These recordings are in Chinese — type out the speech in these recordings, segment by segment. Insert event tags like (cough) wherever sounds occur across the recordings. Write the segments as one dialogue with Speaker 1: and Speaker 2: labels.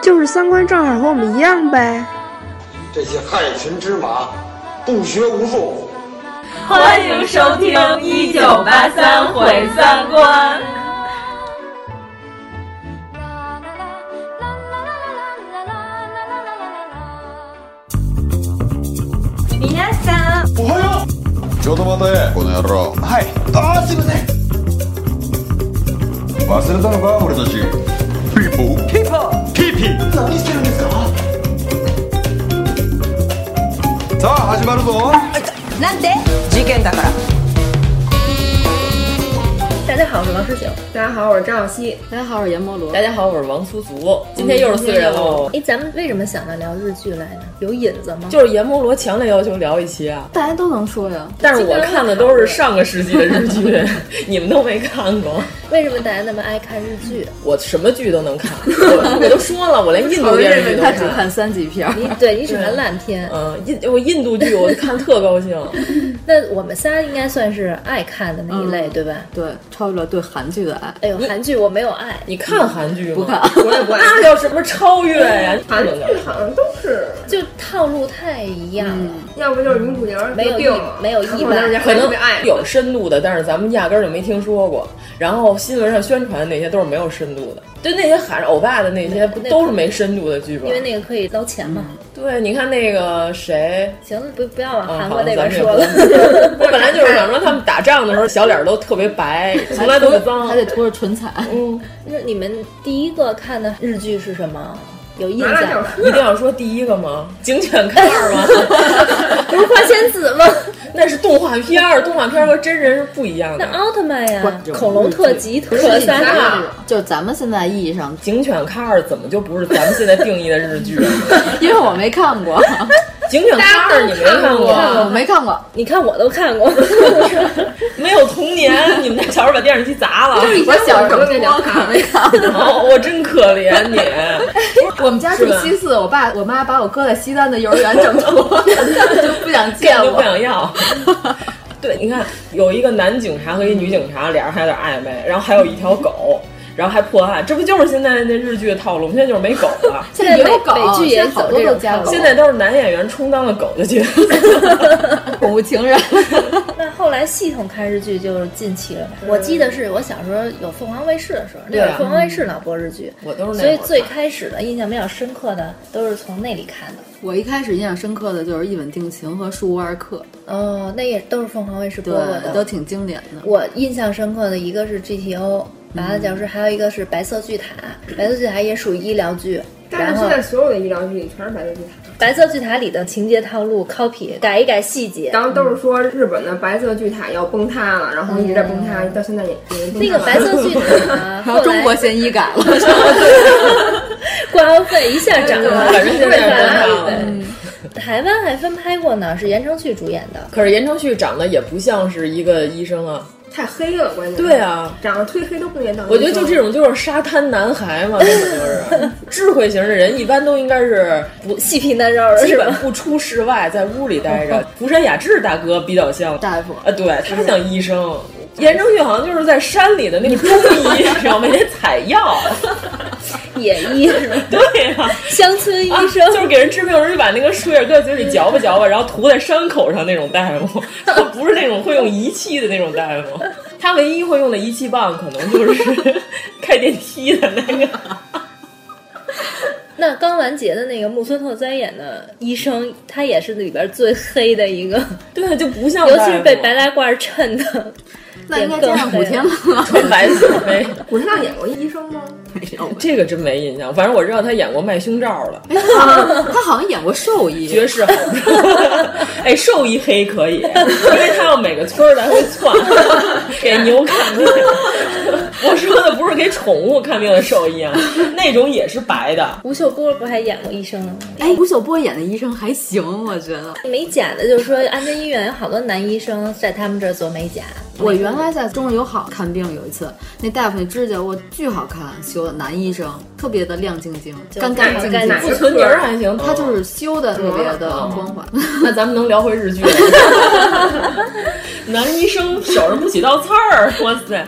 Speaker 1: 就是三观正好和我们一样呗。
Speaker 2: 这些害群之马，不学无术。
Speaker 3: 欢迎收听《一九八三毁三观》。
Speaker 2: はい、あーすいません
Speaker 4: 忘れたのか俺たちピーポー
Speaker 2: ピーポー
Speaker 4: ピーピー
Speaker 2: 何してるんです
Speaker 4: かさあ始まるぞ
Speaker 5: なんで事件だから
Speaker 6: 大家好，我是王十九。
Speaker 7: 大家好，我是张小希。
Speaker 8: 大家好，我是阎摩罗。
Speaker 9: 大家好，我是王苏足。今天又是四个人喽。
Speaker 6: 哎，咱们为什么想到聊日剧来呢？有引子吗？
Speaker 9: 就是阎摩罗强烈要求聊一期啊。
Speaker 8: 大家都能说呀。
Speaker 9: 但是我看的都是上个世纪的日剧，
Speaker 8: (laughs)
Speaker 9: 你们都没看过。
Speaker 6: 为什么大家那么爱看日剧？
Speaker 9: 我什么剧都能
Speaker 8: (laughs)
Speaker 9: 看，我我都说了，我连印度电视剧都
Speaker 8: 看。他只看三级片。
Speaker 6: 你对你只看烂片。
Speaker 9: 嗯，印我印度剧我看特高兴。
Speaker 6: 那我们仨应该算是爱看的那一类，对吧？
Speaker 8: 对。超越了对韩剧的爱。
Speaker 10: 啊
Speaker 6: 哎呦，韩剧我没有爱。
Speaker 9: 你看韩剧
Speaker 8: 不看？
Speaker 9: 我也不爱。那叫什么超越
Speaker 8: (laughs)
Speaker 9: 呀？
Speaker 7: 韩剧好像都是
Speaker 6: 就套路太一样了，
Speaker 7: 要不就是女主角
Speaker 6: 没有没有意外，
Speaker 9: 可能有深度的，但是咱们压根儿就没听说过。然后新闻上宣传那些都是没有深度的，就那些喊着欧巴的那些，不都是没深度的剧本？
Speaker 6: 因为那个可以捞钱嘛。
Speaker 9: 对，你看那个谁，嗯
Speaker 6: 行了，不不要往啊韩国那边说了。
Speaker 9: 我本来就是想说，他们打仗的时候小脸都特别白。
Speaker 6: (laughs)
Speaker 9: 从来都是脏，
Speaker 8: 还得涂着唇彩。
Speaker 6: 嗯，那你们第一个看的日剧是什么？有印象？
Speaker 9: 一定要说第一个吗？警犬看二吗？ (laughs)
Speaker 6: 不是花仙子吗？
Speaker 9: 那是动画片儿，动画片儿和真人是不一样的。
Speaker 6: 那奥啊特曼呀，恐龙特辑、特三啊，
Speaker 8: 就是咱们现在意义
Speaker 10: (laughs)
Speaker 8: 上，
Speaker 9: 警犬看二怎么就不是咱们现在定义的日剧？
Speaker 6: (laughs)
Speaker 8: 因为我没看 (laughs) 过。
Speaker 9: 警犬看二你没看过？
Speaker 8: 我没看过。
Speaker 6: 你看我都看过，
Speaker 9: 没有童年。你们家小时候把电视机砸了。
Speaker 8: (laughs) 我小时候那两看没看
Speaker 9: 过。我真可怜你。
Speaker 8: (laughs) 我们家住西四，我爸我妈把我搁在西单的幼儿园
Speaker 7: (laughs)
Speaker 8: 整出， (laughs) 就不想见我，
Speaker 9: 不想要。 (laughs) 对，你看有一个男警察和一女警察，俩人还有点暧昧，然后还有一条狗。然后还破案，这不就是现在那日剧的套路？现在就是没狗了。
Speaker 8: 现在
Speaker 6: 美美剧也
Speaker 8: 好多都加狗，
Speaker 9: 现在都是男演员充当了狗的角色，
Speaker 8: 宠物情人。
Speaker 6: 那后来系统看日剧就是近期了吧？我记得是我小时候有凤凰卫视的时候，那会儿凤凰卫视老播日剧，
Speaker 9: 我都是。
Speaker 6: 所以最开始的印象比较深刻的都是从那里看的。
Speaker 8: 我一开始印象深刻的就是《一吻定情》和《树屋二课》，
Speaker 6: 哦，那也都是凤凰卫视播的，
Speaker 8: 都挺经典的。
Speaker 6: 我印象深刻的一个是 GTO。麻辣教师，还有一个是白色巨塔，白色巨塔也属于医疗剧。
Speaker 7: 但是现在所有的医疗剧里全是白色巨塔。
Speaker 6: 白色巨塔里的情节套路 copy 改一改细节，
Speaker 7: 然后都是说日本的白色巨塔要崩塌了，然后一直在崩塌，
Speaker 8: 嗯
Speaker 7: 到现在也也
Speaker 6: 那个白色巨 (laughs) 塔，
Speaker 8: 然后中国先医改了，
Speaker 6: (laughs) 挂号费一下涨了，
Speaker 9: 反正现在崩塌了。
Speaker 6: 台湾还翻拍过呢，是言承旭主演的。
Speaker 9: 可是言承旭长得也不像是一个医生啊。
Speaker 7: 太黑了，关键
Speaker 9: 对啊，
Speaker 7: 长得忒黑都不愿意当。
Speaker 9: 我觉得就这种就是沙滩男孩嘛，根本就是智慧型的人，一般都应该是
Speaker 6: 不细皮嫩肉的，
Speaker 9: 基本不出室外，在屋里
Speaker 6: (laughs)
Speaker 9: 待着。福山雅治大哥比较像
Speaker 8: 大夫
Speaker 9: 啊，对他像医生。严正旭好像就是在山里的那个中医，
Speaker 6: (laughs)
Speaker 9: 然后每天采药，
Speaker 6: 野医是吧？
Speaker 9: 对呀、啊，
Speaker 6: 乡村医生、
Speaker 9: 啊、就是给人治病的时候，就把那个树叶搁嘴里嚼吧嚼吧，然后涂在伤口上那种大
Speaker 6: (laughs)
Speaker 9: 夫，他不是那种会用仪器的那种大夫，他唯一会用的仪器棒可能就是 (laughs) 开电梯的那个。
Speaker 6: 那刚完结的那个木村拓哉演的医生，他也是里边最黑的一
Speaker 8: (laughs)
Speaker 6: 个，
Speaker 9: 对，就不像，
Speaker 6: 尤其是被白大褂衬的。
Speaker 8: 那应该加上古天乐，
Speaker 9: (laughs) 穿白死黑。
Speaker 7: 古天乐演过医生吗？
Speaker 8: 没有，
Speaker 9: 这个真没印象。反正我知道他演过卖胸罩的，
Speaker 10: (laughs) 哎
Speaker 8: 他好像演过兽医、
Speaker 9: 爵士。 (laughs) 哎，兽医黑 (laughs) 可以，因为他要每个村儿来回窜，给牛看病。 (laughs) 我说的不是给宠物看病的兽 (laughs) 医啊，那种也是白的。
Speaker 6: 吴秀波不还演过医生吗？
Speaker 10: 哎，吴秀波演的医生还行，我觉得。
Speaker 6: 美甲的，就是说安贞医院有好多男医生在他们这儿做美甲。
Speaker 10: 我原来在中友好看病有一次，那大夫那指甲我巨好看，修的男医生特别的亮晶晶、干干净净，
Speaker 9: 不存泥儿还行，
Speaker 10: 他就是修的特别的
Speaker 8: 嗯
Speaker 10: 光滑。
Speaker 9: 那咱们能聊回日剧。 (laughs) 男医生手上不起倒刺儿，哇塞！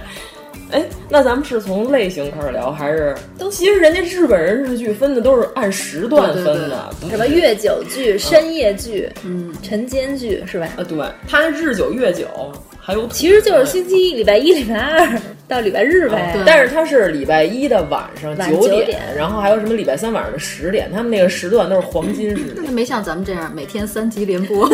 Speaker 9: 哎，那咱们是从类型开始聊，还是都？其实人家日本人日剧分的都是按时段分的，
Speaker 6: 什么月九剧、深夜剧、嗯、晨间剧是吧？
Speaker 9: 啊，对，它日九月九，还有
Speaker 6: 其实就是星期一、礼拜一、礼拜二到礼拜日
Speaker 10: 哦
Speaker 6: 呗。
Speaker 9: 但是它是礼拜一的晚上
Speaker 6: 九
Speaker 9: 点，然后还有什么礼拜三晚上的十点，他们那个时段都是黄金时段。
Speaker 10: 没像咱们这样每天三集连播。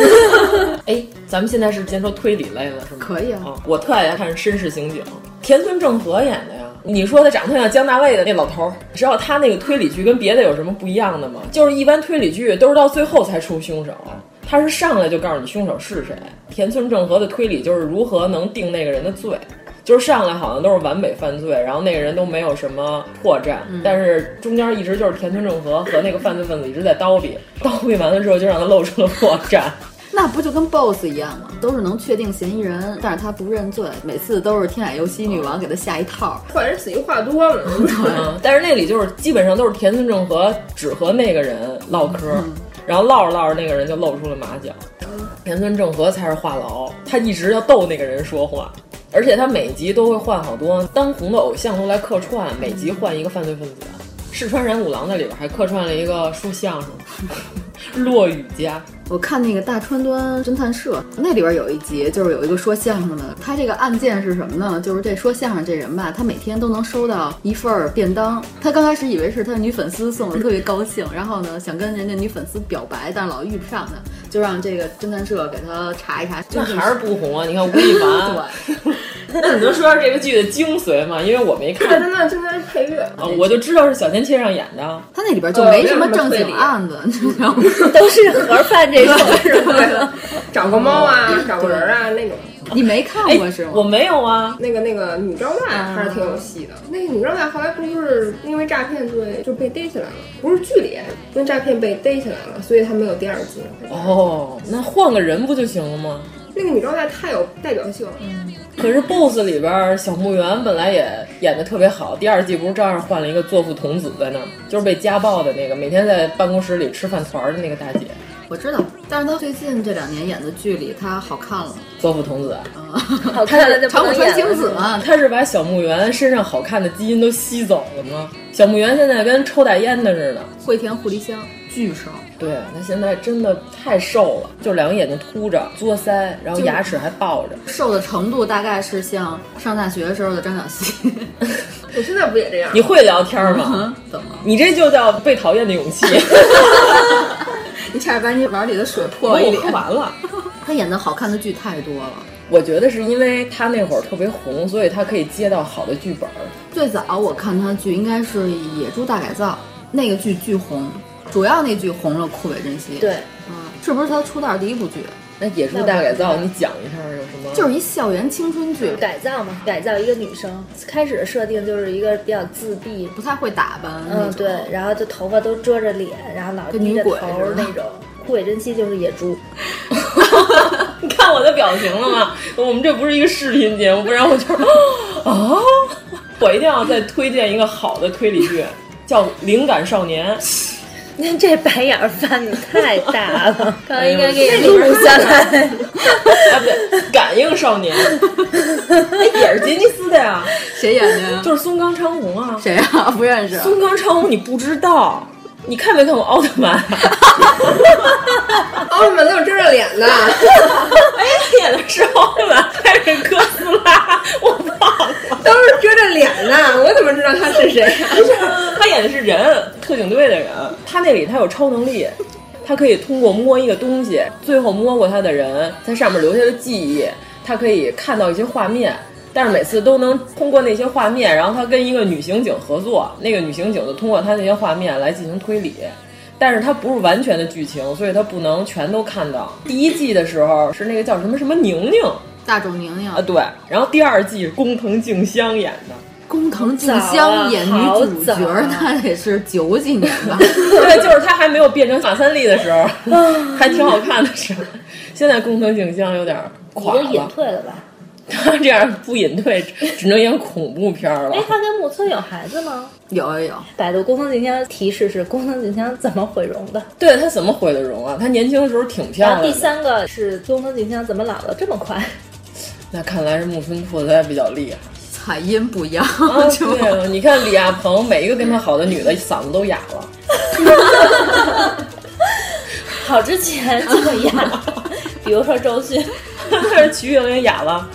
Speaker 9: 哎，咱们现在是先说推理类了，是吗？哦
Speaker 10: 可以啊，
Speaker 9: 我特爱看《绅士刑警》。田村正和演的呀，你说他长得像江大卫的那老头儿，知道他那个推理剧跟别的有什么不一样的吗？就是一般推理剧都是到最后才出凶手，啊他是上来就告诉你凶手是谁。田村正和的推理就是如何能定那个人的罪，就是上来好像都是完美犯罪，然后那个人都没有什么破绽，嗯、但是中间一直就是田村正和和那个犯罪分子一直在叨逼，叨逼完了之后就让他露出了破绽。
Speaker 10: 那不就跟 BOSS 一样吗？都是能确定嫌疑人，但是他不认罪，每次都是天海佑希女王给他下一套。
Speaker 7: 坏人死于话多
Speaker 8: (laughs)
Speaker 7: 了，
Speaker 9: 对。嗯但是那里就是基本上都是田村正和只和那个人唠嗑，嗯、然后唠着唠着那个人就露出了马脚。嗯、田村正和才是话痨，他一直要逗那个人说话，而且他每集都会换好多当红的偶像都来客串，每集换一个犯罪分子。四川染五郎在里边还客串了一个说相声 (laughs) 的落雨家。
Speaker 10: 我看那个大川端侦探社那里边有一集，就是有一个说相声的，他这个案件是什么呢？就是这说相声这人吧，他每天都能收到一份便当。他刚开始以为是他的女粉丝送的，特别高兴。然后呢，想跟人家女粉丝表白，但老遇不上他，就让这个侦探社给他查一查。
Speaker 9: 那还是不红啊！你看吴亦 (laughs) 凡。那你能说说这个剧的精髓吗？因为我没看。 (laughs)
Speaker 7: 他那正在配乐
Speaker 9: 啊，我就知道是小田切让演的。
Speaker 10: 他那里边就没
Speaker 7: 呃
Speaker 10: 什么正经案子，你知
Speaker 7: (laughs)
Speaker 10: 道吗？
Speaker 6: 都是盒饭这种，是
Speaker 10: (laughs)
Speaker 6: 吧？
Speaker 7: 找个猫啊，
Speaker 10: 嗯
Speaker 7: 找个人啊那种。
Speaker 10: 你没看过是吗？
Speaker 9: 我没有啊。
Speaker 7: 那个那个女招待
Speaker 10: 嗯
Speaker 7: 还是挺有戏的。那个女招待后来不就是因为诈骗罪就被逮起来了？不是剧里因为诈骗被逮起来了，所以他没有第二季。
Speaker 9: 哦，那换个人不就行了吗？
Speaker 7: 那个女招待太有代表性了。
Speaker 10: 嗯
Speaker 9: 可是《BOSS》里边小木原本来也演的特别好，第二季不是照样换了一个作父童子在那儿，就是被家暴的那个，每天在办公室里吃饭团的那个大姐。
Speaker 10: 我知道，但是她最近这两年演的剧里，她好看了。
Speaker 9: 作父童子啊，
Speaker 6: 好看了就
Speaker 10: 长谷川京子嘛，
Speaker 9: 她是把小木原身上好看的基因都吸走了吗？小木原现在跟抽大烟的似的，
Speaker 10: 惠田护梨香巨瘦。
Speaker 9: 对他现在真的太瘦了，就两个眼睛凸着，嘬腮，然后牙齿还
Speaker 10: (laughs)
Speaker 9: 抱着，
Speaker 10: 瘦的程度大概是像上大学时候的张小希。
Speaker 6: (laughs)
Speaker 7: 我现在不也这样？
Speaker 9: 你会聊天吗？
Speaker 10: 嗯、怎么？
Speaker 9: 你这就叫被讨厌的勇
Speaker 10: (laughs)
Speaker 9: 气。
Speaker 10: 你差点把你碗里的水泼一
Speaker 9: 脸。我喝完了。
Speaker 10: 他演的好看的剧太多了。
Speaker 9: 我觉得是因为他那会儿特别红，所以他可以接到好的剧本。
Speaker 10: 最早我看他剧应该是《野猪大改造》，那个剧巨红。主要那剧红了，库北真希。
Speaker 6: 对，
Speaker 10: 嗯，是不是他出道第一部剧？
Speaker 9: 那《野猪大改造》，你讲一下有什么？
Speaker 10: 就是一校园青春剧，
Speaker 6: 改造嘛，改造一个女生。开始的设定就是一个比较自闭，
Speaker 10: 不太会打扮。
Speaker 6: 嗯，对，
Speaker 10: 哦
Speaker 6: 然后就头发都遮着脸，然后老低着头那种。库北真希就是野猪。
Speaker 9: (laughs)
Speaker 6: (laughs)
Speaker 9: 你看我的表情了吗？我们这不是一个视频节目，不然我
Speaker 10: (laughs)
Speaker 9: 就啊，我一定要再推荐一个好的推理剧，叫《灵感少年》。
Speaker 10: (laughs)
Speaker 6: 那这白眼儿翻的太大了，刚刚应该给你录下来。
Speaker 9: 啊，不对，感应少
Speaker 10: (laughs)
Speaker 9: 年，哎也是杰尼斯的呀。
Speaker 10: 谁演的呀？
Speaker 9: 就是松冈昌宏啊。
Speaker 10: 谁啊？不认识。
Speaker 9: 松冈昌宏，你不知道？你看没看过奥特曼？啊
Speaker 7: 奥特哦曼都是遮着脸的。
Speaker 9: 哎，演的是奥特曼还是哥斯拉？我忘了。
Speaker 7: (laughs) 都是遮着脸的，我怎么知道他是谁？
Speaker 9: (laughs)
Speaker 7: 啊
Speaker 9: 他演的是人，特警队的人。他那里他有超能力，他可以通过摸一个东西，最后摸过他的人在上面留下的记忆，他可以看到一些画面。但是每次都能通过那些画面，然后他跟一个女刑警合作，那个女刑警就通过他那些画面来进行推理。但是它不是完全的剧情，所以它不能全都看到。第一季的时候是那个叫什么什么宁宁，
Speaker 10: 大众宁宁
Speaker 9: 啊，对。然后第二季工藤静香演的，
Speaker 8: 工藤静香演女主角，
Speaker 6: 啊
Speaker 8: 那得是九几年
Speaker 6: (laughs)
Speaker 8: 吧？
Speaker 9: 对，就是她还没有变成马三立的时
Speaker 6: 啊
Speaker 9: 候， (laughs) 还挺好看的时候。现在工藤静香有点垮了，
Speaker 6: 隐退了吧？
Speaker 9: 他 (laughs) 这样不隐退，只能演恐怖片了。
Speaker 6: 哎，他跟木村有孩子吗？
Speaker 8: 有有有。
Speaker 6: 百度工藤静香提示是工藤静香怎么毁
Speaker 10: (laughs)
Speaker 6: 容的？
Speaker 9: 对他怎么毁的容啊？他年轻的时候挺漂亮的。
Speaker 6: 第三个是工藤静香怎么老的这么快？
Speaker 9: 那看来是木村拓哉比较厉害。
Speaker 8: 采音不一样，
Speaker 6: 哦
Speaker 9: 啊、 (laughs) 对了，你看李亚鹏，每一个跟他好的女的嗓子都哑了。 (laughs)
Speaker 6: 好之前就
Speaker 10: (laughs)
Speaker 6: 哑，比如说周迅，
Speaker 9: 但是瞿月玲哑了，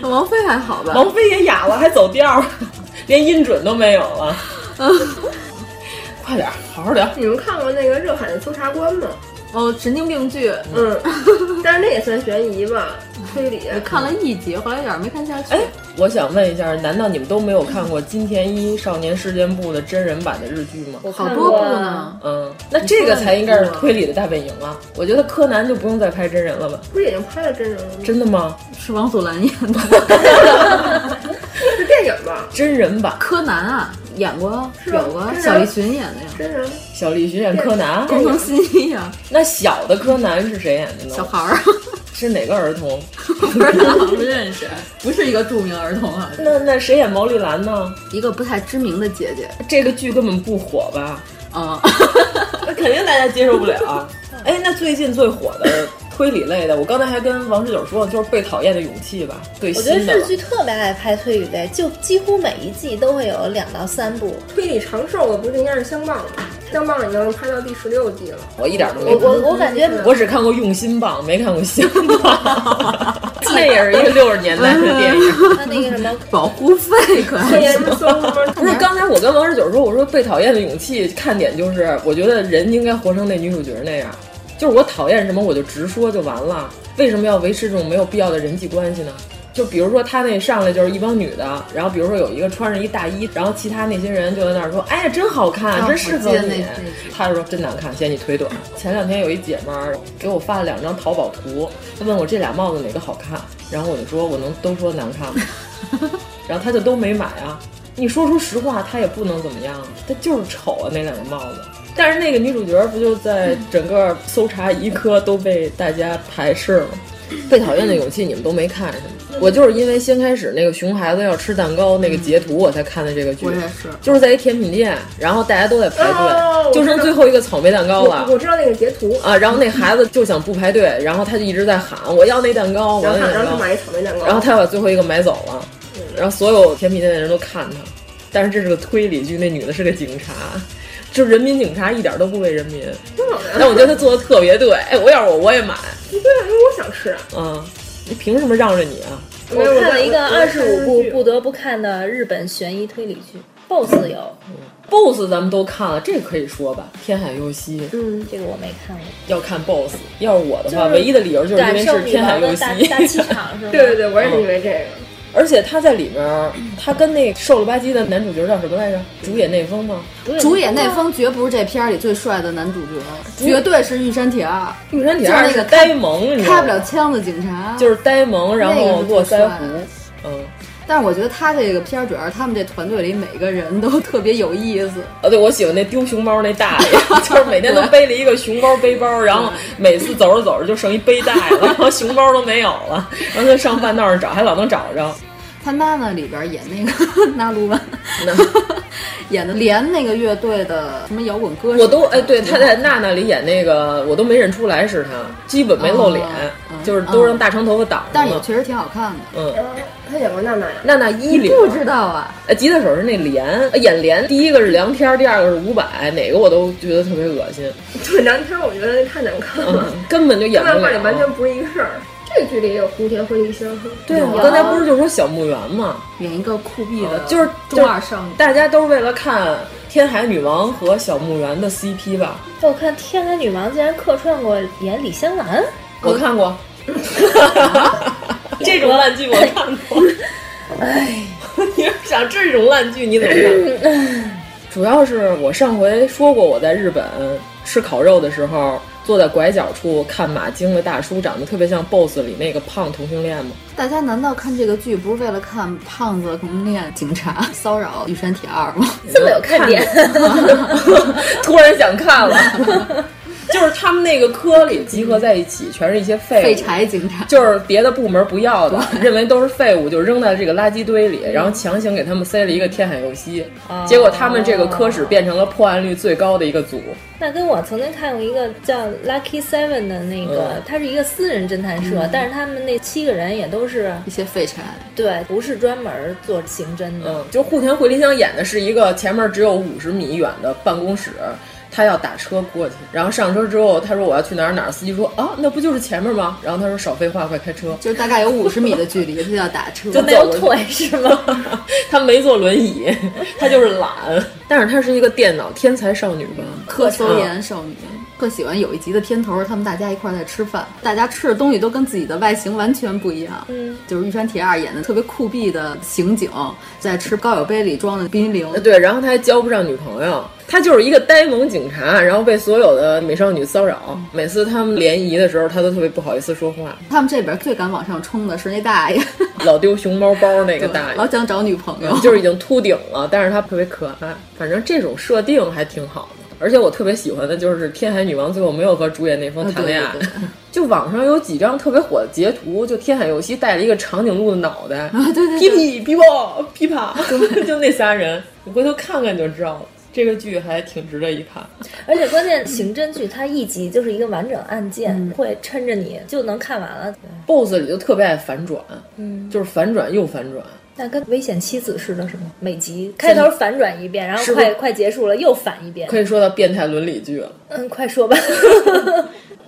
Speaker 8: 王菲还好吧？
Speaker 9: 王菲也哑了，还走调，连音准都没有
Speaker 6: (laughs)
Speaker 9: 了。快点，好好聊。
Speaker 7: (laughs) 你们看过那个《热海的搜查官》吗？
Speaker 8: 哦，神经病剧，
Speaker 7: 嗯，但是那也算悬疑吧，推理。
Speaker 8: 我看了一集，后来有点没看下去。
Speaker 9: 哎，我想问一下，难道你们都没有看过金田一少年事件簿的真人版的日剧吗？
Speaker 8: 好多部呢。
Speaker 9: 嗯，那这个才应该是推理的大本营了。我觉得柯南就不用再拍真人了吧？
Speaker 7: 不是已经拍了真人了吗？
Speaker 9: 真的吗？
Speaker 8: 是王祖蓝演的。
Speaker 7: 是电影吧？
Speaker 9: 真人版
Speaker 8: (laughs) 柯南啊，演过有过小栗旬演的呀。
Speaker 7: 真人。
Speaker 9: 小栗旬演柯南，
Speaker 8: 啊 (laughs) 工藤新一啊 (laughs) 呀。
Speaker 9: 那小的柯南是谁演的呢？
Speaker 8: 小孩儿。
Speaker 9: 是哪个儿童？
Speaker 8: 不知道，不认识，啊不是一个著名儿童啊。
Speaker 9: (laughs) 那那谁演毛利兰呢？
Speaker 8: 一个不太知名的姐姐。
Speaker 9: 这个剧根本不火吧？
Speaker 8: 啊、
Speaker 9: 嗯， (laughs) 肯定大家接受不 (laughs) 了。哎，那最近最火的推理类的，我刚才还跟王十九说，就是《被讨厌的勇气》吧。对，
Speaker 6: 我觉得日剧特别爱拍推理类，就几乎每一季都会有两到三部
Speaker 7: 推理长寿的，不是应该是相棒吗？相棒已经拍到第十六季了，
Speaker 9: 我一点都没看。
Speaker 6: 我我我感觉
Speaker 9: 我只看过用心棒，没看过相棒。 (laughs) 那也是一个六十年代的电影。
Speaker 6: 那那个什么
Speaker 8: 保护费可还行？
Speaker 9: 不是，刚才我跟王十九说，我说被讨厌的勇气，看点就是，我觉得人应该活成那女主角那样，就是我讨厌什么我就直说就完了，为什么要维持这种没有必要的人际关系呢？就比如说他那上来就是一帮女的，然后比如说有一个穿着一大衣，然后其他那些人就在那儿说：“哎呀，真好看，真适合你。”他就说：“真难看，嫌你腿短。”前两天有一姐们儿给我发了两张淘宝图，她问我这俩帽子哪个好看，然后我就说：“我能都说难看吗？”然后她就都没买啊。你说出实话，她也不能怎么样，她就是丑啊那两个帽子。但是那个女主角不就在整个搜查一科都被大家排斥
Speaker 8: (laughs)
Speaker 9: 吗？被讨厌的勇气，你们都没看是吗？我就是因为先开始那个熊孩子要吃蛋糕那个截图，我才看的这个剧。
Speaker 8: 我也是，啊
Speaker 9: 就是在一甜品店，然后大家都在排队，就剩最后一个草莓蛋糕了。
Speaker 7: 我知道那个截图
Speaker 9: 啊，然后那孩子就想不排队，然后他就一直在喊我要那蛋糕，我要那蛋
Speaker 7: 糕，买草莓蛋糕，
Speaker 9: 然后他把最后一个买走了，然后所有甜品店的人都看他，但是这是个推理剧，那女的是个警察。就人民警察一点都不为人民，但我觉得他做的特别对。 (laughs) 哎，我要是我我也买。
Speaker 7: 对啊，因为我想吃。
Speaker 9: 嗯，你凭什么让着你啊？
Speaker 6: 我看了一个二十五部不得不看的日本悬疑推理剧，BOSS 有、嗯、
Speaker 9: ，BOSS 咱们都看了，这个可以说吧。天海佑希，
Speaker 6: 嗯，这个我没看过。
Speaker 9: 要看 BOSS，要是我的话，就是、唯一的理由就是因为是天海佑希。
Speaker 6: 大气 (laughs) 场是吧？
Speaker 7: 对对对，我也是因为这个。嗯
Speaker 9: (laughs) 而且他在里面，他跟那瘦了吧唧的男主角叫什么来着？竹野内丰吗？
Speaker 8: 竹野内丰绝不是这片儿里最帅的男主角，绝对是玉山铁二。
Speaker 9: 玉山铁二
Speaker 8: 那个
Speaker 9: 呆萌，
Speaker 8: 开不了枪的警察，
Speaker 9: 就是呆萌，然后络腮胡。嗯，
Speaker 8: 但是我觉得他这个片儿主要是他们这团队里每个人都特别有意思。
Speaker 9: 啊，对，我喜欢那丢熊猫那大爷， (laughs) 就是每天都背了一个熊猫背包，然后每次走着走着就剩一背带了，然后熊猫都没有了，然后就上半道上找，还老能找着。
Speaker 8: 他妈妈里边演那个 (laughs) 纳鲁湾， (laughs) 演的连那个乐队的什么摇滚歌手，
Speaker 9: 我都哎，对，他在娜娜里演那个，我都没认出来是他，基本没露脸，嗯、就是都让大长头发挡着、嗯。
Speaker 8: 但也确实挺好看的。
Speaker 9: 嗯，
Speaker 7: 呃他演过娜娜呀？ (laughs)
Speaker 9: 娜娜一里
Speaker 8: 不知道啊？
Speaker 9: 哎，吉他手是那莲，呃演莲，第一个是梁天，第二个是伍佰，哪个我都觉得特别恶心。
Speaker 7: 对，梁天我觉得太难看了， (laughs)
Speaker 9: 嗯、根本就演不了，
Speaker 7: 完全不是一个事儿。这个剧里也有胡田和梨香，
Speaker 9: 对啊，我呃刚才不是就说小墓园嘛，
Speaker 8: 演一个酷毙的，
Speaker 9: 就是
Speaker 8: 呃中二少女，
Speaker 9: 大家都是为了看天海女王和小墓园的 CP 吧？
Speaker 6: 我看天海女王竟然客串过演李香兰，
Speaker 9: 我看 (laughs) 过，这种烂剧我看 (laughs) 过，
Speaker 6: 哎，
Speaker 9: 你要想这种烂剧你怎么看？主要是我上回说过我在日本吃烤肉的时候。坐在拐角处看马经的大叔，长得特别像 BOSS 里那个胖同性恋吗？
Speaker 8: 大家难道看这个剧不是为了看胖子同性恋警察 (laughs) 骚扰玉山铁二吗？
Speaker 6: 这么有看点，
Speaker 9: (laughs) 突然想看了。 (laughs) 就是他们那个科里集合在一起，全是一些废
Speaker 8: 废柴警察，
Speaker 9: 就是别的部门不要的，认为都是废物，就扔在这个垃圾堆里，然后强行给他们塞了一个天海佑希。结果他们这个科室变成了破案率最高的一个组。
Speaker 6: 那跟我曾经看过一个叫《Lucky Seven》的那个，它是一个私人侦探社，但是他们那七个人也都是
Speaker 8: 一些废柴，
Speaker 6: 对，不是专门做刑侦的。
Speaker 9: 嗯就户田惠梨香演的是一个前面只有五十米远的办公室。嗯他要打车过去，然后上车之后，他说我要去哪儿哪儿，司机说啊，那不就是前面吗？然后他说少废话，快开车，
Speaker 8: 就是大概有五十米的距离，他要打车，
Speaker 6: 就没有腿是吗？
Speaker 9: (laughs) 他没坐轮椅，他就是懒，但是他是一个电脑天才少女吧，
Speaker 8: 可搜研少女。特喜欢有一集的片头，他们大家一块在吃饭，大家吃的东西都跟自己的外形完全不一样。
Speaker 6: 嗯，
Speaker 8: 就是玉山铁二演的特别酷毙的刑警，在吃高脚杯里装的冰激凌。
Speaker 9: 呃对，然后他还交不上女朋友，他就是一个呆萌警察，然后被所有的美少女骚扰。嗯、每次他们联谊的时候，他都特别不好意思说话。
Speaker 8: 他们这边最敢往上冲的是那大爷，
Speaker 9: 老丢熊猫包那个
Speaker 8: (laughs)
Speaker 9: 大爷，嗯
Speaker 8: 老想找女朋 (laughs) 友，
Speaker 9: (laughs) 就是已经秃顶了，但是他特别可爱。反正这种设定还挺好的。而且我特别喜欢的就是《天海女王》，最后没有和主演那峰谈恋爱。
Speaker 8: 啊对对对
Speaker 9: (laughs) 就网上有几张特别火的截图，就天海佑希戴了一个长颈鹿的脑袋，
Speaker 8: 啊、对对，
Speaker 9: 噼里噼啪噼啪， (laughs) 就那仨人，你回头看看就知道了。这个剧还挺值得一看，
Speaker 6: 而且关键刑侦剧它一集就是一个完整案件，嗯、会抻着你就能看完了。
Speaker 9: BOSS 里就特别爱反转，
Speaker 6: 嗯，
Speaker 9: 就是反转又反转。
Speaker 6: 那跟《危险妻子》似的，是吗？每集开头反转一
Speaker 7: 嗯
Speaker 6: 遍，然后快快结束了又反一遍，
Speaker 9: 可以说到变态伦理剧了。
Speaker 6: 嗯，快说 (laughs) 吧。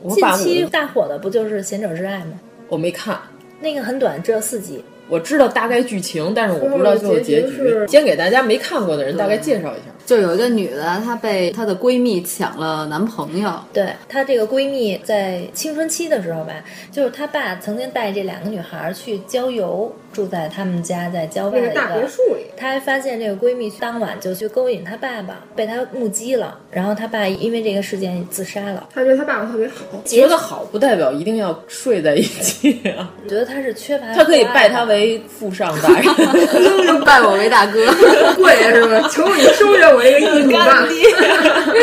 Speaker 6: 近期大火的不就是《贤者之爱》吗？
Speaker 9: 我没看，
Speaker 6: 那个很短，只有四集。
Speaker 9: 我知道大概剧情，但是我不知道最后嗯结局。先给大家没看过的人大概介绍一下，
Speaker 8: 就有一个女的，她被她的闺蜜抢了男朋友。
Speaker 6: 对她这个闺蜜在青春期的时候吧，就是她爸曾经带这两个女孩去郊游，住在他们家在郊外的一个
Speaker 7: 大别墅里。
Speaker 6: 她还发现这个闺蜜当晚就去勾引她爸爸，被她目击了，然后她爸因为这个事件自杀了。
Speaker 7: 她觉得她爸爸特别好，
Speaker 9: 觉得好不代表一定要睡在一起 (laughs) 啊。
Speaker 6: 觉得她是缺乏，
Speaker 9: 她可以拜他为。为父上大人，
Speaker 8: 拜我为大哥， (laughs)
Speaker 7: 跪下是吧？求你收下我这个义母
Speaker 6: (laughs)
Speaker 9: 干爹。 (laughs)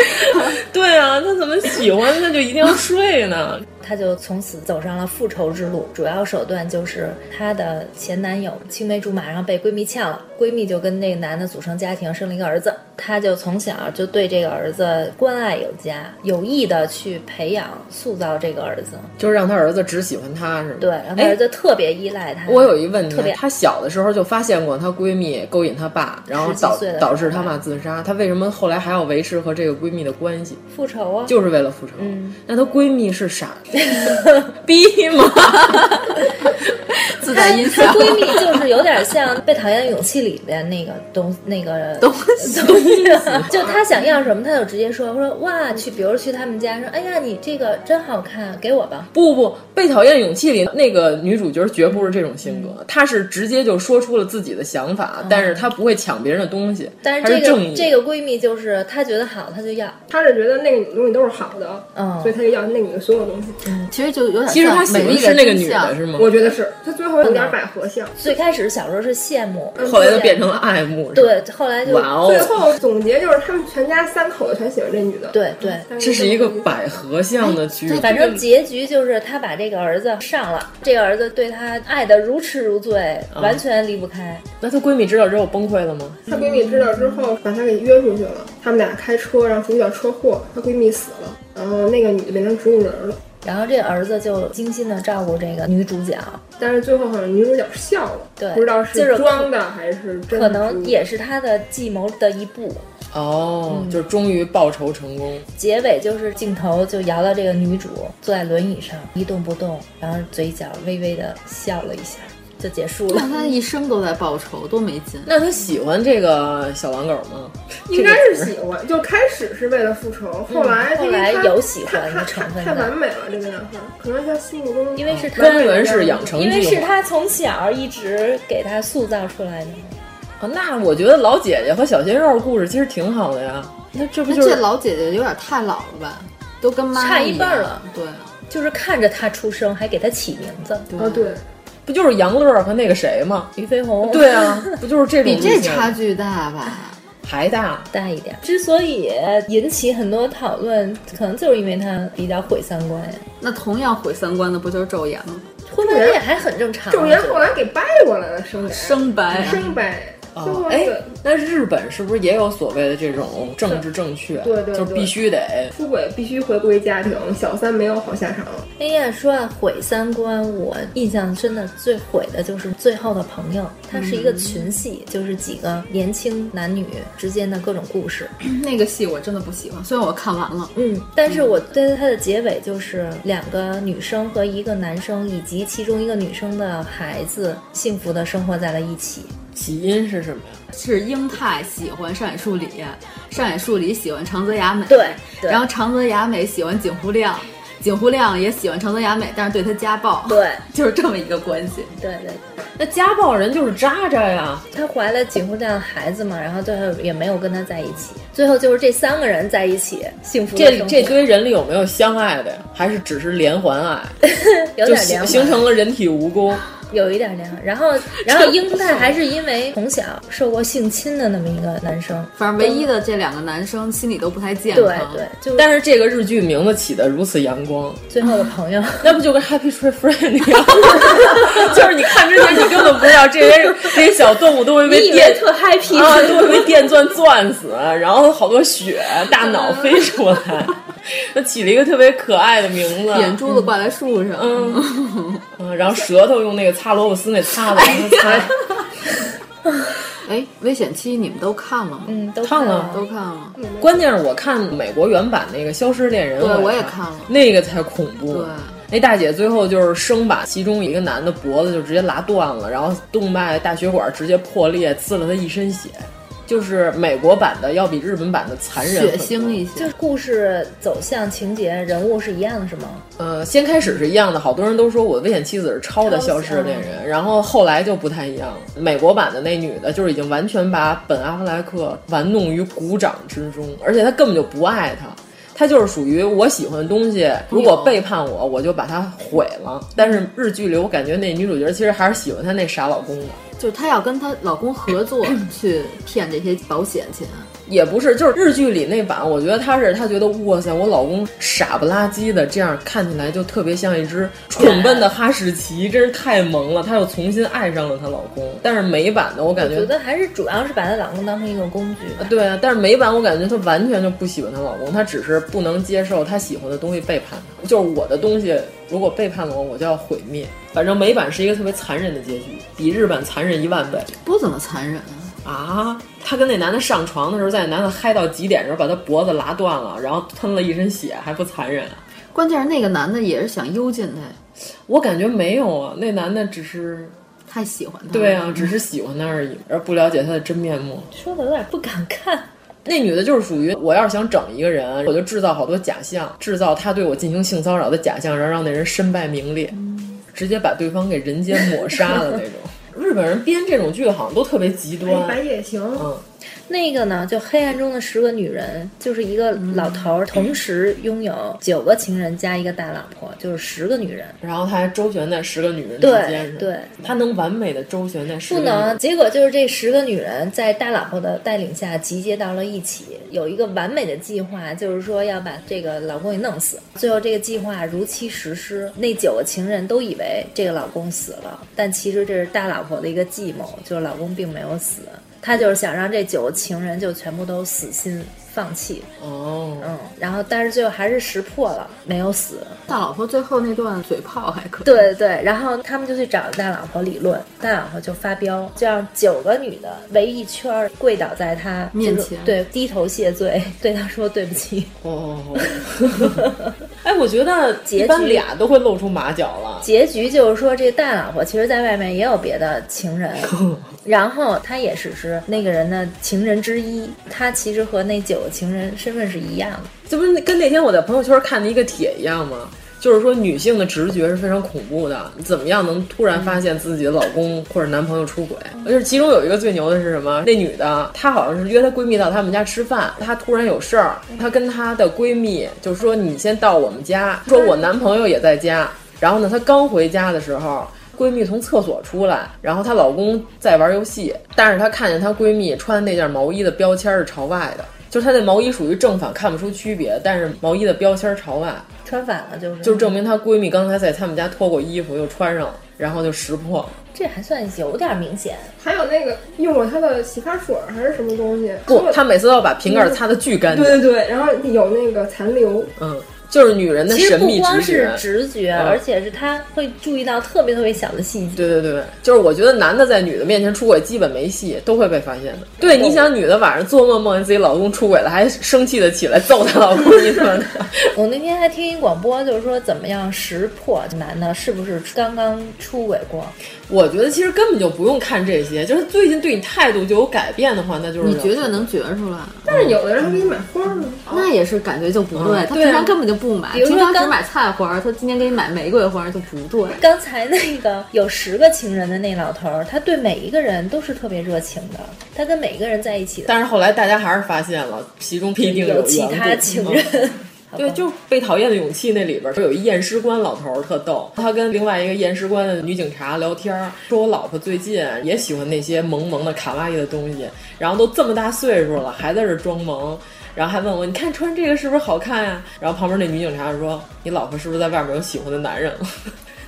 Speaker 9: 对啊，他怎么喜欢他就一定要睡呢？
Speaker 6: 她就从此走上了复仇之路，主要手段就是她的前男友青梅竹马，然后被闺蜜呛了，闺蜜就跟那个男的组成家庭，生了一个儿子。她就从小就对这个儿子关爱有加，有意的去培养、塑造这个儿子，
Speaker 9: (laughs) 就是让他儿子只喜欢她，是吗？
Speaker 6: 对，让他儿子特别依赖她。
Speaker 9: 哎我有一问题，
Speaker 6: 特别
Speaker 9: 她小的时候就发现过她闺蜜勾引她爸，然后导导致她爸自杀。她为什么后来还要维持和这个闺蜜的关系？
Speaker 6: 复仇啊，
Speaker 9: 就是为了复仇。
Speaker 6: 嗯，
Speaker 9: 那她闺蜜是傻。 (laughs) 逼吗？
Speaker 8: 自带
Speaker 9: (laughs)
Speaker 8: 音
Speaker 6: 响。她闺
Speaker 8: (laughs)
Speaker 6: 蜜就是有点像《被讨厌的勇气》里边那个东那个
Speaker 8: 东
Speaker 6: 东西， (laughs) 就她想要什么，她就直接说说哇
Speaker 9: 嗯
Speaker 6: 去，比如去他们家说，哎呀你这个真好看，给我吧。
Speaker 9: 不不，《被讨厌的勇气》里那个女主角绝不是这种性格，她是直接就说出了自己的想法，但是她不会抢别人的东西。
Speaker 6: 但
Speaker 9: 嗯是
Speaker 6: 这个这个闺蜜就是她觉得好，她就要，
Speaker 7: 她是觉得那个东西都是好的，嗯，所以她就要那女的所有东西。
Speaker 8: 嗯其实就有点，
Speaker 9: 其实她喜欢是那个女的，是吗？
Speaker 7: 我觉得是，她最后有点百合像。
Speaker 6: 最开始小时候是羡慕，
Speaker 9: 后来就变成了爱慕。
Speaker 6: 对，后来就
Speaker 9: 哦
Speaker 7: 最后总结就是，他们全家三口全喜欢这女的。
Speaker 6: 对对，
Speaker 9: 这是一个百合像的剧。
Speaker 6: 反正结局就是她把这个儿子上了，这个儿子对她爱的如痴如醉，完全离不开。
Speaker 9: 那她闺蜜知道之后崩溃了吗？
Speaker 7: 她闺蜜知道之后把她给约出去了，他们俩开车，然后主角车祸，她闺蜜死了，然后那个女的变成植物人了。
Speaker 6: 然后这儿子就精心的照顾这个女主角，
Speaker 7: 但是最后好像女主角笑了，
Speaker 6: 对，
Speaker 7: 不知道是装的还是真
Speaker 6: 可
Speaker 7: 的，
Speaker 6: 能也是他的计谋的一步。
Speaker 9: 哦，就终于报仇成功。
Speaker 6: 结尾就是镜头就摇到这个女主坐在轮椅上一动不动，然后嘴角微微的笑了一下。就结束了。
Speaker 8: 那他一生都在报仇，多没劲！
Speaker 9: 那他喜欢这个小狼狗吗？
Speaker 7: 应该是喜欢，就开始是为了复仇，后来
Speaker 6: 后来有喜欢的成分，
Speaker 7: 太完美了这个男孩，可能他心目中
Speaker 6: 因为是他
Speaker 9: 单元是养成，
Speaker 6: 因为是他从小一直给他塑造出来的。
Speaker 9: 哦，那我觉得老姐姐和小鲜肉故事其实挺好的呀。那这不就是
Speaker 8: 老姐姐有点太老了吧？都跟妈
Speaker 6: 差一半了，
Speaker 8: 对，
Speaker 6: 就是看着他出生，还给他起名字，
Speaker 7: 哦对，
Speaker 9: 不就是杨乐和那个谁吗？
Speaker 6: 俞飞鸿，
Speaker 9: 对啊，不就是这种
Speaker 8: 比这差距大吧？
Speaker 9: 还大
Speaker 6: 大一点，之所以引起很多讨论，可能就是因为它比较毁三观呀。
Speaker 8: 那同样毁三观的不就是昼颜吗？
Speaker 6: 灰白也还很正常。啊
Speaker 7: 昼颜后来给掰过来了，生
Speaker 8: 生白、啊，
Speaker 7: 生白。
Speaker 9: 哦，哎，那日本是不是也有所谓的这种政治正确？
Speaker 7: 对对，
Speaker 9: 就必须得
Speaker 7: 出轨，必须回归家庭，小三没有好下场。
Speaker 6: 哎呀，说到、啊、毁三观，我印象真的最毁的就是《最后的朋友》，它是一个群戏，嗯、就是几个年轻男女之间的各种故事。
Speaker 8: (clears throat) 那个戏我真的不喜欢，虽然我看完了，
Speaker 6: 嗯，但是我对它的结尾就是两个女生和一个男生，以及其中一个女生的孩子，幸福的生活在了一起。
Speaker 9: 起因是什么呀？
Speaker 8: 是英泰喜欢上野树里，上野树里喜欢长泽雅美，
Speaker 6: 对，对
Speaker 8: 然后长泽雅美喜欢井户亮，井户亮也喜欢长泽雅美，但是对她家暴，
Speaker 6: 对，
Speaker 8: (laughs) 就是这么一个关系。
Speaker 6: 对对，对对
Speaker 9: 那家暴人就是渣渣呀。
Speaker 6: 她怀了井户亮的孩子嘛，然后最后也没有跟他在一起，最后就是这三个人在一起幸福。
Speaker 9: 这这堆人里有没有相爱的呀？还是只是连环爱？
Speaker 6: 有点连环，
Speaker 9: 形成了人体蜈蚣。
Speaker 6: 有一点凉，然后，然后英泰还是因为从小受过性侵的那么一个男生，
Speaker 8: 反正唯一的这两个男生心理都不太健
Speaker 6: 康。对对，就是、
Speaker 9: 但是这个日剧名字起的如此阳光，
Speaker 6: 最后的朋友，
Speaker 9: (laughs) 那不就跟 Happy Tree Friend 一样？ (laughs) 就是你看之前你根本不知道这些这些小动物都会被电
Speaker 6: 特 happy
Speaker 9: 啊，都会被电钻钻死，啊然后好多血，大脑飞出来。
Speaker 6: (laughs)
Speaker 9: 那起了一个特别可爱的名字，
Speaker 8: 眼珠子挂在树上，
Speaker 9: 嗯，嗯，然后舌头用那个擦萝卜丝那擦的，擦。
Speaker 8: 哎，危险期你们都看了吗？
Speaker 6: 嗯，都
Speaker 9: 看
Speaker 6: 了，
Speaker 8: 都看了。
Speaker 9: 关键是我看美国原版那个《消失恋人》，
Speaker 8: 对，
Speaker 9: 我
Speaker 8: 也看了，
Speaker 9: 那个才恐怖。
Speaker 8: 对。
Speaker 9: 那大姐最后就是生把其中一个男的脖子就直接拉断了，然后动脉大血管直接破裂，刺了他一身血。就是美国版的要比日本版的残忍、
Speaker 8: 血腥一些，
Speaker 6: 就是故事走向、情节、人物是一样的，是吗？
Speaker 9: 呃，先开始是一样的，好多人都说我的危险妻子是抄的《消失恋人》，然后后来就不太一样了。美国版的那女的，就是已经完全把本·阿弗莱克玩弄于股掌之中，而且她根本就不爱他。他就是属于我喜欢的东西，如果背叛我，我就把它毁了。但是日剧里，我感觉那女主角其实还是喜欢她那傻老公的，
Speaker 8: 就是她要跟她老公合作去骗这些保险钱。
Speaker 9: 也不是，就是日剧里那版，我觉得她是她觉得哇塞，我老公傻不拉几的，这样看起来就特别像一只蠢笨的哈士奇，真是太萌了。她又重新爱上了她老公。但是美版的我感
Speaker 6: 觉，我觉得还是主要是把她老公当成一个工具。
Speaker 9: 对啊，但是美版我感觉她完全就不喜欢她老公，她只是不能接受她喜欢的东西背叛她，就是我的东西如果背叛了我，我就要毁灭。反正美版是一个特别残忍的结局，比日版残忍一万倍。
Speaker 8: 不怎么残忍啊。
Speaker 9: 啊，她跟那男的上床的时候，在男的嗨到极点的时候，把他脖子拉断了，然后喷了一身血，还不残忍、啊？
Speaker 8: 关键是那个男的也是想幽禁她，
Speaker 9: 我感觉没有啊，那男的只是
Speaker 8: 太喜欢她，
Speaker 9: 对啊，只是喜欢她而已，而不了解她的真面目。
Speaker 6: 说的有点不敢看。
Speaker 9: 那女的就是属于，我要是想整一个人，我就制造好多假象，制造他对我进行性骚扰的假象，然后让那人身败名裂，嗯、直接把对方给人间抹杀的那种。日本人编这种剧好像都特别极端，
Speaker 7: 《白夜行》
Speaker 9: 嗯，
Speaker 6: 那个呢，就《黑暗中的十个女人》，就是一个老头儿同时拥有九个情人加一个大老婆，就是十个女人，
Speaker 9: 然后他还周旋在十个女人之
Speaker 6: 间，对，对
Speaker 9: 他能完美的周旋在十个
Speaker 6: 不能，结果就是这十个女人在大老婆的带领下集结到了一起，有一个完美的计划，就是说要把这个老公给弄死。最后这个计划如期实施，那九个情人都以为这个老公死了，但其实这是大老婆的一个计谋，就是老公并没有死。他就是想让这九个情人就全部都死心放弃
Speaker 9: 哦，
Speaker 6: 嗯，然后但是最后还是识破了，没有死。
Speaker 8: 大老婆最后那段嘴炮还可以。
Speaker 6: 对对，然后他们就去找大老婆理论，大老婆就发飙，就让九个女的围一圈跪倒在他
Speaker 8: 面前，
Speaker 6: 对，低头谢罪，对他说对不起。
Speaker 9: 哦， (laughs) 哎，我觉得一般俩都会露出马脚了。
Speaker 6: 结局就是说，这大老婆其实在外面也有别的情
Speaker 9: (laughs)
Speaker 6: 人，然后她也是是。那个人的情人之一，他其实和那九个情人身份是一样的，
Speaker 9: 这不是跟那天我在朋友圈看的一个帖一样吗？就是说女性的直觉是非常恐怖的。你怎么样能突然发现自己的老公或者男朋友出轨？而且其中有一个最牛的是什么？那女的她好像是约她闺蜜到她们家吃饭，她突然有事儿，她跟她的闺蜜就说：“你先到我们家。”说我男朋友也在家。然后呢，她刚回家的时候。闺蜜从厕所出来，然后她老公在玩游戏，但是她看见她闺蜜穿那件毛衣的标签是朝外的，就是她那毛衣属于正反看不出区别，但是毛衣的标签朝外，
Speaker 6: 穿反了就是，
Speaker 9: 就证明她闺蜜刚才在他们家脱过衣服又穿上了，然后就识破。
Speaker 6: 这还算有点明显，
Speaker 7: 还有那个用过他的洗发水还是什么东西，
Speaker 9: 不，她每次都要把瓶盖擦得巨干净，
Speaker 7: 对对对，然后有那个残留，
Speaker 9: 嗯。就是女人的神秘直觉，
Speaker 6: 不光是直觉、
Speaker 9: 嗯，
Speaker 6: 而且是她会注意到特别特别小的细节。
Speaker 9: 对对对，就是我觉得男的在女的面前出轨基本没戏，都会被发现的。对，你想女的晚上做梦梦见自己老公出轨了，还生气的起来揍她老公，你怎么？
Speaker 6: 我那天还听一广播，就是说怎么样识破男的是不是刚刚出轨过。
Speaker 9: 我觉得其实根本就不用看这些，就是最近对你态度就有改变的话，那就是
Speaker 8: 你绝对能觉出来。
Speaker 7: 但是有的人还给你买花呢、
Speaker 6: 哦
Speaker 8: 嗯，那也是感觉就不对，嗯、他平常根本就。不买，平常只买菜花，他今天给你买玫瑰花就不对。
Speaker 6: 刚才那个有十个情人的那老头，他对每一个人都是特别热情的，他跟每一个人在一起的。
Speaker 9: 但是后来大家还是发现了，其中必定
Speaker 6: 有其他情人。嗯
Speaker 9: 对，就被讨厌的勇气那里边有一验尸官老头儿特逗，他跟另外一个验尸官的女警察聊天儿，说我老婆最近也喜欢那些萌萌的卡哇伊的东西，然后都这么大岁数了还在这装萌，然后还问我你看穿这个是不是好看呀、啊？然后旁边那女警察就说你老婆是不是在外面有喜欢的男人 (laughs) 了？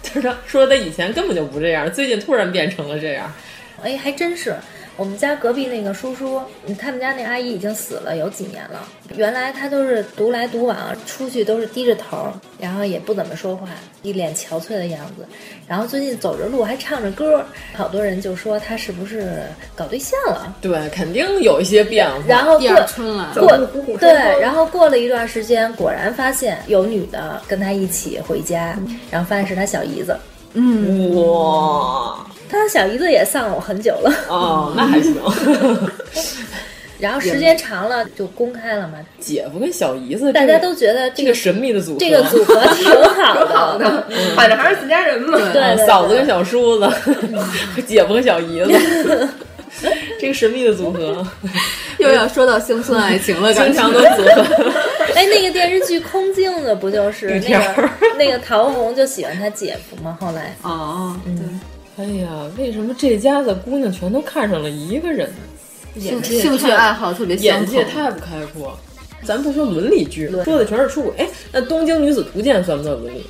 Speaker 9: 就是他说他以前根本就不这样，最近突然变成了这样，
Speaker 6: (laughs) 哎，还真是。我们家隔壁那个叔叔，嗯他们家那阿姨已经死了有几年了。原来他都是独来独往，出去都是低着头，然后也不怎么说话，一脸憔悴的样子。然后最近走着路还唱着歌，好多人就说他是不是搞对象了？
Speaker 9: 对，肯定有一些变化。
Speaker 6: 然后
Speaker 8: 第二春了，
Speaker 6: 过对，然后过了一段时间，果然发现有女的跟他一起回家，嗯、然后发现是他小姨子。
Speaker 9: 嗯，哇。
Speaker 6: 他小姨子也丧我很久了 (laughs)
Speaker 9: 哦，那还行。
Speaker 6: 然后时间长了就公开了嘛。
Speaker 9: 姐夫跟小姨子，
Speaker 6: 大家都觉得
Speaker 9: 这个神秘的组合，
Speaker 6: 这个组合 (laughs) 挺好
Speaker 7: 的，反正还是自家人嘛。
Speaker 6: 对，
Speaker 9: 嗯嫂子跟小叔子， (laughs) 姐夫跟小姨 (laughs) 子，这个神秘的组合
Speaker 8: 又要说到乡村爱情 (laughs) 了，
Speaker 9: 经常的组合。
Speaker 6: 哎，那个电视剧《空镜》的不就是那个那个陶虹就喜欢他姐夫吗？后来
Speaker 8: 哦，嗯。
Speaker 9: (laughs) 哎呀，为什么这家子姑娘全都看上了一个人呢？
Speaker 8: 兴兴趣爱好特别
Speaker 9: 眼界太不开阔。咱不说伦理剧，说的全是出轨。哎，那《东京女子图鉴》算不算伦理？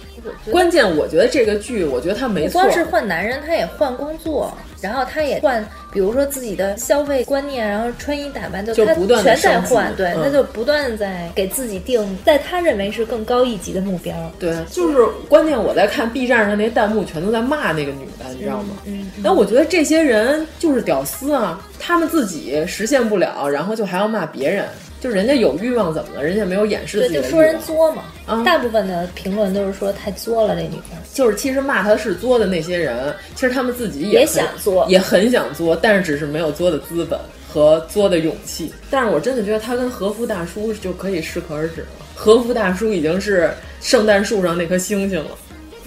Speaker 9: 关键我觉得这个剧，我觉得它没错。
Speaker 6: 不光是换男人，他也换工作，然后他也换，比如说自己的消费观念，啊然后穿衣打扮，
Speaker 9: 就
Speaker 6: 他全在换。
Speaker 9: 嗯、
Speaker 6: 对，他就不断在给自己定，在他认为是更高一级的目标。
Speaker 9: 对，就是关键。我在看 B 站上那些弹幕，全都在骂那个女的，你知道吗？
Speaker 6: 嗯。
Speaker 9: 那、嗯、我觉得这些人就是屌丝啊，他们自己实现不了，然后就还要骂别人。就人家有欲望怎么了？人家没有掩饰自己
Speaker 6: 对，就说人作嘛。嗯、大部分的评论都是说太作了，这女的。
Speaker 9: 就是其实骂她是作的那些人，其实他们自己也
Speaker 6: 也想作，
Speaker 9: 也很想作，但是只是没有作的资本和作的勇气。但是我真的觉得他跟和夫大叔就可以适可而止了。和夫大叔已经是圣诞树上那颗星星了，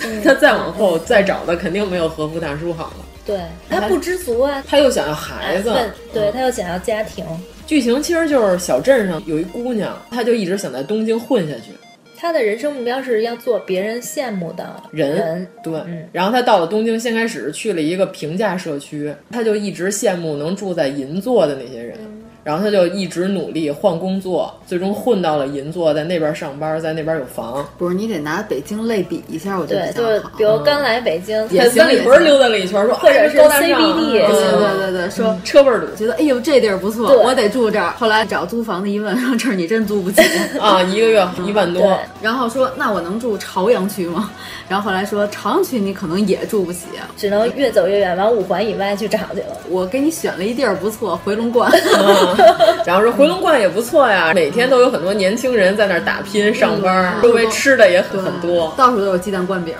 Speaker 9: 嗯、他再往后再找的肯定没有和夫大叔好了。
Speaker 6: 对他不知足啊，
Speaker 9: 他又想要孩子，啊、
Speaker 6: 对、嗯、他又想要家庭。
Speaker 9: 剧情其实就是小镇上有一姑娘，她就一直想在东京混下去。
Speaker 6: 她的人生目标是要做别人羡慕的
Speaker 9: 人，对。
Speaker 6: 嗯、
Speaker 9: 然后她到了东京，先开始去了一个平价社区，她就一直羡慕能住在银座的那些人。
Speaker 6: 嗯、
Speaker 9: 然后她就一直努力换工作，最终混到了银座，在那边上班，在那边有房。
Speaker 8: 不是，你得拿北京类比一下，我觉得
Speaker 6: 对，就比如刚来北京，
Speaker 9: 在三里屯溜达了一圈，说哎
Speaker 6: 或者是 CBD，
Speaker 8: 对对对对，说
Speaker 6: 嗯
Speaker 9: 车味儿堵，
Speaker 8: 觉得哎呦这地儿不错，我得住这儿。后来找租房的一问， (laughs) 说这儿你真租不起
Speaker 6: (laughs)
Speaker 9: 啊，一个月
Speaker 6: 嗯
Speaker 9: 一万多。
Speaker 8: 然后说那我能住朝阳区吗？ (laughs) 然后后来说朝阳区你可能也住不起，
Speaker 9: (laughs)
Speaker 6: 只能越走越远，往五环以外去找去了。
Speaker 8: 我给你选了一地儿不错，回龙观。 (laughs)
Speaker 9: 啊。然后说回龙观也不错呀，每天都有很多年轻人在那儿打拼上班，
Speaker 6: 嗯
Speaker 9: 周围吃的也很多，
Speaker 8: 到处都有鸡蛋灌饼、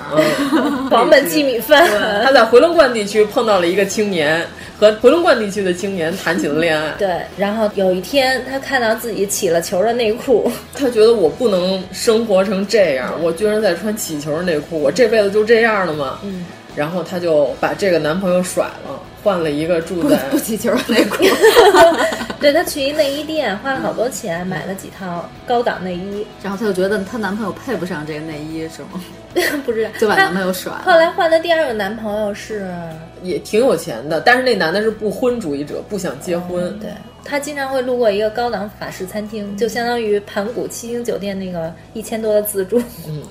Speaker 6: 黄焖鸡米饭。
Speaker 9: 他在回龙观地区碰到了一个青年，和回龙观地区的青年谈起了恋爱。
Speaker 6: (laughs) 对，然后有一天他看到自己起了球的内裤， (laughs)
Speaker 9: 他觉得我不能生活成这样，我居然在穿起球内裤，我这辈子就这样了吗？
Speaker 6: 嗯。
Speaker 9: 然后她就把这个男朋友甩了，换了一个住在
Speaker 8: (laughs) 不起球内裤。
Speaker 6: 对她去一内衣店，花了好多钱、嗯、买了几套高档内衣，
Speaker 8: 然后她就觉得她男朋友配不上这个内衣，是吗？ (laughs)
Speaker 6: 不知道，
Speaker 8: 就把男朋友甩了。
Speaker 6: 后来换的第二个男朋友是
Speaker 9: 也挺有钱的，但是那男的是不婚主义者，不想结婚。
Speaker 6: 嗯、对。他经常会路过一个高档法式餐
Speaker 9: 嗯
Speaker 6: 厅，就相当于盘古七星酒店那个一千多的自助。 (laughs)
Speaker 9: 嗯。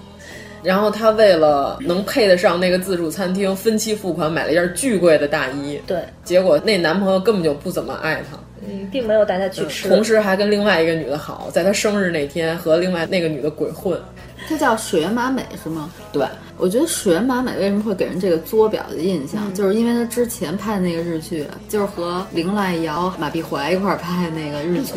Speaker 9: 然后她为了能配得上那个自助餐厅，分期付款买了一件巨贵的大衣。
Speaker 6: 对，
Speaker 9: 结果那男朋友根本就不怎么爱她，
Speaker 6: 嗯，并没有带她去吃、
Speaker 9: 嗯，同时还跟另外一个女的好，在她生日那天和另外那个女的鬼混。
Speaker 8: 这叫水原麻美是吗？
Speaker 9: 对，
Speaker 8: 我觉得水原麻美为什么会给人这个作表的印象，嗯、就是因为她之前拍的那个日剧，就是和林濑遥、马碧怀一块拍的那个日剧，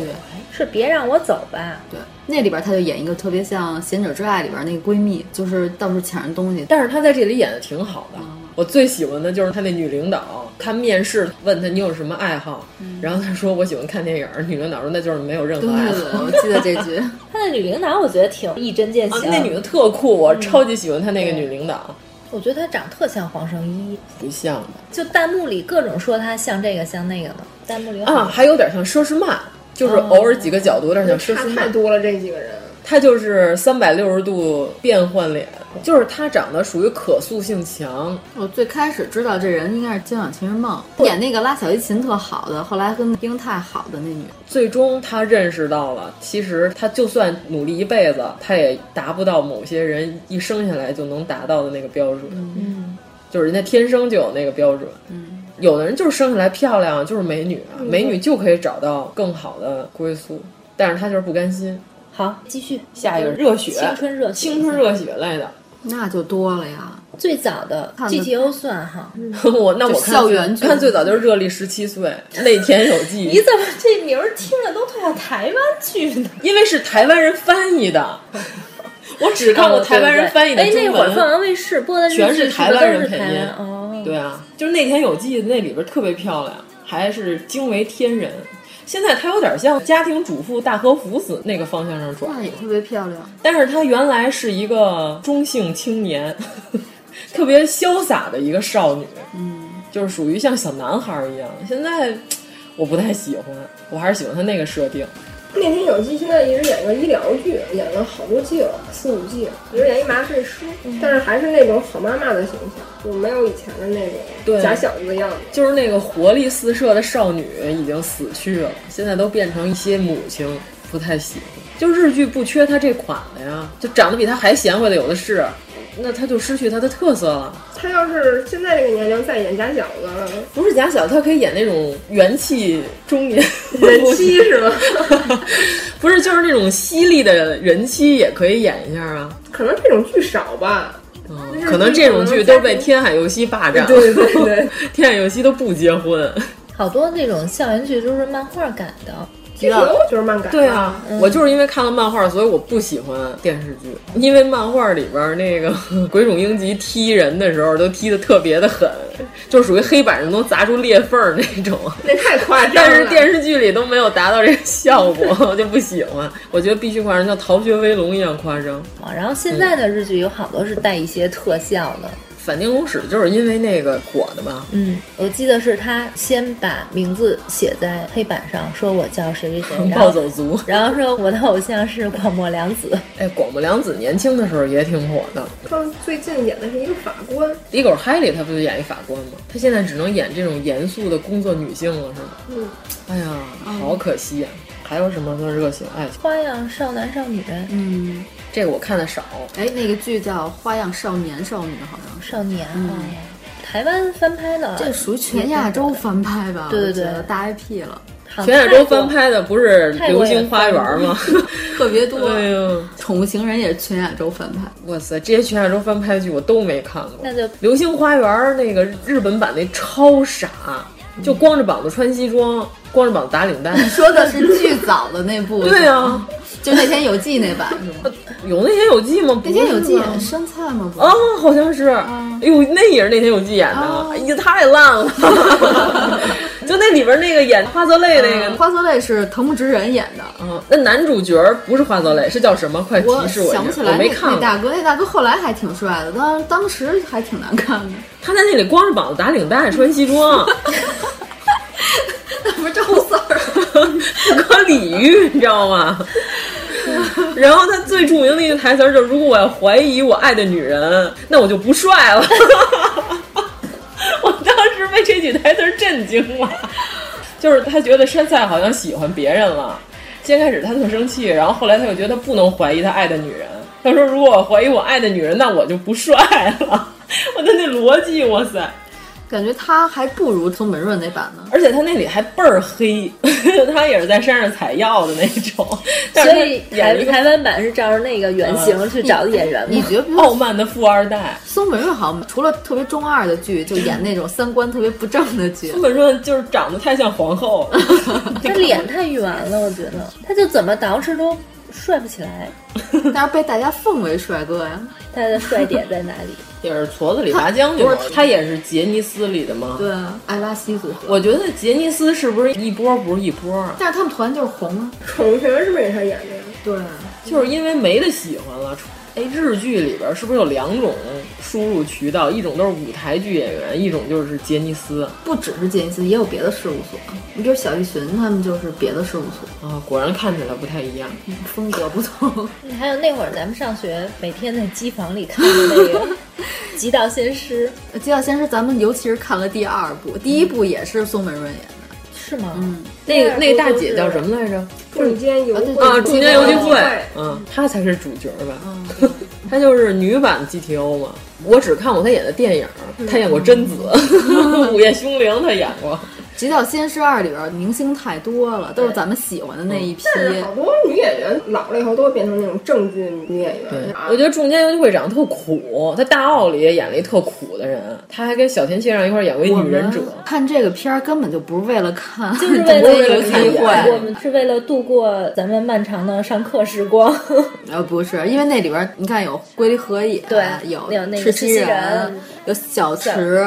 Speaker 6: 是别让我走吧？
Speaker 8: 对。那里边她就演一个特别像《贤者之爱》里边那个闺蜜，就是到处抢人东西。
Speaker 9: 但是她在这里演的挺好的，嗯、我最喜欢的就是她那女领导，她面试问她你有什么爱好，嗯、然后她说我喜欢看电影，女领导说那就是没有任何
Speaker 6: (laughs)
Speaker 9: 爱好。
Speaker 8: 我记得这句。
Speaker 6: 她的女领导我觉得挺一针见血、啊，
Speaker 9: 哦那女的特酷，我超级喜欢她那个女领导。嗯
Speaker 6: 我觉得她长特像黄圣依，
Speaker 9: 不像吧？
Speaker 6: 就弹幕里各种说她像这个像那个的，弹幕里
Speaker 9: 啊，还有点像佘诗曼。就是偶尔几个角度，有点像佘诗曼。
Speaker 7: 太多了，这几个人。
Speaker 9: 他就是三百六十度变换脸，就是他长得属于可塑性强。
Speaker 8: 我最开始知道这人应该是《今晚情人梦》演那个拉小提琴特好的，后来跟英泰好的那女。
Speaker 9: 最终他认识到了，其实他就算努力一辈子，他也达不到某些人一生下来就能达到的那个标准。
Speaker 6: 嗯，
Speaker 9: 就是人家天生就有那个标准。
Speaker 6: 嗯。
Speaker 9: 有的人就是生下来漂亮，就是美女啊，美女就可以找到更好的归宿，但是她就是不甘心。
Speaker 6: 好，继续
Speaker 9: 下一个热血，
Speaker 6: 青春热血，
Speaker 9: 青春热血类的，
Speaker 8: 那就多了呀。
Speaker 6: 最早的 GTO 算哈，
Speaker 9: (laughs) 我那我
Speaker 8: 校园
Speaker 9: 看最早就是热力十七岁，内田有纪。
Speaker 6: 你怎么这名儿听着都像台湾剧呢？
Speaker 9: 因为是台湾人翻译的。我只看
Speaker 6: 哦
Speaker 9: 过台湾人翻译的中文。
Speaker 6: 哎，那会儿凤凰卫视播的
Speaker 9: 全是台湾人配音。
Speaker 6: 哦，
Speaker 9: 对啊，就是《内田有纪》那里边特别漂亮，还是惊为天人。现在她有点像家庭主妇大和福子那个方向上转，
Speaker 8: 那也特别漂亮。
Speaker 9: 但是她原来是一个中性青年， (laughs) 特别潇洒的一个少女，
Speaker 8: 嗯，
Speaker 9: 就是属于像小男孩一样。现在我不太喜欢，我还是喜欢她那个设定。
Speaker 7: 那天有纪现在一直演个医疗剧，演了好多季了，四五季了，一直演一麻醉师，
Speaker 9: 嗯
Speaker 7: 但是还是那种好妈妈的形象，就没有以前的那种假小子的样子。
Speaker 9: 就是那个活力四射的少女已经死去了，现在都变成一些母亲，不太喜欢。就日剧不缺她这款的呀，就长得比她还贤惠的有的是，那她就失去她的特色了。
Speaker 7: 她要是现在这个年龄再演假小
Speaker 9: (laughs)
Speaker 7: 子，
Speaker 9: 不是假小子，她可以演那种元气中 (laughs) 年。
Speaker 7: 人妻是吗？
Speaker 9: 不是，就是那种犀利的人妻也可以演一下啊。
Speaker 7: 可能这种剧少吧。
Speaker 9: 嗯，可能这种剧都被天海佑希霸占了。
Speaker 7: 对对对，
Speaker 9: (laughs) 天海佑希都不结婚。
Speaker 6: 好多那种校园剧都是漫画改的。
Speaker 7: 剧就是漫改。
Speaker 9: 对啊，嗯、我就是因为看了漫画，所以我不喜欢电视剧。因为漫画里边那个 (laughs) 鬼冢英吉踢人的时候，都踢得特别的狠，就属于黑板上能砸出裂缝那种。
Speaker 7: 那太夸张了。
Speaker 9: 但是电视剧里都没有达到这个效果， (laughs) 我就不喜欢。我觉得必须夸张，像《逃学威龙》一样夸张。
Speaker 6: 啊，然后现在的日剧有好多是带一些特效的。
Speaker 9: 反町隆史就是因为那个火的吧？
Speaker 6: 嗯，我记得是他先把名字写在黑板上，说我叫谁谁谁，暴
Speaker 9: 走族，
Speaker 6: 然后说我的偶像是广末凉子。
Speaker 9: 哎，广末凉子年轻的时候也挺火的。
Speaker 7: 说最近演的是一个法官，
Speaker 9: 李狗嗨里他不就演一法官吗？他现在只能演这种严肃的工作女性了，是吗？
Speaker 7: 嗯。
Speaker 9: 哎呀，好可惜呀、啊！还有什么叫热血爱情？
Speaker 6: 花样少男少女。
Speaker 8: 嗯。
Speaker 9: 这个我看的少，
Speaker 8: 哎，那个剧叫《花样少年少女》，好像
Speaker 6: 少年啊，嗯、台湾翻拍
Speaker 9: 呃
Speaker 6: 的，
Speaker 8: 这属于全亚洲翻拍吧？
Speaker 6: 对对对，
Speaker 8: 大 IP 了。
Speaker 6: 啊
Speaker 9: 全亚洲翻拍的不是《流星花园》吗？
Speaker 8: 特别多。
Speaker 9: (laughs) 哎呦，
Speaker 8: 《宠物情人》也是全亚洲翻拍。
Speaker 9: (laughs) 哇塞，这些全亚洲翻拍剧我都没看过。
Speaker 6: 那就《
Speaker 9: 流星花园》那个日本版那超傻。就光着膀子穿西装，光着膀子打领带。
Speaker 8: 你说的是巨早的那部，
Speaker 9: 对啊，
Speaker 8: 就那天有记那版是吗？
Speaker 9: (laughs) 有那天有记吗？
Speaker 8: 那天有记演山菜吗？
Speaker 9: 啊，好像是。
Speaker 8: 嗯
Speaker 9: 哎呦，那也是那天有记演
Speaker 8: 哦
Speaker 9: 的，哎呀，太烂了。
Speaker 8: (laughs)
Speaker 9: 就那里边那个演花泽类那个，
Speaker 8: 嗯花泽类是藤木直人演的。
Speaker 9: 嗯，那男主角不是花泽类，是叫什么？快提示
Speaker 8: 我！想不起来，
Speaker 9: 没看
Speaker 8: 那大哥，那大哥后来还挺帅的，当当时还挺难看的。 (laughs)
Speaker 9: 他在那里光着膀子打领带，穿西装。
Speaker 8: 那不
Speaker 9: (laughs)
Speaker 8: 是赵四儿，
Speaker 9: 不可理喻，你知道吗？ (laughs) 然后他最著名的一句台词就是：“如果我要怀疑我爱的女人，那我就不帅了。”我当时被这句台词震惊了，就是他觉得山菜好像喜欢别人了。先开始他特生气，然后后来他又觉得他不能怀疑他爱的女人。他说：“如果我怀疑我爱的女人，那我就不帅了。” (laughs) 我的那逻辑，哇塞！
Speaker 8: 感觉他还不如松本润那版呢，
Speaker 9: 而且他那里还倍儿黑， (laughs) 他也是在山上采药的那 (laughs) 种。但
Speaker 6: 所以台台湾版是照着那个原型去找的演员吗？
Speaker 8: 呃你觉得
Speaker 9: 傲慢的富二代
Speaker 8: 松本润好像除了特别中二的剧，就演那种三观特别不正的 (laughs) 剧。
Speaker 9: 松本润就是长得太像皇后，
Speaker 6: 这脸太圆了，我觉得他就怎么捯饬都帅不起来，
Speaker 8: 但是被大家奉为帅哥呀。
Speaker 6: 他的帅点在哪里？
Speaker 9: (laughs) (laughs) 也是矬子里拔将军，他也是杰尼斯里的吗？
Speaker 8: 对，艾拉西组合。
Speaker 9: 我觉得杰尼斯是不是一波不是一波？啊
Speaker 8: 但是他们团就是红啊，
Speaker 7: 宠臣是不是也他演的呀？
Speaker 8: 对，
Speaker 9: 就是因为没得喜欢了。哎，日剧里边是不是有两种输入渠道？一种都是舞台剧演员，一种就是杰尼斯。
Speaker 8: 不只是杰尼斯，也有别的事务所。你比如小栗旬他们就是别的事务
Speaker 9: 所啊，果然看起来不太一样，
Speaker 8: 嗯、风格不 (laughs) 同。
Speaker 6: 还有那会儿咱们上学，每天在机房里看的那个。
Speaker 9: (laughs)
Speaker 6: 极道先师，
Speaker 8: 极道先师，咱们尤其是看了第二部，第一部也是松本润演的，
Speaker 6: 是吗？
Speaker 8: 嗯，
Speaker 9: 那个那个大姐叫什么来着？
Speaker 7: 中间游
Speaker 9: 啊，中间游击会，嗯，她才是主角吧？ (laughs) 嗯，她就是女版 GTO 嘛。我只看过她演的电影，她演过贞子，《 (laughs) 午夜凶铃》她演过。
Speaker 8: 极道先师二里边明星太多了，都是咱们喜欢的那一批。
Speaker 7: 但是好多女演员老了以后都会变成那种正剧女演员。啊
Speaker 9: 对，我觉得中间游击会长得特苦，他大奥里也演了一特苦的人，他还跟小田切让一块演过女忍者。
Speaker 8: 看这个片儿根本就不是为了看，
Speaker 6: 就是为
Speaker 8: (laughs)
Speaker 6: 了游击会，我们是为了度过咱们漫长的上课时光。
Speaker 8: 呃，不是，因为那里边你看有龟梨和也，
Speaker 6: 对，
Speaker 8: 有
Speaker 6: 有那
Speaker 8: 个
Speaker 6: 西人，
Speaker 8: 有小池，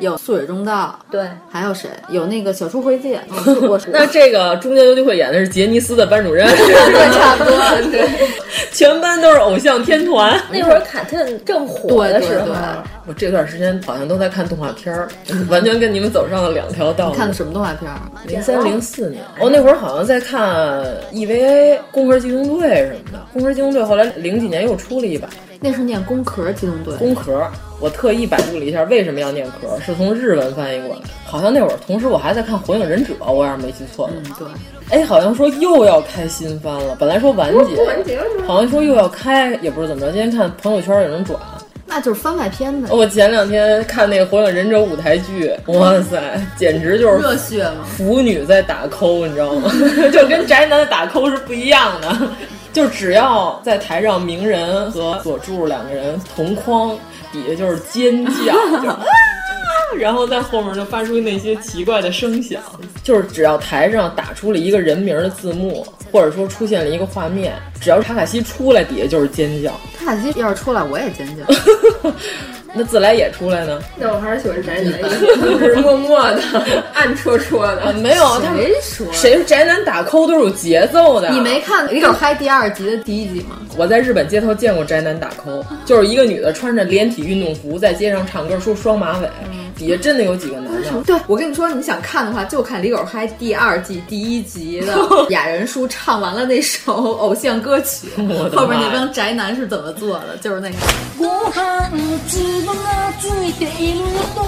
Speaker 8: 有素水中道，
Speaker 6: 对，
Speaker 8: 还有谁？有。那个小初回见，
Speaker 9: 我那这个中间游击会演的是杰尼斯的班主任， (laughs)
Speaker 8: 对，差不多，对，
Speaker 9: 全班都是偶像天团。 (laughs)
Speaker 6: 那会儿卡特正火的时候，
Speaker 9: 我这段时间好像都在看动画片儿，完全跟你们走上了两条道路。
Speaker 8: 看的什么动画片儿？
Speaker 9: 零三零四年，我、哦、那会儿好像在看 E EVA《工科机动队》什么的，《工科机动队》后来零几年又出了一版。
Speaker 8: 那是念工壳机动队，
Speaker 9: 工壳，我特意百度了一下，为什么要念壳，是从日文翻译过来。好像那会儿，同时我还在看《火影忍者》，我要是没记错的。
Speaker 8: 嗯，对。
Speaker 9: 哎，好像说又要开新番了，本来说完结，
Speaker 7: 完结了吗？
Speaker 9: 好像说又要开，也不知道怎么着。今天看朋友圈有人转，
Speaker 8: 那就是番外篇呗。
Speaker 9: 我前两天看那个《火影忍者》舞台剧，哇塞，简直就是
Speaker 8: 热血嘛！
Speaker 9: 腐女在打 call，你知道吗？ (laughs) 就跟宅男的打 call 是不一样的。就只要在台上，鸣人和佐助两个人同框，底下就是尖叫，
Speaker 8: (laughs)
Speaker 9: 啊、然后在后面就发出那些奇怪的声响。就是只要台上打出了一个人名的字幕，或者说出现了一个画面，只要塔卡西出来，底下就是尖叫。 (laughs)
Speaker 8: 塔卡西要是出来，我也尖
Speaker 9: 叫。那自来也出来呢？
Speaker 7: 那我还是喜欢宅男，就是默默的、暗戳戳
Speaker 8: (laughs)
Speaker 7: 的。
Speaker 8: 呃
Speaker 9: 没有，他
Speaker 8: 谁说
Speaker 9: 谁是宅男打 call 都是有节奏的。啊
Speaker 8: 你没看呃《李狗嗨》第二集的第一集吗？
Speaker 9: 我在日本街头见过宅男打 call，就是一个女的穿着连体运动服在街上唱歌，说双马尾，
Speaker 6: 嗯
Speaker 9: 底下真的有几个男的。
Speaker 8: 对，我跟你说，你想看的话，就看《李狗嗨》第二季第一集 (laughs) 的雅人叔唱完了那首偶像歌 (laughs) 曲，后面那帮宅男是怎么做的？就是那个。がついていると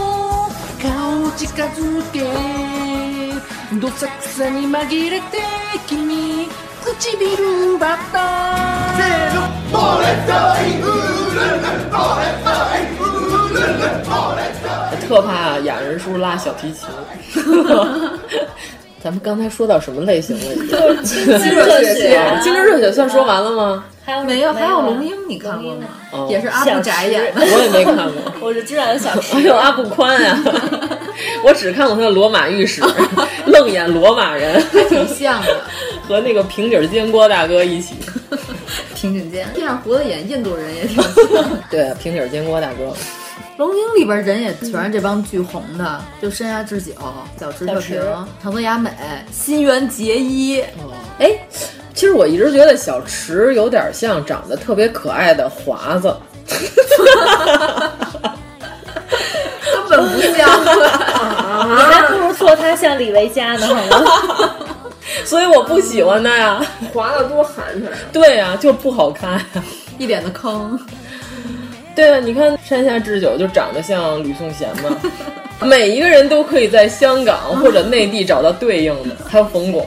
Speaker 8: 顔を近づけどさくさに紛れて君唇バッタせーの漏れたいウーレレ漏れたいウーレレ漏れたい特怕雅人叔拉小提琴
Speaker 6: (laughs)
Speaker 8: 咱们刚才说到什么类型了？
Speaker 6: (laughs) 就是青春热血，啊
Speaker 9: 青春热血算说完了吗？
Speaker 6: 还有
Speaker 8: 没
Speaker 6: 有？
Speaker 8: 还有啊龙啊樱，你看过吗？也是阿布宅演的，
Speaker 6: (laughs)
Speaker 9: 我也没看过。哎
Speaker 6: 我是知道有小池， (laughs)
Speaker 9: 还有阿布宽呀。啊我只看过他的《罗马浴室》，愣演罗马人，
Speaker 8: 还挺像的， (laughs)
Speaker 9: 和那个平底煎锅大哥一起。
Speaker 8: 平顶尖，这样胡子演印度人也挺像。 (laughs)
Speaker 9: 对，平底煎锅大哥。
Speaker 8: 龙樱里边人也全是这帮巨红的，就山下智久、小池特平、长泽雅美、新垣结衣。
Speaker 9: 哎、哦，其实我一直觉得小池有点像长得特别可爱的华子，
Speaker 8: 根本不像。
Speaker 6: 你还不如说他像李维嘉呢，好吗？
Speaker 9: 所以我不喜欢他呀，
Speaker 7: 华子多寒碜。
Speaker 9: 对呀、啊，就不好看呀，
Speaker 8: 一脸的坑。
Speaker 9: 对啊，你看山下智久就长得像吕颂贤嘛，每一个人都可以在香港或者内地找到对应的，还有冯巩、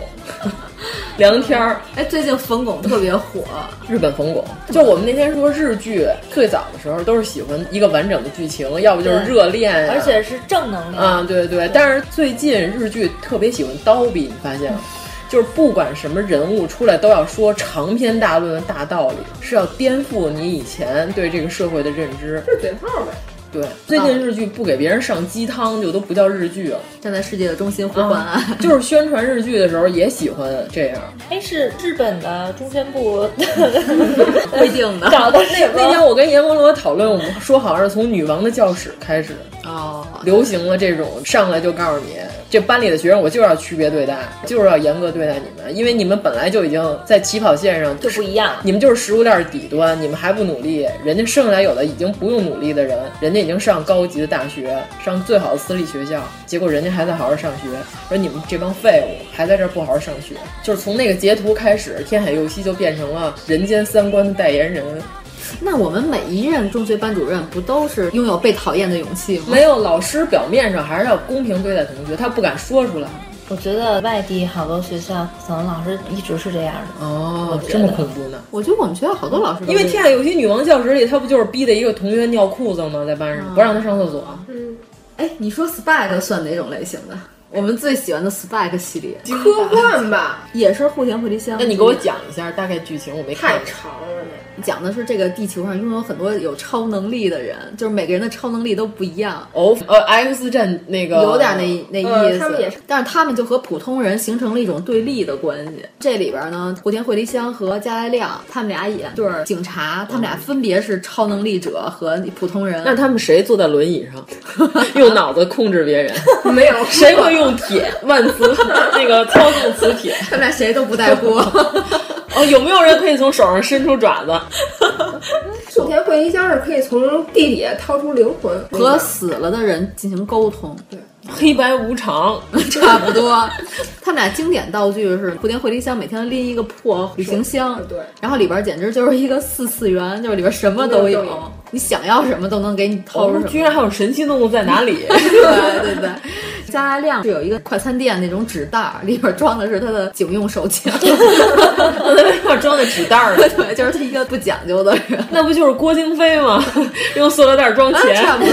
Speaker 9: 梁天儿。
Speaker 8: 哎，最近冯巩特
Speaker 9: (laughs)
Speaker 8: 别火，
Speaker 9: 日本冯巩。就我们那天说日剧最早的时候都是喜欢一个完整的剧情，要不就是热恋、啊，
Speaker 6: 而且是正能量
Speaker 9: 啊，对对。但是最近日剧特别喜欢刀比，你发现吗？就是不管什么人物出来，都要说长篇大论的大道理，是要颠覆你以前对这个社会的认知。
Speaker 7: 就是嘴炮呗。
Speaker 9: 对，最近日剧不给别人上鸡汤，就都不叫日剧了。
Speaker 8: 站在世界的中心呼唤啊爱，
Speaker 9: 就是宣传日剧的时候也喜欢这样。
Speaker 6: 哎，是日本的中宣部
Speaker 9: 嗯
Speaker 8: (laughs) 规定
Speaker 9: (laughs)
Speaker 8: 的。
Speaker 6: 搞的
Speaker 9: 那那天我跟阎摩罗讨论，我们说好像是从《女王的教室》开始
Speaker 8: 哦，
Speaker 9: 流行了这种上来就告诉你，这班里的学生我就要区别对待，就是要严格对待你们，因为你们本来就已经在起跑线上
Speaker 6: 就不一样了，
Speaker 9: 你们就是食物链底端，你们还不努力，人家剩下来有的已经不用努力的人，人家。已经上高级的大学，上最好的私立学校，结果人家还在好好上学，而你们这帮废物还在这不好好上学。就是从那个截图开始，天海佑希就变成了人间三观的代言人。
Speaker 8: 那我们每一任中学班主任不都是拥有被讨厌的勇气吗？
Speaker 9: 没有，老师表面上还是要公平对待同学，他不敢说出来。
Speaker 6: 我觉得外地好多学校可能老师一直是这样的
Speaker 9: 哦，这么恐怖呢？
Speaker 8: 我觉得我们学校好多老师，
Speaker 9: 因为天下有些女王教室里，她不就是逼的一个同学尿裤子吗？在班上、啊、不让他上厕所。
Speaker 7: 嗯，
Speaker 8: 哎，你说 spike 算哪种类型的？我们最喜欢的 spike 系列，
Speaker 7: 科幻吧，
Speaker 8: 也是互甜互离相。
Speaker 9: 那你给我讲一下大概剧情，我没
Speaker 7: 太长了。
Speaker 8: 讲的是这个地球上拥有很多有超能力的人，就是每个人的超能力都不一样。
Speaker 9: 哦，呃，X 战那个
Speaker 8: 有点那那
Speaker 7: 思、
Speaker 8: 意
Speaker 7: 呃
Speaker 8: 是，但是他们就和普通人形成了一种对立的关系。这里边呢，胡田惠梨香和加濑亮他们俩演就是警察，他们俩分别是超能力者和普通
Speaker 9: (laughs)
Speaker 8: 人。
Speaker 9: 那他们谁坐在轮椅上， (laughs) 用脑子控制 (laughs) 别人？
Speaker 7: 没有，
Speaker 9: 谁会用铁万 (laughs) 磁那个操纵磁铁？
Speaker 8: 他们俩谁都不带锅。
Speaker 9: 哦，有没有人可以从手上伸出爪子？
Speaker 7: 首田惠一香是可以从地底下掏出灵魂，
Speaker 8: 和死了的人进行沟通。
Speaker 7: 对。
Speaker 9: 黑白无常
Speaker 8: 差不多， (laughs) 他们俩经典道具是蝴蝶回力箱，每天拎一个破旅行箱，
Speaker 7: 对，
Speaker 8: 然后里边简直就是一个四次元，就是里边什么都有，你想要什么都能给你掏出、哦。
Speaker 9: 居然还有神奇动物在哪 (laughs) 里？
Speaker 8: 对对对，加亮是有一个快餐店那种纸袋，里边装的是他的警用手枪，
Speaker 9: 他装的纸袋
Speaker 8: 呢？ (laughs) 对，就是他一个不讲究的人。
Speaker 9: (laughs) 那不就是郭京飞吗？ (laughs) 用塑料袋装钱，
Speaker 8: 啊差不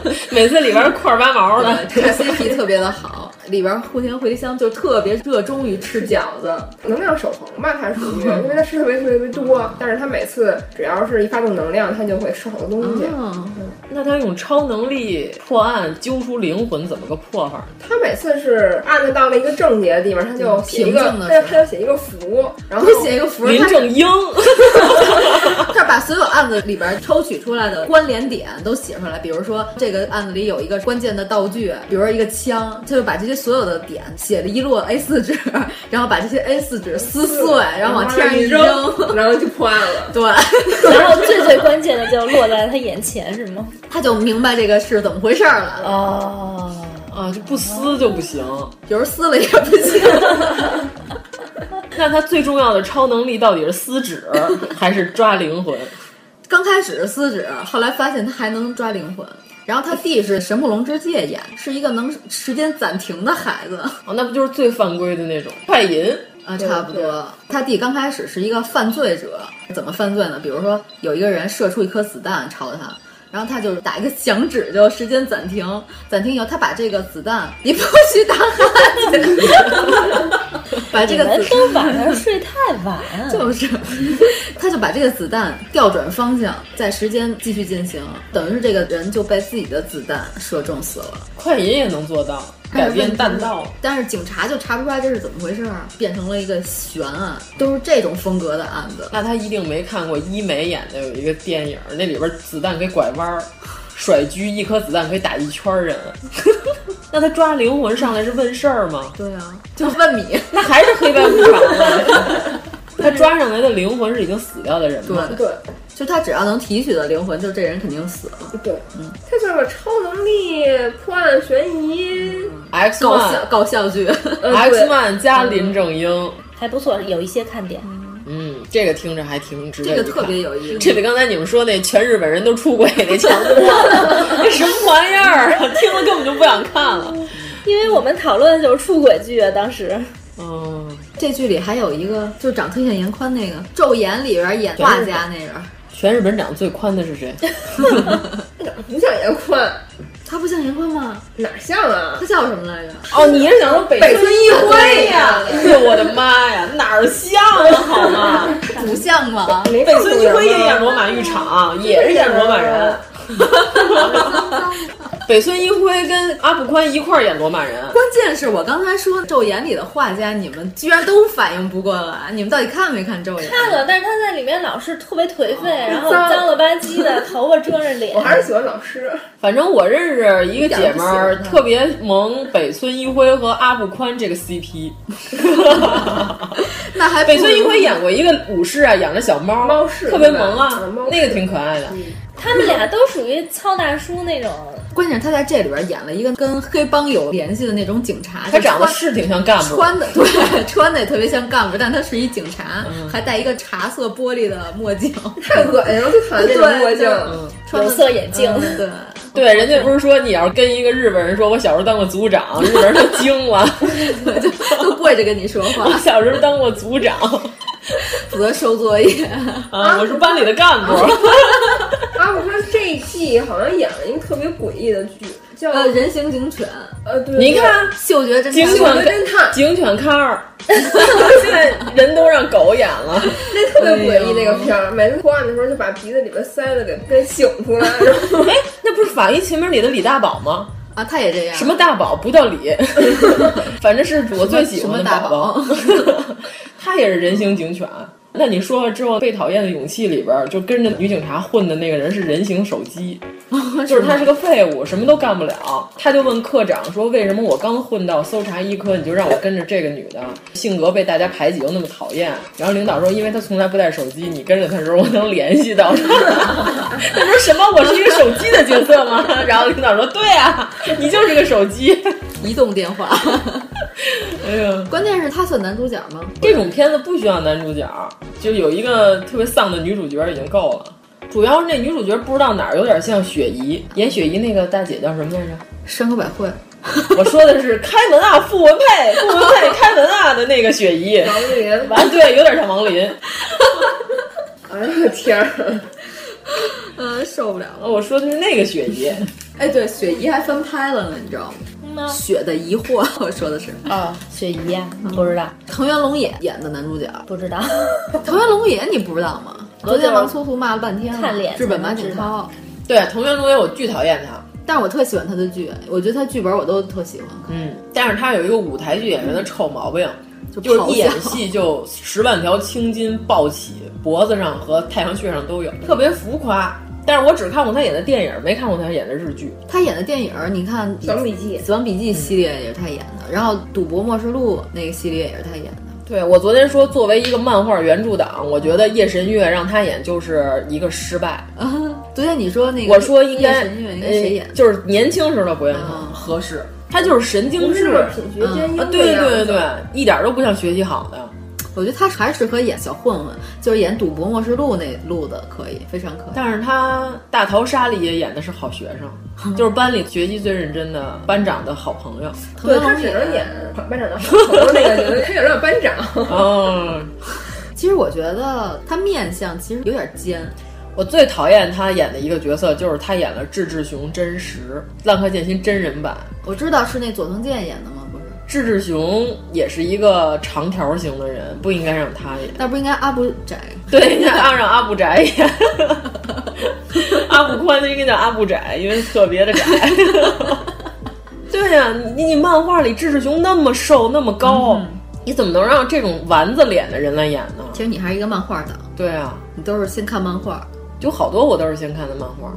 Speaker 8: 多，
Speaker 9: (laughs) 每次里边块八毛的。
Speaker 8: 这个 CP 特别的好，里边户田回香就特别热衷于吃饺子，
Speaker 7: 能量守恒吧，它属
Speaker 8: (laughs)
Speaker 7: 于，因为它吃特别特别多，但是它每次只要是一发动能量，它就会吃好多东西。
Speaker 8: 哦、嗯，
Speaker 9: 那他用超能力破案，揪出灵魂，怎么个破法？
Speaker 7: 他每次是按照到了一个正解的地方，他
Speaker 8: 嗯
Speaker 7: 就写一个，他他就写一个符，然后
Speaker 8: 写一个符。
Speaker 9: 林正英， (laughs)
Speaker 8: (laughs) 他把所有案子里边抽取出来的关联点都写出来，比如说这个案子里有一个关键的道具。比如说一个枪，他就把这些所有的点写了一摞 A4 纸， (laughs) 然后把这些 A4 纸撕碎，然后往天上一
Speaker 7: 扔，然后就破案了。
Speaker 8: (laughs)
Speaker 7: (laughs)
Speaker 8: 对，
Speaker 6: 然后最最关键的就落在他眼前，是吗？
Speaker 8: (laughs) 他就明白这个是怎么回事了。
Speaker 9: 哦，啊，就不撕就不行，
Speaker 8: 有时候撕了也不行。 (laughs)
Speaker 9: 那他最重要的超能力到底是撕纸还是抓灵魂？
Speaker 8: 刚开始是撕纸，后来发现他还能抓灵魂。然后他弟是神木隆之介演，是一个能时间暂停的孩子，
Speaker 9: 哦，那不就是最犯规的那种快银
Speaker 8: 啊，差不多。他弟刚开始是一个犯罪者，怎么犯罪呢？比如说有一个人射出一颗子弹朝他，然后他就打一个响指，就时间暂停，暂停以后他把这个子弹，你不许打哈欠。 (laughs) 把这个
Speaker 6: 子都晚上睡太晚，
Speaker 8: 就是他就把这个子弹调转方向，在时间继续进行，等于是这个人就被自己的子弹射中死了。
Speaker 9: 快银也能做到。改变弹道，
Speaker 8: 但是警察就查不出来这是怎么回事儿，啊变成了一个悬案，都是这种风格的案子。
Speaker 9: 那他一定没看过一梅演的有一个电影，那里边子弹可以拐弯儿，甩狙一颗子弹可以打一圈人。 (laughs) 那他抓灵魂上来是问事儿吗？
Speaker 8: 对啊，就问你，
Speaker 9: 那还是黑白无常啊。他抓上来的灵魂是已经死掉的人吗？
Speaker 8: (laughs) 对。对就他只要能提取的灵魂，就这人肯定死了。
Speaker 7: 对，嗯，他就是个超能力破案悬疑、
Speaker 9: X
Speaker 8: 搞笑呃搞笑剧、
Speaker 9: 嗯、，X Man 加林正英、嗯、
Speaker 6: 还不错，有一些看点。
Speaker 9: 嗯，这个听着还挺值得。
Speaker 8: (laughs) 这个特别有意思。
Speaker 9: 这比刚才你们说那全日本人都出轨那强多了，那什么玩意儿啊？听了根本就不想看了。
Speaker 6: 因为我们讨论的就是出轨剧啊，当时。
Speaker 9: 哦，
Speaker 8: 这剧里还有一个就是长特像严宽那个《昼颜》里边演画家那人。
Speaker 9: 全日本长最宽的是谁？
Speaker 7: 不像严宽，
Speaker 8: 他不像严宽吗？
Speaker 7: 哪像啊？
Speaker 8: 他叫什么来着？
Speaker 9: (laughs) 哦，你是想说
Speaker 7: 北
Speaker 9: 村
Speaker 7: 一辉
Speaker 9: 呀？哎呦我的妈呀，哪儿像啊？好
Speaker 6: (laughs)
Speaker 9: 吗？
Speaker 8: 不像 (laughs) 吗？
Speaker 7: 北
Speaker 9: 村一辉也演罗马浴场，也是演罗
Speaker 6: (laughs)
Speaker 9: 马人。北村一辉跟阿部宽一块儿演罗马人，
Speaker 8: 关键是我刚才说《昼颜》里的画家，你们居然都反应不过来，你们到底看没看《昼颜》？
Speaker 6: 看了，但是他在里面老是特别颓废，哦、然
Speaker 1: (laughs)
Speaker 6: 后脏了吧唧的，头发遮着脸。
Speaker 7: 我还是喜欢老师。
Speaker 9: 反正我认识一个姐们儿，特别萌北村一辉和阿部宽这个 CP。
Speaker 8: 那
Speaker 9: (laughs)
Speaker 8: 还
Speaker 9: 北村一辉演过一个武士啊，养了小猫，
Speaker 7: 猫式
Speaker 9: 特别萌啊，
Speaker 7: 猫
Speaker 9: 那个挺可爱的。
Speaker 7: 嗯
Speaker 6: 他们俩都属于操大叔那种，
Speaker 8: 关键是他在这里边演了一个跟黑帮有联系的那种警察，
Speaker 9: 他长得是挺像干部，
Speaker 8: 穿的对，穿的也特别像干部，但他是一警察，嗯、还戴一个茶色玻璃的墨镜，
Speaker 7: 太恶心了，最讨厌这种墨镜，
Speaker 6: 有色眼镜，
Speaker 8: 嗯、对。
Speaker 9: 对，人家不是说你要是跟一个日本人说，我小时候当过组 (laughs) 长，日本人都惊了，
Speaker 8: 就都跪着跟你说话。 (laughs)
Speaker 9: 我小时候当过组长，
Speaker 8: 负责收作业
Speaker 9: 啊，我是班里的干 (laughs) 部。
Speaker 7: 啊，我说这一季好像演了一个特别诡异的剧，叫
Speaker 8: 呃人形警犬。
Speaker 7: 呃，对，
Speaker 9: 你看
Speaker 8: 嗅觉侦
Speaker 9: 警犬
Speaker 7: 侦探，
Speaker 9: 警犬康 (laughs) 儿，现在人都让狗演了，
Speaker 7: 那特别诡异那个片儿，每次破案的时候就把鼻子里边塞的给给醒出来，
Speaker 9: (laughs) 哎，那不是法医秦明里的李大宝吗？
Speaker 8: 啊，他也这样。
Speaker 9: 什么大宝不叫李， (laughs) 反正是我最喜欢的
Speaker 8: 大宝。
Speaker 9: (laughs) 他也是人形警犬。那你说之后，《被讨厌的勇气》里边就跟着女警察混的那个人是人形手机，就是他是个废物，什么都干不了。他就问科长说：“为什么我刚混到搜查一科，你就让我跟着这个女的？性格被大家排挤又那么讨厌？”然后领导说：“因为她从来不带手机，你跟着她的时候，我能联系到她。” (laughs) 他说：“什么？我是一个手机的角色吗？” (laughs) 然后领导说：“对啊，你就是个手机， (laughs)
Speaker 8: 移动电话。” (laughs)
Speaker 9: 哎呀，
Speaker 8: 关键是他算男主角吗？
Speaker 9: 这种片子不需要男主角，就有一个特别丧的女主角已经够了。主要是那女主角不知道哪儿有点像雪姨，演雪姨那个大姐叫什么来着？
Speaker 8: 山口百惠。
Speaker 9: 我说的是开门啊，傅文佩，傅文佩开门啊的那个雪姨。
Speaker 7: (laughs) 王林。
Speaker 9: 完，对，有点像王林。
Speaker 7: 哎呀天
Speaker 8: (laughs)
Speaker 7: 儿，
Speaker 8: 嗯，受不了了。
Speaker 9: 呃我说的是那个雪姨。
Speaker 8: 哎，对，雪姨还翻拍了呢，你知道吗？雪的疑惑， (laughs) 我说的是
Speaker 6: 嗯
Speaker 8: 嗯
Speaker 6: 啊，雪姨呀，不知道。
Speaker 8: 藤原龙也演的男主角，
Speaker 6: 不知道。
Speaker 8: 藤原龙也你不知道
Speaker 6: (laughs)
Speaker 8: 吗？昨天王粗俗骂了半天，
Speaker 6: 看脸。
Speaker 8: 日本马景涛，
Speaker 9: 对藤原龙也我巨讨厌他，
Speaker 8: 但是我特喜欢他的剧，我觉得他剧本我都特喜欢。
Speaker 9: 嗯，但是他有一个舞台剧演员的臭毛病，就是一演戏就十万条青筋暴起，脖子上和太阳穴上都有，特别浮夸。但是我只看过他演的电影，没看过他演的日剧。
Speaker 8: 他演的电影，你看《
Speaker 7: 死亡笔记》
Speaker 8: 《死亡笔记》系列也是他演的，嗯、然后《赌博默示录》那个系列也是他演的。 (laughs)
Speaker 9: 对，我昨天说，作为一个漫画原著党，我觉得夜神月让他演就是一个失败。
Speaker 8: 啊、昨天你说那个，
Speaker 9: 我说应该
Speaker 8: 夜神月应该谁演、呃？
Speaker 9: 就是年轻时候不愿看，合适、啊。他就是神经质，
Speaker 7: 品
Speaker 6: 呃
Speaker 7: 学兼优、
Speaker 9: 嗯啊。对对对对，一点都不像学习好的。
Speaker 8: 我觉得他还是适合演小混混，就是演《赌博默示录》那路的可以，非常可以。
Speaker 9: 但是他《大逃杀》里也演的是好学生，就是班里学习最认真的班长的好朋友。
Speaker 7: 对他只能演班长的好朋友那个，他想让班长。
Speaker 9: 嗯，
Speaker 8: 其实我觉得他面相其实有点尖。
Speaker 9: 我最讨厌他演的一个角色，就是他演了《志志熊真实》《浪客剑心》真人版。
Speaker 8: 我知道是那佐藤健演的吗？不是。
Speaker 9: 志志熊也是一个长条形的人，不应该让他演。
Speaker 8: 那不应该阿布宅？
Speaker 9: (laughs) 对，应该让阿布宅演。阿布宽就应该叫阿布宅，因为特别的 (laughs) 窄。对呀、啊，你你漫画里志志熊那么瘦那么高，嗯、你怎么能让这种丸子脸的人来演呢？
Speaker 8: 其实你还是一个漫画党。
Speaker 9: 对啊，
Speaker 8: 你都是先看漫画，
Speaker 9: 有好多我都是先看的漫画。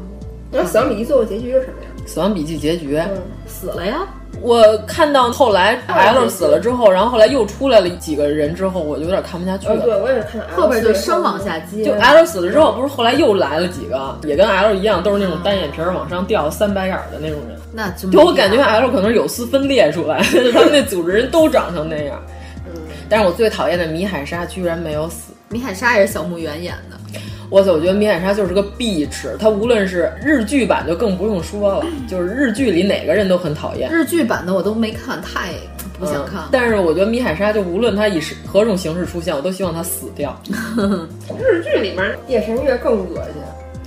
Speaker 7: 那《死亡笔记》最后结局是什么呀？
Speaker 9: 《死亡笔记》结局、嗯、
Speaker 8: 死了呀。
Speaker 9: 我看到后来 L 死了之后，然后后来又出来了几个人之后，我就有点看不下去了。哦、
Speaker 7: 对，我也看
Speaker 8: 后边就升往下接。
Speaker 9: 就哎 L 死了之后，不是后来又来了几个，也跟 L 一样，都是那种单眼皮儿往上掉、三白眼儿的那种人。
Speaker 8: 那就
Speaker 9: 我感觉啊 L 可能有丝分裂出来， (laughs) 就他们那组织人都长成那样。
Speaker 7: 嗯，
Speaker 9: 但是我最讨厌的米海沙居然没有死。
Speaker 8: 米海沙也是小木原演的。
Speaker 9: 哇塞，我觉得米海沙就是个 bitch，她无论是日剧版就更不用说了，就是日剧里哪个人都很讨厌。
Speaker 8: 嗯日剧版的我都没看，太不想看、
Speaker 9: 嗯。但是我觉得米海沙就无论她以何种形式出现，我都希望她死掉。
Speaker 7: 日剧里面夜神月更恶
Speaker 8: 心，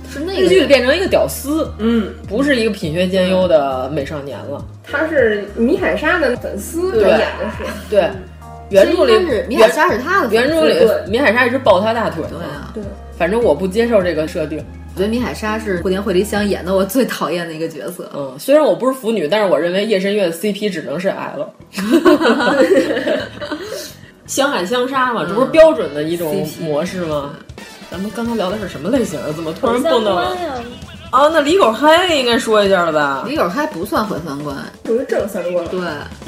Speaker 8: 是那个
Speaker 9: 日剧变成一个屌丝，
Speaker 7: 嗯，
Speaker 9: 不是一个品学兼优的美少年了。
Speaker 7: 他是米海沙的粉丝演的是
Speaker 9: 对。对原著里
Speaker 8: 米海沙是嗯他的，
Speaker 9: 原著里米海沙一直抱他大腿
Speaker 8: 对啊，
Speaker 7: 对，
Speaker 9: 反正我不接受这个设定。
Speaker 8: 我觉得米海沙是蝴蝶惠梨香演的我最讨厌的一个角色。
Speaker 9: 嗯，虽然我不是腐女，但是我认为夜神月的 CP 只能是 (laughs) L，相爱相杀嘛，这不是标准的一种模式吗？嗯、咱们刚才聊的是什么类型啊？怎么突然蹦到了？啊，那李狗嗨应该说一下了吧？
Speaker 8: 李狗嗨不算毁三观，
Speaker 7: 属于正三观。
Speaker 8: 对，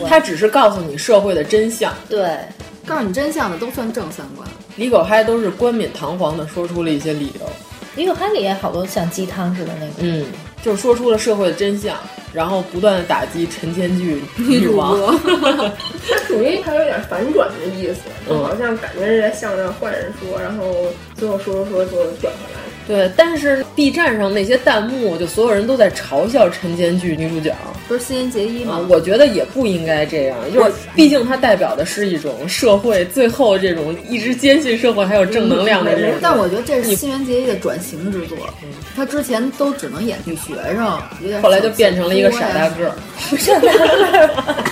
Speaker 9: 他只是告诉你社会的真相。
Speaker 6: 对，
Speaker 8: 告诉你真相的都算正三观。
Speaker 9: 李狗嗨都是冠冕堂皇的说出了一些理由。
Speaker 6: 李狗嗨里也好多像鸡汤似的那种、个。
Speaker 9: 嗯，就是说出了社会的真相，然后不断的打击陈 (laughs) 千剧女王。
Speaker 7: 他属于他有点反转的意思，就好像感觉人家向着坏人说，然后最后说说就转回来。
Speaker 9: 对，但是 B 站上那些弹幕，就所有人都在嘲笑晨间剧女主角，啊
Speaker 8: 不是新垣结衣吗、
Speaker 9: 嗯？我觉得也不应该这样，就是毕竟它代表的是一种社会，最后这种一直坚信社会还有正能量的
Speaker 6: 嗯
Speaker 9: 人。
Speaker 8: 但我觉得这是新垣结衣的转型之作，她之前都只能演女学生，有点
Speaker 9: 后来就变成了一个傻大个儿，
Speaker 6: 傻大个儿，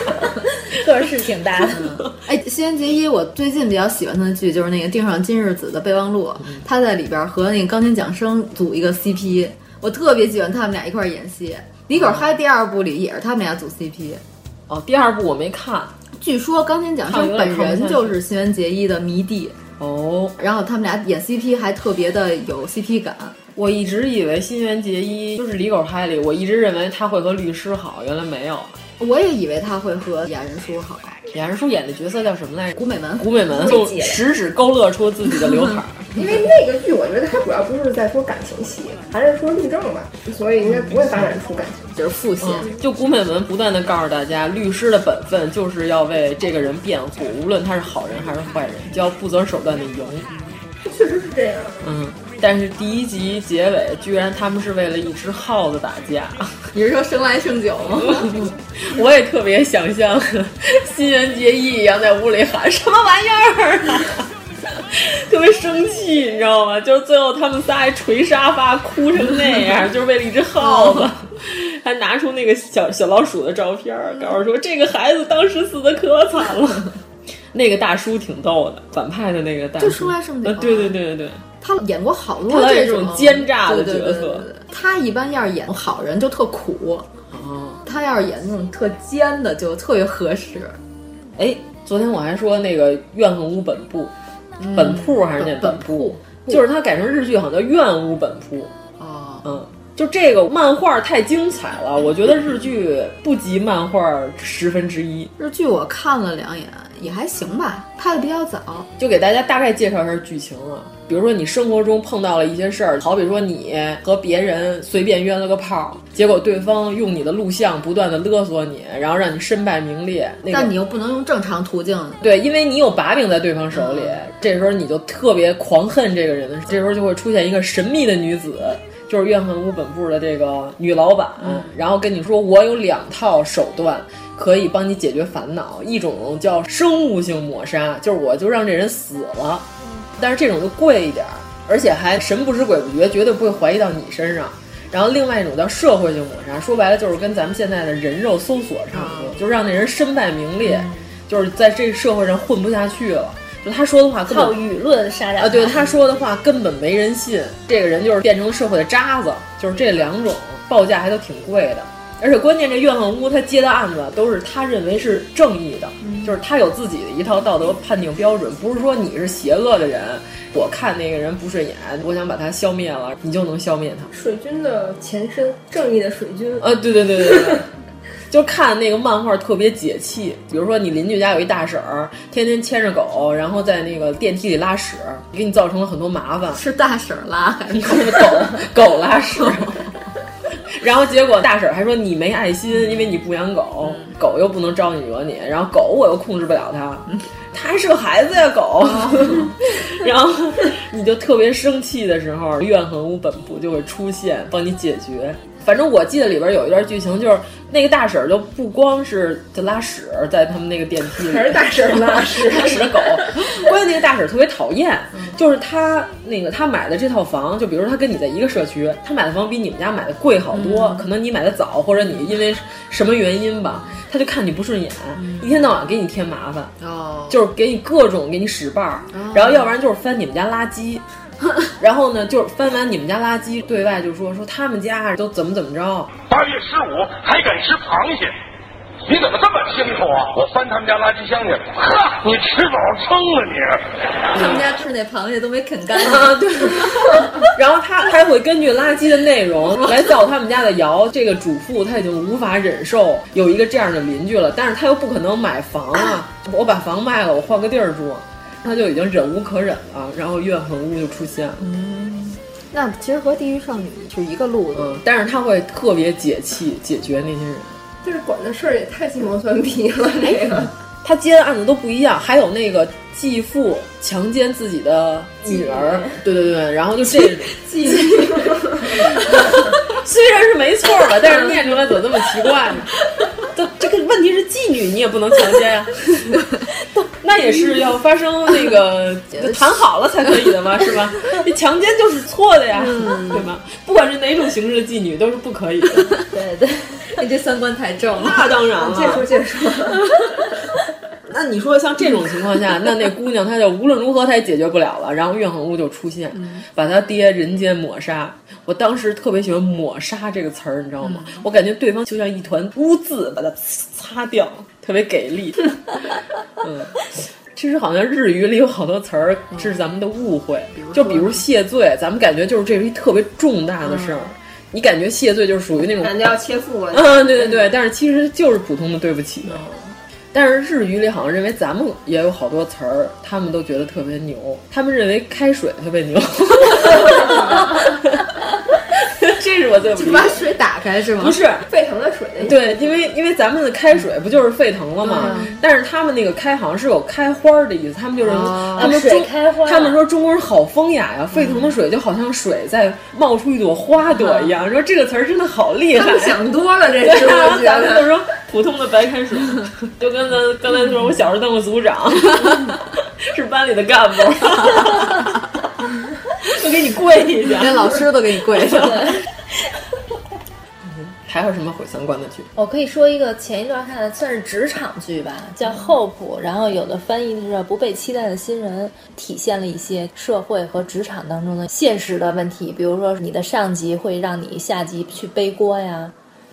Speaker 6: (laughs) 个是挺大的。
Speaker 8: 嗯、哎，新垣结衣，我最近比较喜欢她的剧就是那个《定上今日子》的备忘录，
Speaker 9: 嗯
Speaker 8: 她在里边和那个钢琴讲。生组一个 CP，我特别喜欢他们俩一块演戏。
Speaker 9: 嗯
Speaker 8: 李狗嗨第二部里也是他们俩组 CP。
Speaker 9: (laughs) 哦，第二部我没看。
Speaker 8: 据说钢琴讲生本人就是新垣结衣的迷弟
Speaker 9: 哦，
Speaker 8: 然后他们俩演 CP 还特别的有 CP 感。
Speaker 9: 我一直以为新垣结衣就是李狗嗨里，我一直认为他会和律师好，原来没有。
Speaker 8: 我也以为他会和雅人叔好。
Speaker 9: 雅人叔演的角色叫什么来着？
Speaker 8: 古美门。
Speaker 9: 古美门就食指勾勒出自己的刘海。
Speaker 7: 因为那个剧，我觉得它主要不是在说感情戏，还是说律政吧，所以应该不会发展出感情，
Speaker 8: 就是复线、
Speaker 9: 嗯。就古美门不断的告诉大家，律师的本分就是要为这个人辩护，无论他是好人还是坏人，就要不择手段的赢。
Speaker 7: 确实是这样。
Speaker 9: 嗯。但是第一集结尾，居然他们是为了一只耗子打架。
Speaker 8: 你是说生来胜酒吗？
Speaker 9: 我也特别想象新垣结衣一样在屋里喊什么玩意儿、啊，特别生气，你知道吗？就是最后他们仨还捶沙发，哭成那样，就是为了一只耗子。 (laughs) 还拿出那个小小老鼠的照片，告诉说这个孩子当时死的可惨了。 (laughs) 那个大叔挺逗的，反派的那个大叔，
Speaker 8: 就生来胜酒、啊。
Speaker 9: 对对对对对。
Speaker 8: 他演过好多
Speaker 9: 这种奸诈的角色，
Speaker 8: 对对对他一般要是演好人就特苦，
Speaker 9: 哦，
Speaker 8: 他要是演那种特奸的就特别合适。
Speaker 9: 哎，昨天我还说那个《怨恨屋本部》
Speaker 8: 嗯，
Speaker 9: 本铺还是那
Speaker 8: 本
Speaker 9: 铺，就是他改成日剧好像叫《怨屋本铺》
Speaker 8: 哦，
Speaker 9: 嗯，就这个漫画太精彩了，我觉得日剧不及漫画十分之一。
Speaker 8: 日剧我看了两眼。也还行吧，拍的比较早，
Speaker 9: 就给大家大概介绍一下剧情啊。比如说你生活中碰到了一些事儿，好比说你和别人随便约了个炮，结果对方用你的录像不断的勒索你，然后让你身败名裂。那个、
Speaker 8: 但你又不能用正常途径，
Speaker 9: 对，因为你有把柄在对方手里，嗯、这时候你就特别狂恨这个人的时候，这时候就会出现一个神秘的女子。就是怨恨屋本部的这个女老板，
Speaker 8: 嗯、
Speaker 9: 然后跟你说，我有两套手段可以帮你解决烦恼，一种叫生物性抹杀，就是我就让这人死了，但是这种就贵一点，而且还神不知鬼不觉，绝对不会怀疑到你身上。然后另外一种叫社会性抹杀，说白了就是跟咱们现在的人肉搜索差不多，就是让那人身败名裂，就是在这社会上混不下去了。就他说的话根本
Speaker 6: 靠舆论杀掉
Speaker 9: 啊，对他说的话根本没人信，这个人就是变成社会的渣子，就是这两种报价还都挺贵的。而且关键，这怨恨屋他接的案子都是他认为是正义的，
Speaker 6: 嗯
Speaker 9: 就是他有自己的一套道德判定标准，不是说你是邪恶的人，我看那个人不顺眼，我想把他消灭了，你就能消灭他。
Speaker 7: 水军的前身，正义的水军
Speaker 9: 啊，对对对对对。就看那个漫画特别解气，比如说你邻居家有一大婶儿，天天牵着狗，然后在那个电梯里拉屎，给你造成了很多麻烦。
Speaker 8: 是大婶拉还是
Speaker 9: 狗狗拉屎？然后结果大婶还说你没爱心，因为你不养狗，狗又不能招你惹你，然后狗我又控制不了它，它还是个孩子呀狗。然后你就特别生气的时候，怨恨屋本部就会出现帮你解决。反正我记得里边有一段剧情，就是那个大婶就不光是在拉屎，在他们那个电梯里，
Speaker 7: 还是大婶拉
Speaker 9: (laughs)
Speaker 7: 屎，嗯
Speaker 9: 拉屎的狗。关键那个大婶特别讨厌，就是她那个她买的这套房，就比如说她跟你在一个社区，她买的房比你们家买的贵好多，
Speaker 7: 嗯
Speaker 9: 可能你买的早，或者你因为什么原因吧，她就看你不顺眼，
Speaker 7: 嗯
Speaker 9: 一天到晚给你添麻烦，
Speaker 8: 哦，
Speaker 9: 就是给你各种给你使绊儿，然后要不然就是翻你们家垃圾。 (laughs) 然后呢，就是翻完你们家垃圾，对外就说说他们家都怎么怎么着。
Speaker 11: 八月十五还敢吃螃蟹？你怎么这么清楚啊？我翻他们家垃圾箱去了。哈，你吃饱撑了你？
Speaker 8: 他们家吃那螃蟹都没啃干
Speaker 6: (laughs)
Speaker 8: 净。
Speaker 6: 哦
Speaker 9: 啊，对。然后他还会根据垃圾的内容 (laughs) 来造他们家的谣。这个主妇她已经无法忍受有一个这样的邻居了，但是她又不可能买房啊。我把房卖了，我换个地儿住。他就已经忍无可忍了，然后怨恨屋就出现了。
Speaker 8: 嗯，那其实和地狱少女是一个路子，
Speaker 9: 嗯，但是他会特别解气，解决那些人。
Speaker 7: 但是管的事儿也太鸡毛蒜皮了，这个、哎、
Speaker 9: 他接的案子都不一样，还有那个继父强奸自己的女儿，对对对，然后就这
Speaker 7: 继父。
Speaker 9: (laughs) 虽然是没错吧，但是念出来怎么这么奇怪呢？这这个问题是妓女，你也不能强奸
Speaker 7: (laughs)
Speaker 9: 呀、啊，那也是要发生那个谈好了才可以的嘛，是
Speaker 7: (laughs)
Speaker 9: 吧？你强奸就是错的呀，嗯、对吗？不管是哪种形式的妓女都是不可以的。
Speaker 8: 对 (laughs) 对，你这三观太正了。
Speaker 9: 那当然了，
Speaker 7: 这说这说。
Speaker 9: (laughs) 那你说像这种情况下，那那姑娘她就无论如何她也解决不了了，然后怨恨屋就出现，把她爹人间抹杀。我当时特别喜欢“抹杀”这个词儿，你知道吗？我感觉对方就像一团污渍，把它擦掉，特别给力。 (laughs) 嗯，其实好像日语里有好多词儿是咱们的误会，就嗯比如谢罪，咱们感觉就是这是一特别重大的事儿。你嗯感觉谢罪就是属于那种
Speaker 7: 感觉要切腹啊 (laughs) 了，
Speaker 9: 嗯，对对对，但是其实就是普通的对不起。但是日语里好像认为咱们也有好多词儿，他们都觉得特别牛，他们认为开水特别牛。这是我最
Speaker 8: 就把水打开是吗？
Speaker 9: 不是
Speaker 7: 沸腾的水的意思。
Speaker 9: 对，因为因为咱们的开水不就是沸腾了吗？嗯、但是他们那个开好像是有开花的意思，他们就是、
Speaker 6: 哦、
Speaker 7: 啊
Speaker 9: 他们
Speaker 6: 中开花，
Speaker 9: 他们说中国人好风雅呀、啊，嗯、沸腾的水就好像水在冒出一朵花朵一样。嗯、说这个词儿真的好厉害，
Speaker 8: 想多了这是。 (laughs)
Speaker 9: 咱们就说普通的白开水，就跟咱刚才说，我小时候当过组
Speaker 8: (laughs)
Speaker 9: 长，是班里的干部。都给你跪下，
Speaker 8: 连老师都给你跪 (laughs) 下。
Speaker 9: 还有什么毁三观的剧？
Speaker 6: 我可以说一个前一段看的算是职场剧吧，
Speaker 7: 嗯
Speaker 6: 叫《Hope》，然后有的翻译是《不被期待的新人》，体现了一些社会和职场当中的现实的问题，比如说你的上级会让你下级去背锅呀。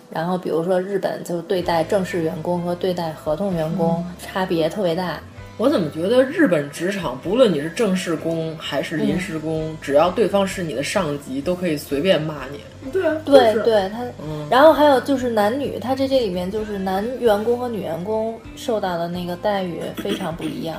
Speaker 6: 然后比如说日本就对待正式员工和对待合同员工
Speaker 7: 嗯
Speaker 6: 差别特别大。
Speaker 9: 我怎么觉得日本职场，不论你是正式工还是临时工，嗯、只要对方是你的上级，都可以随便骂
Speaker 7: 你。对啊，
Speaker 6: 对
Speaker 7: 对，
Speaker 6: 他，嗯、然后还有就是男女，他在这里面就是男员工和女员工受到的那个待遇非常不一样。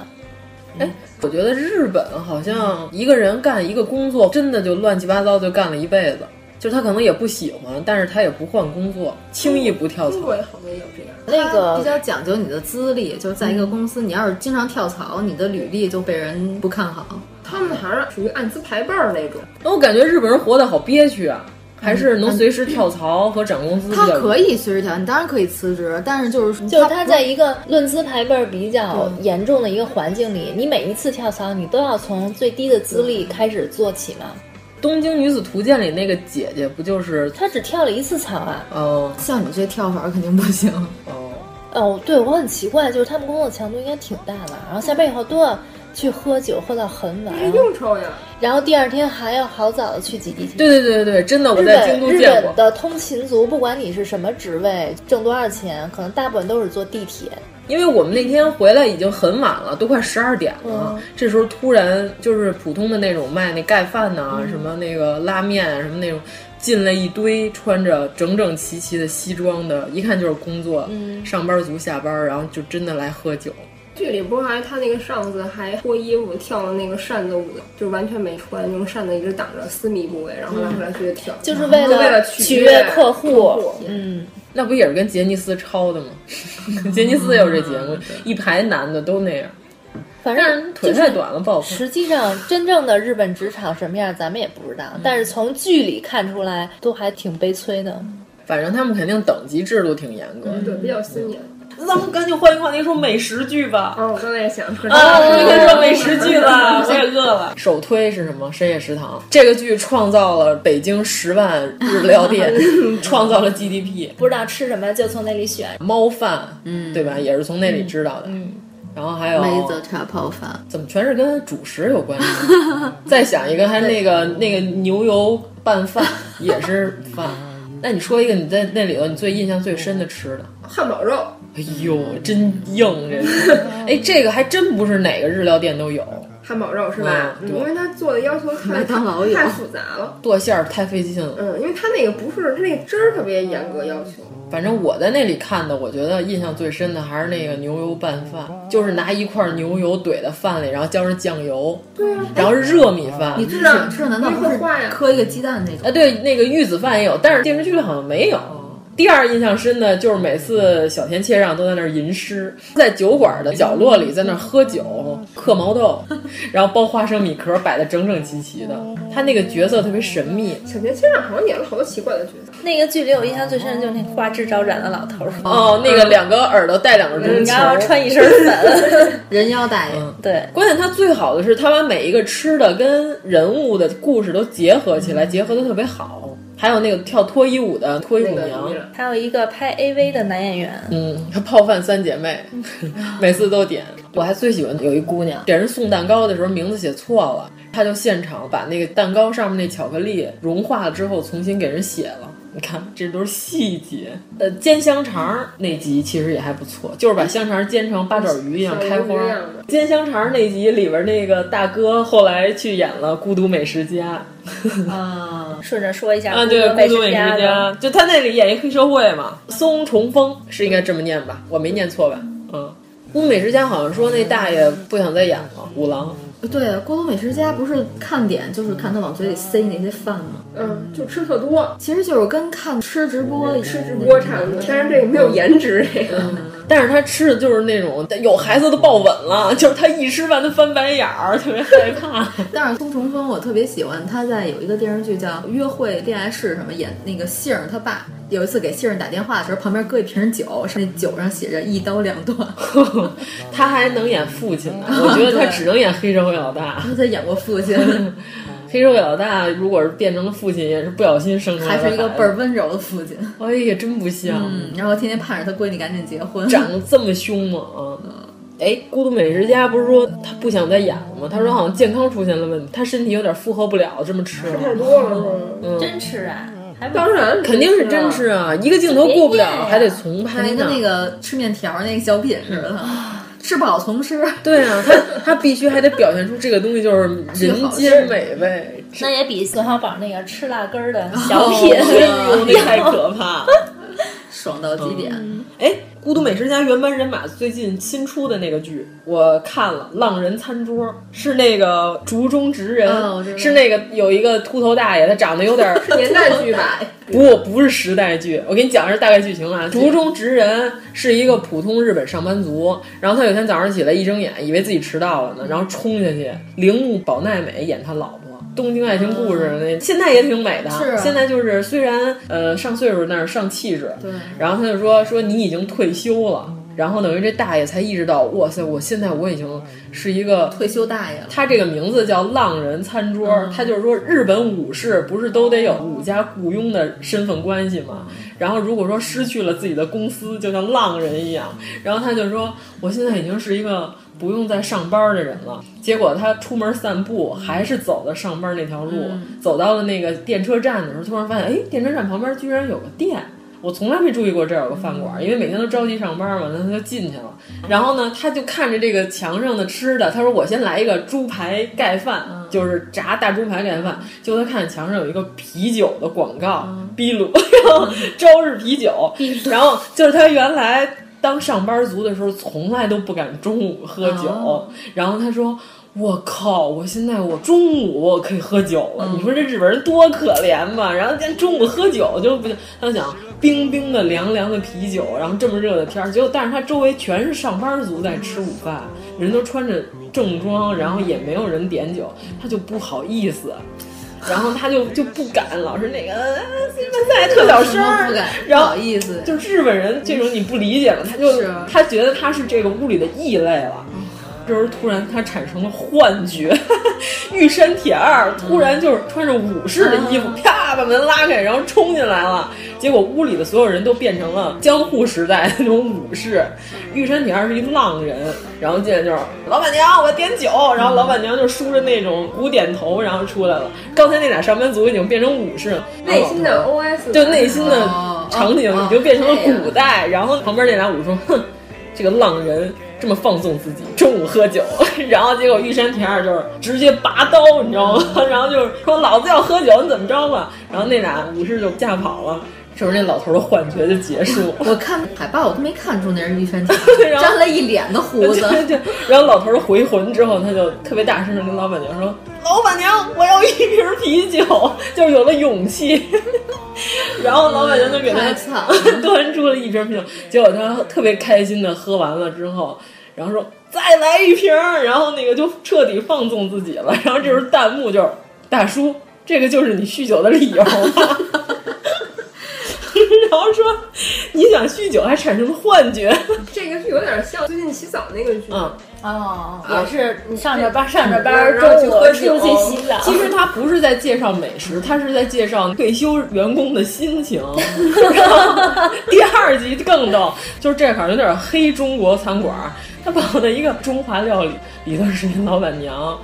Speaker 9: 哎、嗯，我觉得日本好像一个人干一个工作，真的就乱七八糟就干了一辈子。就是他可能也不喜欢，但是他也不换工作，轻易不跳槽。
Speaker 7: 中国也好像有这样，
Speaker 6: 那个
Speaker 8: 比较讲究你的资历，就是在一个公司，你要是经常跳槽，你的履历就被人不看好。
Speaker 7: 他们还是属于按资排辈儿那种。
Speaker 9: 那我感觉日本人活得好憋屈啊。还是能随时跳槽和涨工资。
Speaker 8: 他可以随时跳，你当然可以辞职，但是就是
Speaker 6: 就是他在一个论资排辈比较严重的一个环境里，你每一次跳槽，你都要从最低的资历开始做起嘛。
Speaker 9: 《 (laughs) 东京女子图鉴》里那个姐姐不就是
Speaker 6: 她只跳了一次槽啊？
Speaker 9: 哦，
Speaker 8: 像你这跳法肯定不行。
Speaker 9: 哦
Speaker 6: 哦，对我很奇怪，就是他们工作强度应该挺大的，然 (laughs) 后下班以后都要去喝酒，喝到很晚。
Speaker 7: 不用抽呀。
Speaker 6: 然后第二天还要好早的去挤地铁。
Speaker 9: 对对对对对，真的我在京都
Speaker 6: 日
Speaker 9: 见
Speaker 6: 本
Speaker 9: 过。
Speaker 6: 的通勤族，不管你是什么职位，挣多少钱，可能大部分都是坐地铁。
Speaker 9: 因为我们那天回来已经很晚了，都快十二点了。
Speaker 6: 嗯
Speaker 9: 这时候突然就是普通的那种卖那盖饭呐、
Speaker 6: 嗯
Speaker 9: 什么那个拉面啊，什么那种，进来一堆穿着整整齐齐的西装的，一看就是工作、
Speaker 7: 嗯
Speaker 9: 上班族下班，然后就真的来喝酒。
Speaker 7: 剧里不是还他那个上司还脱衣服跳了那个扇子舞，就完全没穿，用扇子一直挡着私密部位，然后来回来去跳，
Speaker 6: 就是为
Speaker 7: 了
Speaker 6: 了
Speaker 7: 取
Speaker 6: 悦客
Speaker 7: 客
Speaker 6: 户，嗯，
Speaker 9: 那不也是跟杰尼斯抄的吗？ (laughs) 杰尼斯也有这节目，一排男的都那样。
Speaker 6: 嗯反正
Speaker 9: 腿太短了不好看
Speaker 6: 实际上，真正的日本职场什么样，咱们也不知道。但是从剧里看出来，都还挺悲催的。
Speaker 9: 反正他们肯定等级制度挺严
Speaker 6: 嗯
Speaker 9: 格的。
Speaker 7: 对，比较森严。
Speaker 9: 咱们赶紧换一个话题，说美食剧吧。
Speaker 7: 啊，我刚才也想说
Speaker 9: 啊，我们该说美食剧了，我也饿了。首推是什么？《深夜食堂》这个剧创造了北京十万日料
Speaker 6: (laughs)
Speaker 9: 店，创造了 GDP。
Speaker 6: 不知道吃什么就从那里选。
Speaker 9: 猫饭，嗯，对吧？也是从那里知道的。
Speaker 6: 嗯，
Speaker 9: 然后还有
Speaker 8: 梅子茶泡饭，
Speaker 9: 怎么全是跟主食有关系？再想一个，还那个那个牛油拌饭也是
Speaker 6: (laughs)
Speaker 9: 饭。那你说一个你在那里头你最印象最深的吃的？
Speaker 7: 汉堡肉，
Speaker 9: 哎呦，
Speaker 6: 嗯
Speaker 9: 真硬这个！
Speaker 6: (laughs)
Speaker 9: 哎，这个还真不是哪个日料店都有。
Speaker 7: 汉堡肉是吧？
Speaker 9: 嗯
Speaker 7: 嗯
Speaker 9: 对
Speaker 7: 因为他做的要求太
Speaker 9: 麦当劳有
Speaker 7: 太复杂了。
Speaker 9: 剁馅儿太费劲了。
Speaker 7: 嗯，因为他那个不是他那个汁儿特别严格要求，
Speaker 9: 反正我在那里看的，我觉得印象最深的还是那个牛油拌饭，就是拿一块牛油怼在饭里，然后浇上酱油，
Speaker 7: 对啊
Speaker 9: 然后热米饭。
Speaker 8: 你最喜欢吃的难道不是磕一个鸡蛋那种？
Speaker 9: 啊，对，那个玉子饭也有，但是电视剧好像没有。第二印象深的就是每次小田切让都在那儿吟诗，在酒馆的角落里在那儿喝酒、嗑毛豆，然后包花生米壳摆的整整齐齐的。他那个角色特别神秘，
Speaker 7: 小田切让好像演了好多奇怪的角色。
Speaker 6: 那个剧里我印象最深的就是那花枝招展的老头儿。
Speaker 9: 哦，那个两个耳朵戴两个绒球，
Speaker 6: 然后穿一身粉，
Speaker 8: 人妖大爷。
Speaker 6: 对，
Speaker 9: 关键它最好的是，它把每一个吃的跟人物的故事都结合起来，结合的特别好。还有那个跳脱衣舞的脱衣舞娘，
Speaker 6: 还有一个拍 AV 的男演员，
Speaker 9: 嗯，她泡饭三姐
Speaker 7: (laughs)
Speaker 9: 妹，每次都点。我还最喜欢有一姑娘给人送蛋糕的时候，名字写错了，她就现场把那个蛋糕上面那巧克力融化了之后，重新给人写了。你看，这都是细节。呃，煎香肠那集其实也还不错，就是把香肠煎成八爪鱼一样开花
Speaker 7: 小鱼一
Speaker 9: 儿
Speaker 7: 样。
Speaker 9: 煎香肠那集里边那个大哥后来去演了《孤独美食家》 (laughs)
Speaker 6: 啊，顺着说一下，
Speaker 9: 啊，对，《
Speaker 6: 美
Speaker 9: 孤独
Speaker 6: 食
Speaker 9: 美
Speaker 6: 家
Speaker 9: 食家
Speaker 6: 的》
Speaker 9: 就他那里演一黑社会嘛。松重丰是应该这么念吧？我没念错吧？嗯，《孤独美食家》好像说那大爷不想再演了，五郎。
Speaker 8: 对，《锅炉美食家》不是看点就是看他往嘴里塞那些饭吗？
Speaker 7: 嗯，就吃特多，
Speaker 8: 其实就是跟看吃直播、吃直
Speaker 7: 播差不多，但是这个没有颜值这个。
Speaker 9: 但是他吃的就是那种有孩子都抱稳了，就是他一吃饭他翻白眼儿，特别害怕。 (laughs)
Speaker 8: 但是苏重峰我特别喜欢，他在有一个电视剧叫《约会恋爱是什么》，演那个杏儿他爸。有一次给杏儿打电话的时候，旁边搁一瓶酒，上那酒上写着“一刀两断”， (laughs)
Speaker 9: 他还能演父亲呢，我觉得他只能演黑社会老大。
Speaker 8: 他演过父亲，
Speaker 9: 黑社会老大如果是变成了父亲，也是不小心生出来
Speaker 8: 还
Speaker 9: 的
Speaker 8: 是一个
Speaker 9: 孩子
Speaker 8: 倍儿温柔的父亲。
Speaker 9: 哎呀，真不像，
Speaker 8: 嗯，然后天天盼着他闺女赶紧结婚。
Speaker 9: (laughs) 长得这么凶猛。哎，《孤独美食家》不是说他不想再演了吗？他说好像健康出现了问题，他身体有点负荷不了这么吃。
Speaker 8: (laughs)
Speaker 9: 吃
Speaker 7: 太多了是
Speaker 9: 嗯，
Speaker 6: 真吃啊，还不
Speaker 7: 当然
Speaker 9: 肯定是真吃啊，一个镜头过不
Speaker 8: 随便
Speaker 9: 了，
Speaker 8: 呀
Speaker 9: 还得重
Speaker 8: 啊肯
Speaker 9: 拍
Speaker 8: 定
Speaker 9: 呢
Speaker 8: 跟。那个吃面条那个小品似的，吃不好重吃。
Speaker 9: 对啊，他他必须还得表现出这个东西就是人间美味。
Speaker 6: 那也比孙小宝那个吃辣根儿的小品 (laughs)
Speaker 8: (laughs) 哎
Speaker 9: (laughs) 哦那太可怕了，
Speaker 8: 爽到极点。
Speaker 9: 哎，《孤独美食家》原班人马最近新出的那个剧，我看了《浪人餐桌》，是那个竹中直人，
Speaker 8: 啊我知道
Speaker 9: 是那个有一个秃头大爷，他长得有
Speaker 8: (laughs)
Speaker 9: 点
Speaker 7: 年代剧吧，
Speaker 9: (laughs) 不，不是时代剧。我给你讲一下大概剧情啊。竹中直人是一个普通日本上班族，然后他有一天早上起来一睁眼，以为自己迟到了呢，然后冲下去。铃木保奈美演他老婆。东京爱情故事那现在也挺美的，
Speaker 8: 哦是啊
Speaker 9: 现在就是虽然呃上岁数但是上气质，
Speaker 8: 对哦
Speaker 9: 然后他就说说你已经退休了，然后等于这大爷才意识到，哇塞，我现在我已经是一个
Speaker 8: 退休大爷了。
Speaker 9: 他这个名字叫浪人餐桌，他就是说日本武士不是都得有武家雇佣的身份关系吗？然后如果说失去了自己的公司，就像浪人一样。然后他就说，我现在已经是一个。不用再上班的人了。结果他出门散步，还是走的上班那条路。
Speaker 8: 嗯
Speaker 9: 走到了那个电车站的时候，突然发现，哎，电车站旁边居然有个店。我从来没注意过这儿有个饭馆，因为每天都着急上班嘛，那他就进去了。然后呢，他就看着这个墙上的吃的，他说：“我先来一个猪排盖饭，就是炸大猪排盖饭。”结果他看见墙上有一个啤酒的广告，秘鲁，然后朝日啤酒，然后就是他原来当上班族的时候，从来都不敢中午喝酒。
Speaker 8: 哦
Speaker 9: 然后他说：“我靠，我现在我中午我可以喝酒了。
Speaker 8: 嗯
Speaker 9: 你说这日本人多可怜嘛？然后今天中午喝酒就不行。他就想冰冰的、凉凉的啤酒，然后这么热的天儿，结果但是他周围全是上班族在吃午饭，人都穿着正装，然后也没有人点酒，他就不好意思。”然后他就就不敢，老是那个啊现在特小声儿，
Speaker 8: 不敢
Speaker 9: 然后
Speaker 8: 不好意思
Speaker 9: 就日本人这种你不理解了，他就是他觉得他是这个屋里的异类了。
Speaker 7: 嗯
Speaker 9: 这时候突然他产生了幻觉， (laughs) 玉山铁二突然就是穿着武士的衣
Speaker 7: 啊
Speaker 9: 服，啪把门拉开，然后冲进来了。结果屋里的所有人都变成了江户时代那种武士，玉山铁二是一浪人，然后进来就是老板娘，我要点酒，然后老板娘就梳着那种古典头，然后出来了。刚才那俩上班族已经变成武士了，
Speaker 7: 内心的 OS
Speaker 9: 就内心的
Speaker 7: 哦
Speaker 9: 场景已经变成了古代，然后旁边那俩武士说：“哼，这个浪人这么放纵自己，中午喝酒。” (laughs) 然后结果玉山田二就是直接拔刀，你知道吗？(laughs)
Speaker 7: 嗯
Speaker 9: 然后就是说：“老子要喝酒，你怎么着吧？”然后那俩武士就吓跑了。这时候那老头的幻觉就结束
Speaker 7: (laughs)
Speaker 9: 了。，
Speaker 8: (laughs) 我看海报我都没看出那是玉山铁
Speaker 9: (laughs) 然后。
Speaker 8: 沾了一脸的胡子
Speaker 9: (laughs) 对对对然后老头儿回魂之后，他就特别大声的跟老板娘说：“老板娘，我要一瓶啤酒。”就是有了勇气。 (laughs) 然后老板娘就给他
Speaker 8: 太惨
Speaker 9: (laughs) 端出了一瓶啤酒，结果他特别开心的喝完了之后，然后说：“再来一瓶儿。”然后那个就彻底放纵自己了。然后这时候弹幕就是：“大叔，这个就是你酗酒的理由 (laughs) 吗？”然后说你想酗酒还产生了幻觉，
Speaker 7: 这个是有点像最近洗澡那个剧，
Speaker 9: 嗯，
Speaker 3: 哦，
Speaker 7: 啊
Speaker 3: 也是你上着班上着
Speaker 7: 然
Speaker 3: 班，
Speaker 7: 后
Speaker 3: 中
Speaker 7: 去
Speaker 3: 午
Speaker 7: 喝
Speaker 3: 出
Speaker 7: 酒
Speaker 3: 去洗澡。
Speaker 9: 其实他不是在介绍美食，他是在介绍退休员工的心情。 (laughs) 然后第二集更逗，就是这行有点黑中国餐馆儿，他跑到一个中华料理里头是那老板娘，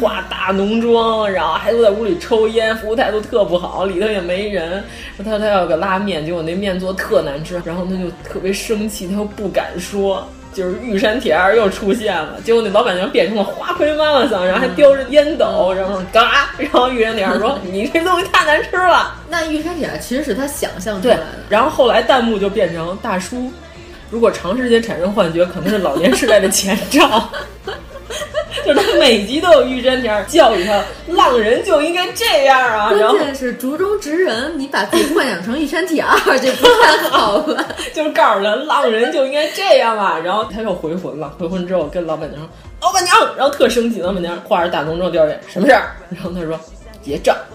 Speaker 9: 化大浓妆，然后还都在屋里抽烟，服务态度特不好，里头也没人。他他要个拉面，结果那面做特难吃，然后他就特别生气，他又不敢说。就是玉山铁二又出现了，结果那老板娘变成了花魁妈妈桑，然后还叼着烟斗，然后嘎，然后玉山铁二说：“你这东西太难吃了。”
Speaker 8: 那玉山铁其实是他想象出来
Speaker 9: 对
Speaker 8: 的，，
Speaker 9: 然后后来弹幕就变成大叔，如果长时间产生幻觉，可能是老年痴呆的前兆。 (laughs) 就是他每集都有玉山田教育他，浪人就应该这样啊，然后
Speaker 8: 关键是竹中直人，你把自己幻想成玉山铁二， (laughs) 这不太好吧？
Speaker 9: (laughs) 就是告诉他浪人就应该这样啊，然后他又回魂了，回魂之后跟老板娘说，老板娘，然后特生气，老板娘化着大浓妆掉眼，什么事儿？然后他说结账。 (laughs)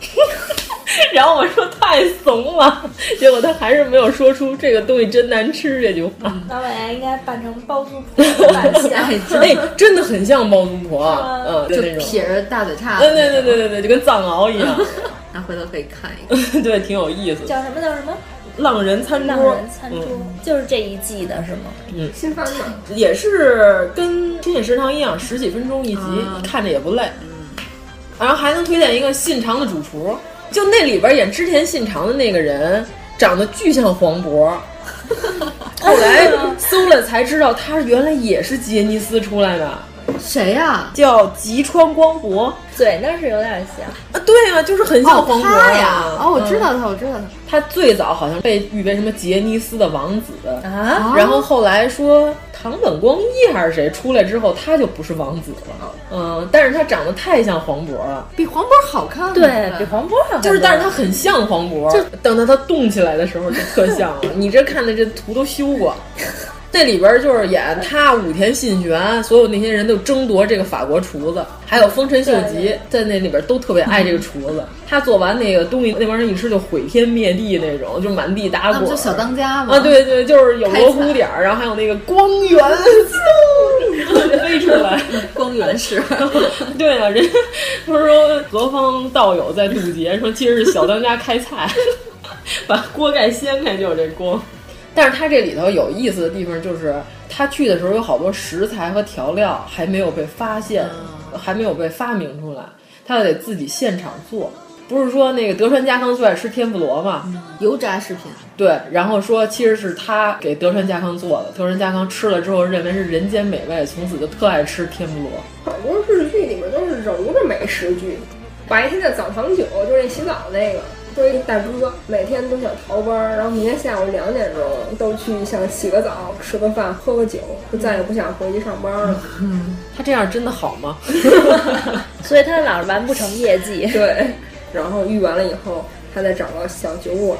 Speaker 9: 然后我说太怂了，结果他还是没有说出这个东西真难吃这句
Speaker 3: (laughs)
Speaker 9: 话。
Speaker 3: 老板娘应该扮成包租婆的扮相，
Speaker 8: (laughs)
Speaker 9: 哎，
Speaker 8: 哎
Speaker 9: 真的很像包租婆，
Speaker 3: (laughs) 吗
Speaker 9: 嗯，
Speaker 8: 就
Speaker 9: 那种，
Speaker 8: 撇着大嘴叉子，
Speaker 9: 嗯，对对对对对，就跟藏獒一
Speaker 3: (laughs)
Speaker 9: 样， (laughs)
Speaker 8: 那回头可以看一看。
Speaker 9: 对，挺有意思的。
Speaker 3: 叫什么叫什么？
Speaker 9: 浪人餐桌，
Speaker 3: 浪人餐桌
Speaker 9: 嗯，
Speaker 3: 就是这一季的是吗？
Speaker 6: (laughs)
Speaker 9: 嗯，
Speaker 7: 新番嘛，
Speaker 9: 也是跟《深夜食堂》一样，十几分钟一集，
Speaker 8: 啊
Speaker 9: 看着也不累。
Speaker 8: 嗯
Speaker 9: 然后还能推荐一个信长的主厨，就那里边演织田信长的那个人，长得巨像黄
Speaker 8: (laughs)
Speaker 9: 渤。后来搜了才知道，他原来也是吉尼斯出来的，
Speaker 8: 谁呀？
Speaker 9: 叫吉川光博
Speaker 3: 嘴那是有点像，
Speaker 9: 啊，对啊，就是很像黄渤
Speaker 8: 哦，他呀！哦，我
Speaker 9: 嗯
Speaker 8: 知道他，我知道他。
Speaker 9: 他最早好像被誉为什么杰尼斯的王子
Speaker 3: 啊
Speaker 9: 然后后来说唐本光一还是谁出来之后，他就不是王子了，嗯，但是他长得太像黄渤了，
Speaker 8: 比黄渤好看呢，
Speaker 3: 对比黄渤好看多了，
Speaker 9: 就是但是他很
Speaker 3: (laughs)
Speaker 9: 像黄渤，就等到他动起来的时候就特像了。你这看的这图都修过，那里边就是演他武田信玄，所有那些人都争夺这个法国厨子，还有丰臣秀吉在那里边都特别爱这
Speaker 3: 嗯
Speaker 9: 个厨子。他做完那个东西，那帮人一吃就毁天灭地那种，就满地打滚。
Speaker 8: 就小当家嘛。
Speaker 9: 啊，对对，就是有锣鼓点儿，然后还有那个光源，嗖 (laughs) 飞出来，
Speaker 8: 光 (laughs) 源是。
Speaker 9: 对啊，人不是说何方道友在渡劫，说其实是小当家开菜， (laughs) 把锅盖掀开就有这光。但是它这里头有意思的地方就是，他去的时候有好多食材和调料还没有被发现，还没有被发明出来，他要得自己现场做。不是说那个德川家康最爱吃天妇罗嘛、嗯，
Speaker 8: 油炸食品。
Speaker 9: 对，然后说其实是他给德川家康做的，德川家康吃了之后认为是人间美味，从此就特爱吃天妇罗。
Speaker 7: 好多日剧里面都是揉着美食剧，白天的澡堂酒就是那洗澡那个。说一大哥每天都想逃班，然后明天下午两点钟都去想洗个澡、吃个饭、喝个酒，就再也不想回去上班了。
Speaker 9: 嗯，他这样真的好吗？
Speaker 6: 所以他老是完不成业绩。
Speaker 7: 对，然后遇完了以后，他再找个小酒馆，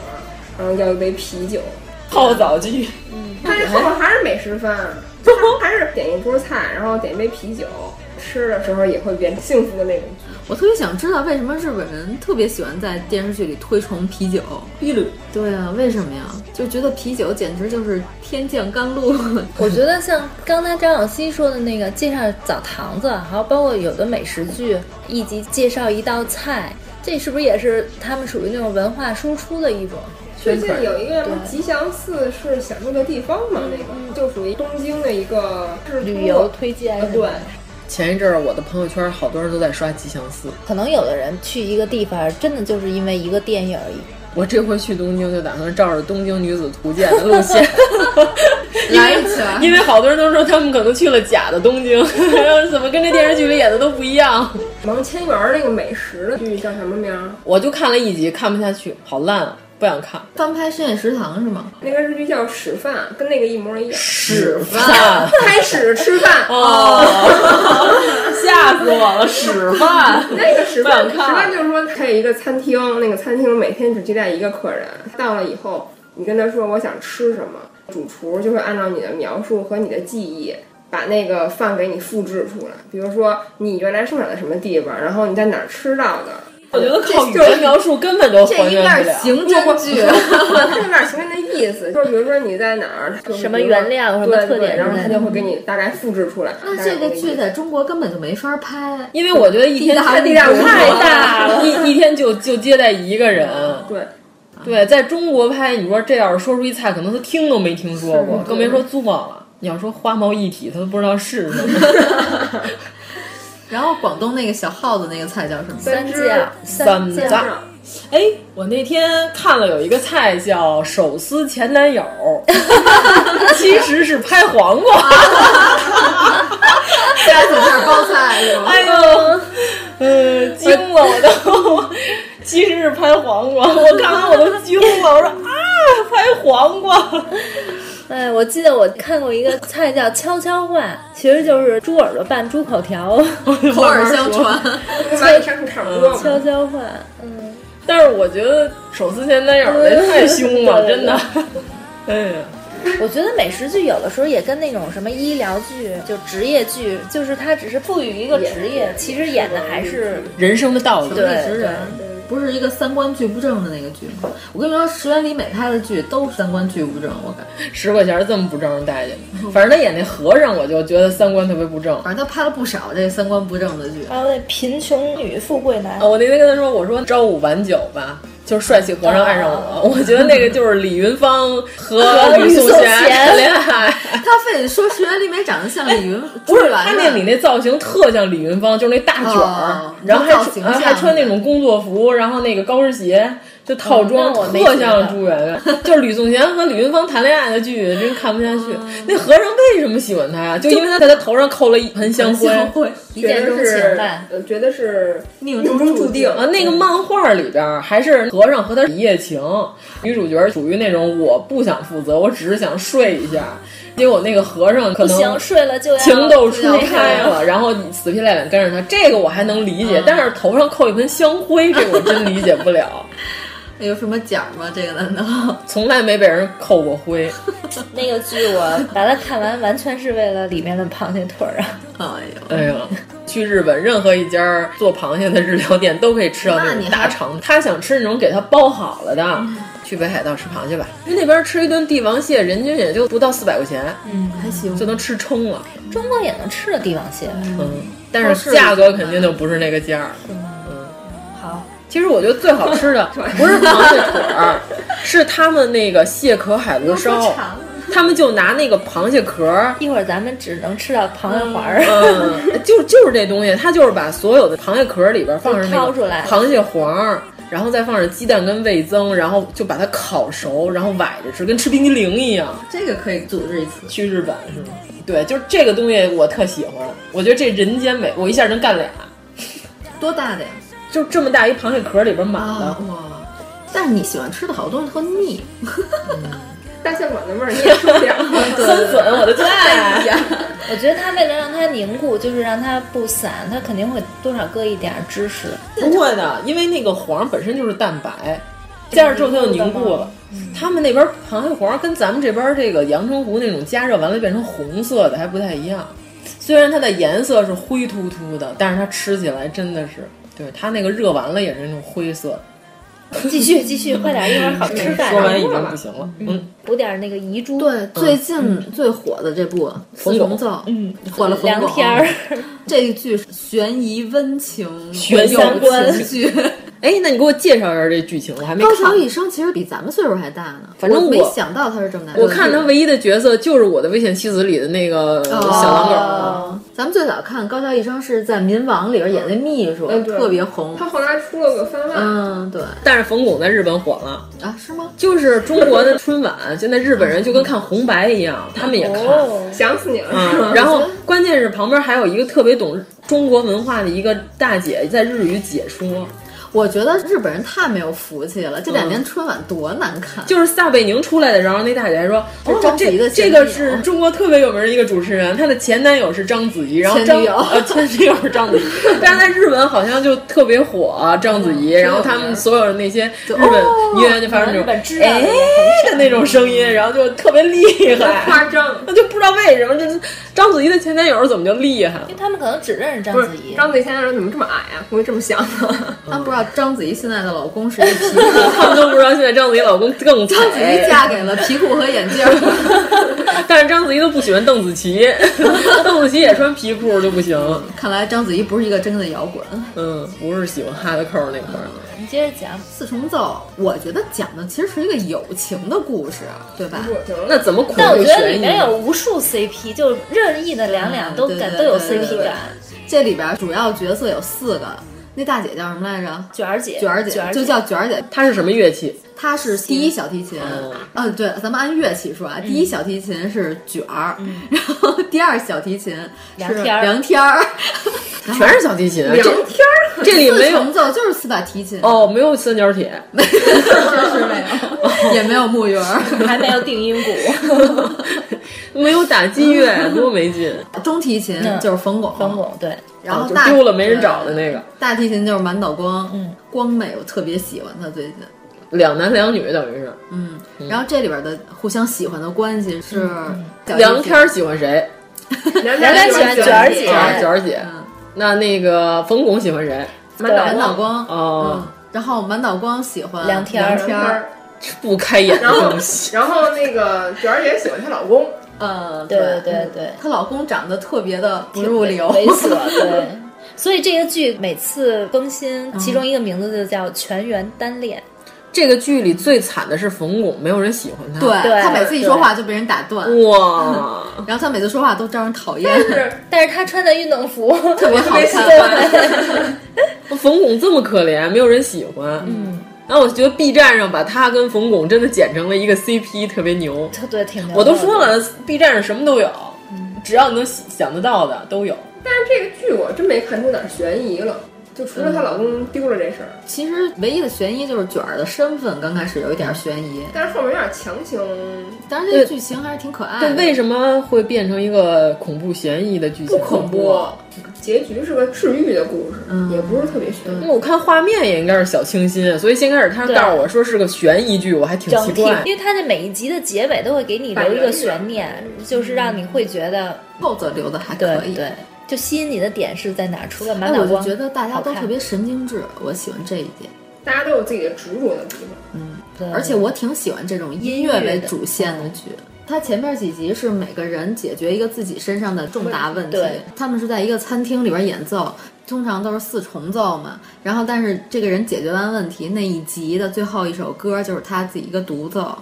Speaker 7: 然后要一杯啤酒，
Speaker 9: (laughs) 泡澡剧。
Speaker 7: 嗯，他这后头还是美食饭，还是点一桌菜，然后点一杯啤酒。吃的时候也会变幸福的那种。
Speaker 8: 我特别想知道为什么日本人特别喜欢在电视剧里推崇啤酒。
Speaker 9: 一缕。
Speaker 8: 对啊，为什么呀？就觉得啤酒简直就是天降甘露。
Speaker 6: 我觉得像刚才张小希说的那个介绍澡堂子，还有包括有的美食剧以及介绍一道菜，这是不是也是他们属于那种文化输出的一种？
Speaker 7: (laughs) 最近有一个吉祥寺是想住的地方嘛，那个就属于东京的一个
Speaker 6: 嗯旅游推荐。
Speaker 7: 呃对。
Speaker 9: 前一阵儿，我的朋友圈好多人都在刷吉祥寺。
Speaker 6: 可能有的人去一个地方，真的就是因为一个电影而已。
Speaker 9: 我这回去东京就打算照着《东京女子图鉴》的路 (laughs) 线
Speaker 8: 来一圈，
Speaker 9: 因为好多人都说他们可能去了假的东京， (laughs) 然后怎么跟这电视剧里演的都不一样。 (laughs)
Speaker 7: 王千源那个美食的剧叫什么名？
Speaker 9: 我就看了一集，看不下去，好烂啊！不想看
Speaker 8: (laughs) 翻拍《深夜食堂》是吗？
Speaker 7: 那个日剧叫《屎饭》，跟那个一模一样。
Speaker 9: 屎饭，
Speaker 7: 开始吃饭
Speaker 9: 哦， (laughs) 吓死我了！屎饭，
Speaker 7: (laughs) 那个屎饭，
Speaker 9: 屎
Speaker 7: 饭就是说他有一个餐厅，那个餐厅每天只接待一个客人，到了以后，你跟他说我想吃什么，主厨就会按照你的描述和你的记忆。把那个饭给你复制出来，比如说你原来生长在什么地方，然后你在哪儿吃到的。
Speaker 9: 我觉得靠语言描述根本就还原不了。
Speaker 8: 刑侦剧， (laughs)
Speaker 7: 它有点刑侦的意思，就是比如说你在哪儿，
Speaker 6: 什么原料，什么特点，
Speaker 7: 然后它就会给你大概复制出来。
Speaker 8: 那这个剧在中国根本就没法拍，
Speaker 9: 因为我觉得一天
Speaker 7: 太
Speaker 9: 大了， (laughs) 一一天就就接待一个人。
Speaker 7: 对，
Speaker 9: 对，在中国拍，你说这要是说出一菜，可能他听都没听说过，更别说做了。你要说花毛一体，他都不知道是什
Speaker 7: (laughs)
Speaker 9: 么。 (laughs)
Speaker 8: 然后广东那个小耗子那个菜叫什么？ (laughs)
Speaker 6: 三酱。
Speaker 9: 三
Speaker 6: 酱。
Speaker 9: 哎，我那天看了有一个菜叫手撕前男
Speaker 7: (laughs)
Speaker 9: 友，其实是拍黄瓜。
Speaker 8: 下次是包菜是吗？
Speaker 9: 哎呦，呃，惊了我都。 (laughs) 其实是拍黄瓜，我看完我都惊了，我说啊，拍黄 (laughs) 瓜。
Speaker 6: 哎，我记得我看过一个菜叫悄悄话，其实就是猪耳朵拌猪口条，
Speaker 8: (laughs) 口耳
Speaker 6: (laughs)
Speaker 8: 相传，
Speaker 7: 悄悄
Speaker 6: 悄话。嗯，
Speaker 9: 但是我觉得手撕前男友那太凶了，真的。哎呀，
Speaker 6: 我觉得美食剧有的时候也跟那种什么医疗剧、就职业剧，就是它只是赋予一个职业，其实演的还是
Speaker 9: 人生的道理，
Speaker 6: 对
Speaker 8: 对。不是一个三观俱不正的那个剧吗？我跟你说，石原里美拍的剧都三观俱不正，我感觉
Speaker 9: 十块钱这么不正待见。反正他演那和尚，我就觉得三观特别不正。
Speaker 8: 反正他拍了不少这三观不正的剧，
Speaker 6: 还有那贫穷女、富贵男。
Speaker 9: 哦我那天跟他说，我说朝五晚九吧，就是帅气和尚爱上我。我觉得那个就是李云芳哦 (laughs) 和
Speaker 6: 吕
Speaker 9: 素
Speaker 6: 贤
Speaker 9: 谈恋爱。 (laughs)
Speaker 8: 他非得说石原里美长得像 (laughs) 李云，
Speaker 9: 不是他那里那造型特像李云芳，就是那大卷儿，然后还还穿那种工作服。然后那个高跟鞋就套装特像朱媛媛，就是吕颂贤和李云芳谈恋爱的剧，真看不下去。那和尚为什么喜欢他呀？就因为他在他头上扣了一盆香
Speaker 8: 灰，
Speaker 6: 一见钟情吧？
Speaker 7: 觉得是
Speaker 8: 命
Speaker 7: 中注定
Speaker 9: 啊！那个漫画里边还是和尚和他一夜情，女主角属于那种我不想负责，我只是想睡一下。结果那个和尚可能
Speaker 6: 睡啊了就
Speaker 9: 情窦初开了，然后死皮赖脸跟着他，这个我还能理解，但是头上扣一盆香灰，这个我真理解不了。
Speaker 8: 有哎什么奖吗？这个难道 (laughs)
Speaker 9: 从来没被人扣过灰？
Speaker 6: 那个剧我把它看完，完全是为了里面的螃蟹腿儿啊！
Speaker 9: 哎呦哎呦！去日本任何一家做螃蟹的日料店都可以吃到那种大肠，他想吃那种给他包好了的。嗯去北海道吃螃蟹吧，因为那边吃一顿帝王蟹，人均也就不到四百块钱，
Speaker 8: 嗯，还行，
Speaker 9: 就能吃撑了。
Speaker 6: 中国也能吃的帝王蟹，
Speaker 9: 嗯，但是价格肯定就不是那个价儿。嗯，
Speaker 6: 好，
Speaker 9: 其实我觉得最好吃 (laughs) 的不是螃蟹腿儿，是他们那个蟹壳海螺烧。他们就拿那个螃蟹壳，
Speaker 6: 一会儿咱们只能吃到螃蟹环儿、
Speaker 9: 嗯，嗯，就就是这东西，它就是把所有的螃蟹壳里边放上那个螃蟹黄。然后再放上鸡蛋跟味增，然后就把它烤熟，然后崴着吃，跟吃冰激凌一样。
Speaker 8: 这个可以组织一次
Speaker 9: 去日本是吗？对，就是这个东西我特喜欢，我觉得这人间美，我一下能干俩。
Speaker 8: 多大的呀？
Speaker 9: 就这么大一螃蟹壳里边满的。
Speaker 6: 嗯
Speaker 8: 啊、哇！但是你喜欢吃的好多东西特腻，
Speaker 7: 嗯、大象馆的味儿你也受不了。
Speaker 6: (laughs)
Speaker 9: 酸笋我的最爱
Speaker 8: 呀！
Speaker 6: (laughs) 我觉得他为了让它凝固，就是让它不散，他肯定会多少搁一点芝士。
Speaker 9: 不会的，因为那个黄本身就是蛋白，加热之后它就凝固了。嗯、他们那边螃蟹黄跟咱们这边这个阳澄湖那种加热完了变成红色的还不太一样，虽然它的颜色是灰秃秃的，但是它吃起来真的是，对它那个热完了也是那种灰色。
Speaker 6: 继续继续，快点，一会儿好嗯吃饭。
Speaker 9: 嗯说完已经不行了，嗯，
Speaker 6: 补点那个遗珠。
Speaker 8: 对，最近最火的这部《四重奏》，
Speaker 6: 嗯，
Speaker 8: 火了
Speaker 6: 梁天儿。
Speaker 8: (laughs) 这一剧悬疑温情，
Speaker 9: 悬
Speaker 8: 有
Speaker 9: 关
Speaker 8: 剧。
Speaker 9: 哎，那你给我介绍一下这剧情，我还没
Speaker 8: (laughs) 高桥一生其实比咱们岁数还大呢，
Speaker 9: 反正
Speaker 8: 我没想到他是这么大。
Speaker 9: 我看他唯一的角色就是我的危险妻子里的那
Speaker 8: 哦
Speaker 9: 个小狼啊
Speaker 8: 狗。咱们最早看高桥一生是在《民王》里边演那秘书，
Speaker 6: 嗯
Speaker 8: 特别红。
Speaker 7: 他后来出了个番外，
Speaker 8: 嗯，对。
Speaker 9: 但是冯巩在日本火了
Speaker 8: 啊？是吗？
Speaker 9: 就是中国的春晚，现在日本人就跟看红白一样，他们也看，
Speaker 7: 想死你了。
Speaker 9: 然后关键是旁边还有一个特别懂中国文化的一个大姐在日语解说。
Speaker 8: 我觉得日本人太没有福气了，这
Speaker 6: 嗯
Speaker 8: 两年春晚多难看。
Speaker 9: 就是撒贝宁出来的，然后那大姐还 (laughs) 说：“哦，这这个是中国特别有名的一个主持人，她的前男友是章子怡，然后
Speaker 8: 前女
Speaker 9: 友 (laughs) 呃前女友是章 (laughs) 子怡，但是在日本好像就特别火章子怡，然后他们所有的那些日本音乐就哦发生那种哎的那种声音，然后就特别厉 (laughs) 害，
Speaker 7: 夸张，
Speaker 9: 那就不知道为什么这章子怡的前男友怎么就厉害了？
Speaker 6: 因
Speaker 9: (laughs)
Speaker 6: 为他们可能只认识章子怡，
Speaker 7: 章子怡前男友怎么这么矮啊？怎么这啊么小
Speaker 8: 呢？
Speaker 7: (laughs)
Speaker 8: 他们不知道。”章子怡现在的老公是一皮裤，
Speaker 6: (laughs)
Speaker 9: 他们都不知道现在章子怡老公更
Speaker 8: 章子怡
Speaker 9: (laughs)
Speaker 8: 嫁给了皮裤和眼镜，
Speaker 9: 但是章子怡都不喜欢邓紫棋，邓紫棋也穿皮裤就不行。
Speaker 8: 看来章子怡不是一个真正的摇滚，
Speaker 9: 嗯，不是喜欢哈德扣那块儿。
Speaker 6: 你接着讲
Speaker 8: 四重奏，我觉得讲的其实是一个友情的故事，对吧？
Speaker 9: 那怎么苦？
Speaker 6: 但我觉得里面有无数 CP，就任意的两两都感都有 CP 感。
Speaker 8: 这里边主要角色有四个。那大姐叫什么来着？
Speaker 6: 卷儿姐，
Speaker 8: 卷儿姐就叫卷儿姐。
Speaker 9: 她是什么乐器？
Speaker 8: 她是第一小提琴。嗯，对，咱们按乐器说啊，
Speaker 9: 嗯
Speaker 8: 第一小提琴是卷儿，然后第二小提琴是
Speaker 6: 梁
Speaker 8: 天儿，
Speaker 9: 全是小提琴。啊
Speaker 7: 梁天
Speaker 9: (laughs)
Speaker 7: 儿，
Speaker 9: 这里没有
Speaker 8: 重奏，就是四把提琴。
Speaker 9: 哦，没有三角铁， (laughs)
Speaker 8: 没有，没有，也没有木鱼儿，
Speaker 9: (laughs)
Speaker 6: 还没有定音鼓，
Speaker 9: 没有打击乐，多没劲。啊
Speaker 8: 中提琴
Speaker 9: 嗯
Speaker 8: 就是冯巩，
Speaker 6: 冯巩对。
Speaker 8: 然后
Speaker 9: 哦
Speaker 8: 大
Speaker 9: 丢了没人找的那个
Speaker 8: 大提琴就是满岛光，
Speaker 6: 嗯，
Speaker 8: 光妹我特别喜欢她最近，
Speaker 9: 两男两女等于是，
Speaker 8: 嗯，然后这里边的互相喜欢的关系是
Speaker 9: 梁天喜欢谁？
Speaker 7: 梁天
Speaker 6: 喜欢卷儿姐，
Speaker 9: 卷儿姐，那那个冯巩喜欢谁？
Speaker 8: 满岛光嗯
Speaker 9: 哦，
Speaker 8: 然后满岛光喜欢
Speaker 6: 梁
Speaker 8: 天
Speaker 7: 儿，
Speaker 9: 不开眼
Speaker 7: 的东西。然后那个卷儿姐喜欢她老公。
Speaker 8: 嗯，
Speaker 6: 对对对，
Speaker 8: 她老公长得特别的不入流，
Speaker 6: 猥琐，对。所以这个剧每次更新，其中一个名字就叫“全员单恋”。
Speaker 9: 这个剧里最惨的是冯巩，没有人喜欢他，
Speaker 8: (laughs) 对他每次一说话就被人打断，
Speaker 9: 哇！
Speaker 8: 然后他每次说话都招人讨厌。
Speaker 6: 但是，但是他穿的运动服
Speaker 8: (laughs) 特别好
Speaker 6: 看。
Speaker 9: (laughs) 冯巩这么可怜，没有人喜欢，
Speaker 6: 嗯。
Speaker 9: 然后我觉得 B 站上把他跟冯巩真的剪成了一个 CP，特别牛。嗯
Speaker 6: 对，挺牛。
Speaker 9: 我都说了，B 站上什么都有，只要你能想得到的都有。
Speaker 7: 但是这个剧我真没看出哪悬疑了。就除了她老公丢了这事儿、嗯，
Speaker 8: (laughs) 其实唯一的悬疑就是卷儿的身份刚开始有一点悬疑，
Speaker 7: 但是后面有点强行。
Speaker 8: 但是这个剧情还是挺可爱的。
Speaker 9: 但为什么会变成一个恐怖悬疑的剧情？
Speaker 7: 不恐怖，
Speaker 9: 啊
Speaker 7: 结局是个治愈的故事，嗯、也不是特别悬
Speaker 9: 因
Speaker 7: 疑。
Speaker 9: 为我看画面也应该是小清新，啊所以先开始他告诉我说是个悬疑剧，我还挺奇怪。
Speaker 6: 因为他的每一集的结尾都会给你留一个悬念，就是让你会觉得
Speaker 8: 后头留的还可以。
Speaker 6: 对。对就吸引你的点是在哪？除了满
Speaker 8: 脑
Speaker 6: 光，
Speaker 8: 哎我就觉得大家都特别神经质，我喜欢这一点。
Speaker 7: 大家都有自己的执着的地方，
Speaker 8: 嗯，对。而且我挺喜欢这种音乐为主线的剧。它前面几集是每个人解决一个自己身上的重大问题，他们是在一个餐厅里边演奏，通常都是四重奏嘛。然后，但是这个人解决完问题那一集的最后一首歌就是他自己一个独奏。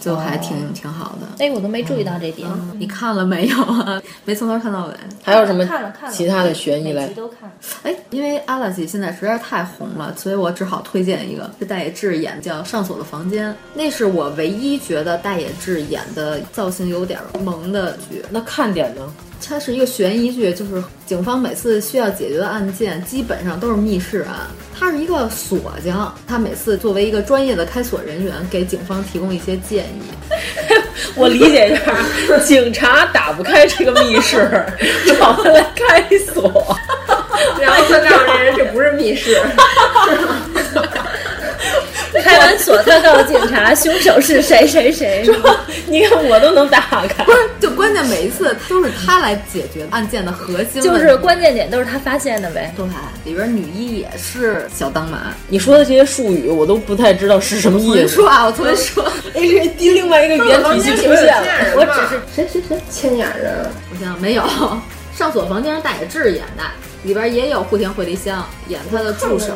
Speaker 8: 就还挺、哦、挺好的，
Speaker 6: 哎，我都没注意到这点、嗯
Speaker 8: 嗯。你看了没有啊？ (laughs) 没从头看到尾。
Speaker 9: 还有什么其他的
Speaker 6: 悬
Speaker 9: 疑类？
Speaker 6: 都看了。
Speaker 8: 哎，因为阿拉西现在实在是太红了，所以我只好推荐一个是戴野智演叫《上锁的房间》，那是我唯一觉得戴野智演的造型有点萌的剧。
Speaker 9: 那看点呢？
Speaker 8: 它是一个悬疑剧，就是警方每次需要解决的案件基本上都是密室案、啊。他是一个锁匠，他每次作为一个专业的开锁人员，给警方提供一些建议。
Speaker 9: (laughs)
Speaker 8: (laughs)
Speaker 9: 我理解一下，警察打不开这个密室， (laughs) 找他来开锁，
Speaker 7: 然后他告诉这人这不是密 (laughs) 室。
Speaker 6: 开完锁，他告诉警察凶手是谁谁谁。
Speaker 9: 说你看我都能打开，
Speaker 8: 不是？就关键每一次都是他来解决案件的核心，
Speaker 6: 就是关键点都是他发现的呗。
Speaker 8: 对，里边女一也是小当麻。
Speaker 9: 你说的这些术语我都不太知道是什么意思。
Speaker 8: 我说啊，我重新说
Speaker 9: ，H A D 哎另外一个语言体系 (laughs) 出现了。
Speaker 8: 我只是
Speaker 7: 谁谁谁千眼人，
Speaker 8: 我想想没有。上锁房间是大野智演的，里边也有户田惠梨香演他的助手。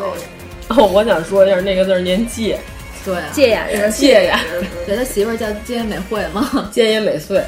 Speaker 9: 哦，我想说一下那个字儿念“戒”，
Speaker 8: 对、啊，
Speaker 6: 戒呀，
Speaker 9: 呃戒呀，
Speaker 8: 对他媳妇儿叫菅野美惠 (laughs) 嘛，
Speaker 9: 菅野美穗，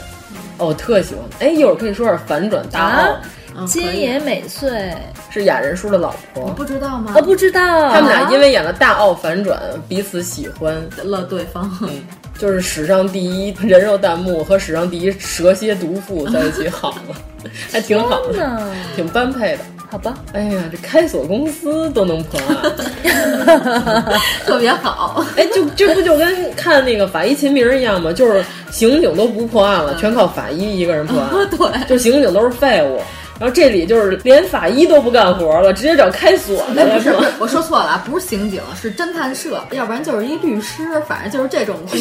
Speaker 9: 哦，我特喜欢。哎，一会儿可以说点反转大
Speaker 8: 嗯
Speaker 6: 奥。菅、啊、野美穗、哦、
Speaker 9: 是雅人叔的老婆，
Speaker 8: 你不知道吗？
Speaker 6: 我、哦、不知道。
Speaker 9: 他们俩因为演了大奥反转，彼此喜欢
Speaker 8: 了对方。嗯
Speaker 9: 就是史上第一人肉弹幕和史上第一蛇蝎毒妇在一起好了， (laughs) 还挺好的，挺般配的。
Speaker 6: 好吧，
Speaker 9: 哎呀，这开锁公司都能破
Speaker 8: 案，特别好。 (laughs)
Speaker 9: 哎，就这不就跟看那个法医秦明一样吗？就是刑警都不破案了，全靠法医一个人破 (laughs) 案。
Speaker 8: 对，
Speaker 9: 就刑警都是废物。然后这里就是连法医都不干活了，直接找开锁的。
Speaker 8: 不是，我说错了，啊不是刑警，是侦探社，要不然就是一律师，反正就是这种。 (laughs)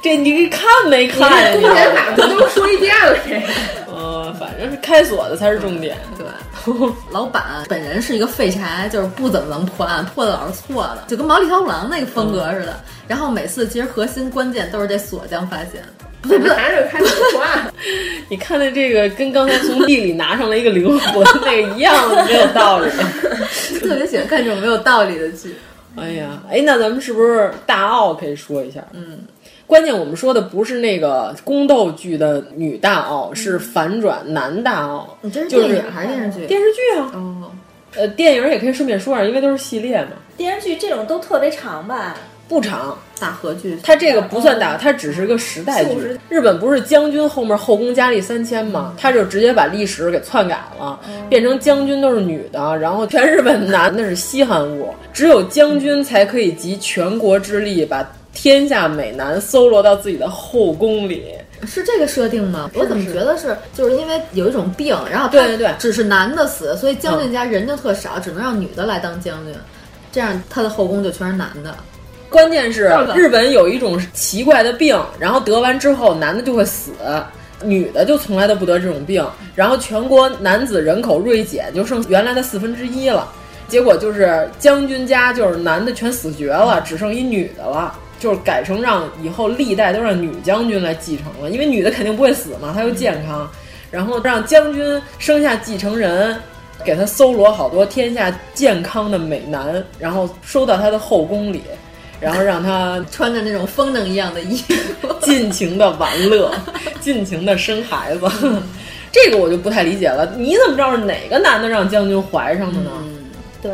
Speaker 9: 这你看没看 (laughs) 呀、啊？
Speaker 7: 你连哪个都说一遍了。
Speaker 9: 呃，反正是开锁的才是重点。
Speaker 8: 对，老板本人是一个废柴，就是不怎么能破案，破的老是错的，就跟毛利小五郎那个风格似的。嗯、然后每次其实核心关键都是这锁匠发现。
Speaker 7: 不是，还是开图案。
Speaker 9: 你看的这个跟刚才从地里拿上来一个灵魂那个一样，没有道
Speaker 8: (laughs)
Speaker 9: 理。
Speaker 8: 特别喜欢看这种没有道理的剧。
Speaker 9: 哎呀，哎，那咱们是不是大奥可以说一下？
Speaker 8: 嗯，
Speaker 9: 关键我们说的不是那个宫斗剧的女大
Speaker 8: 嗯
Speaker 9: 奥，是反转男大奥。
Speaker 8: 你、
Speaker 9: 嗯、这
Speaker 8: 是电影还是电视剧？
Speaker 9: 电视剧啊。
Speaker 8: 哦。
Speaker 9: 呃，电影也可以顺便说下，因为都是系列嘛。
Speaker 6: 电视剧这种都特别长吧？
Speaker 9: 不长，
Speaker 8: 大合剧，
Speaker 9: 它这个不算大，它只是个时代剧。日本不是将军后面后宫佳丽三千嘛，他就直接把历史给篡改了，变成将军都是女的，然后全日本男的是稀罕物，只有将军才可以集全国之力把天下美男搜罗到自己的后宫里。
Speaker 8: 哦是这个设定吗？我怎么觉得是，就是因为有一种病，然后
Speaker 9: 对对对，
Speaker 8: 只是男的死，所以将军家人就特少，只能让女的来当将军，这样他的后宫就全是男的。
Speaker 9: 关键是日本有一种奇怪的病，然后得完之后男的就会死，女的就从来都不得这种病。然后全国男子人口锐减，就剩原来的四分之一了。结果就是将军家就是男的全死绝了，只剩一女的了，就是改成让以后历代都让女将军来继承了，因为女的肯定不会死嘛，她又健康。然后让将军生下继承人。给他搜罗好多天下健康的美男，然后收到他的后宫里。然后让他
Speaker 8: 穿着那种风筝一样的衣服，
Speaker 9: 尽情的玩 (laughs) 乐，尽情的生孩子， (laughs) 这个我就不太理解了。你怎么知道是哪个男的让将军怀上的呢？
Speaker 6: 嗯、对，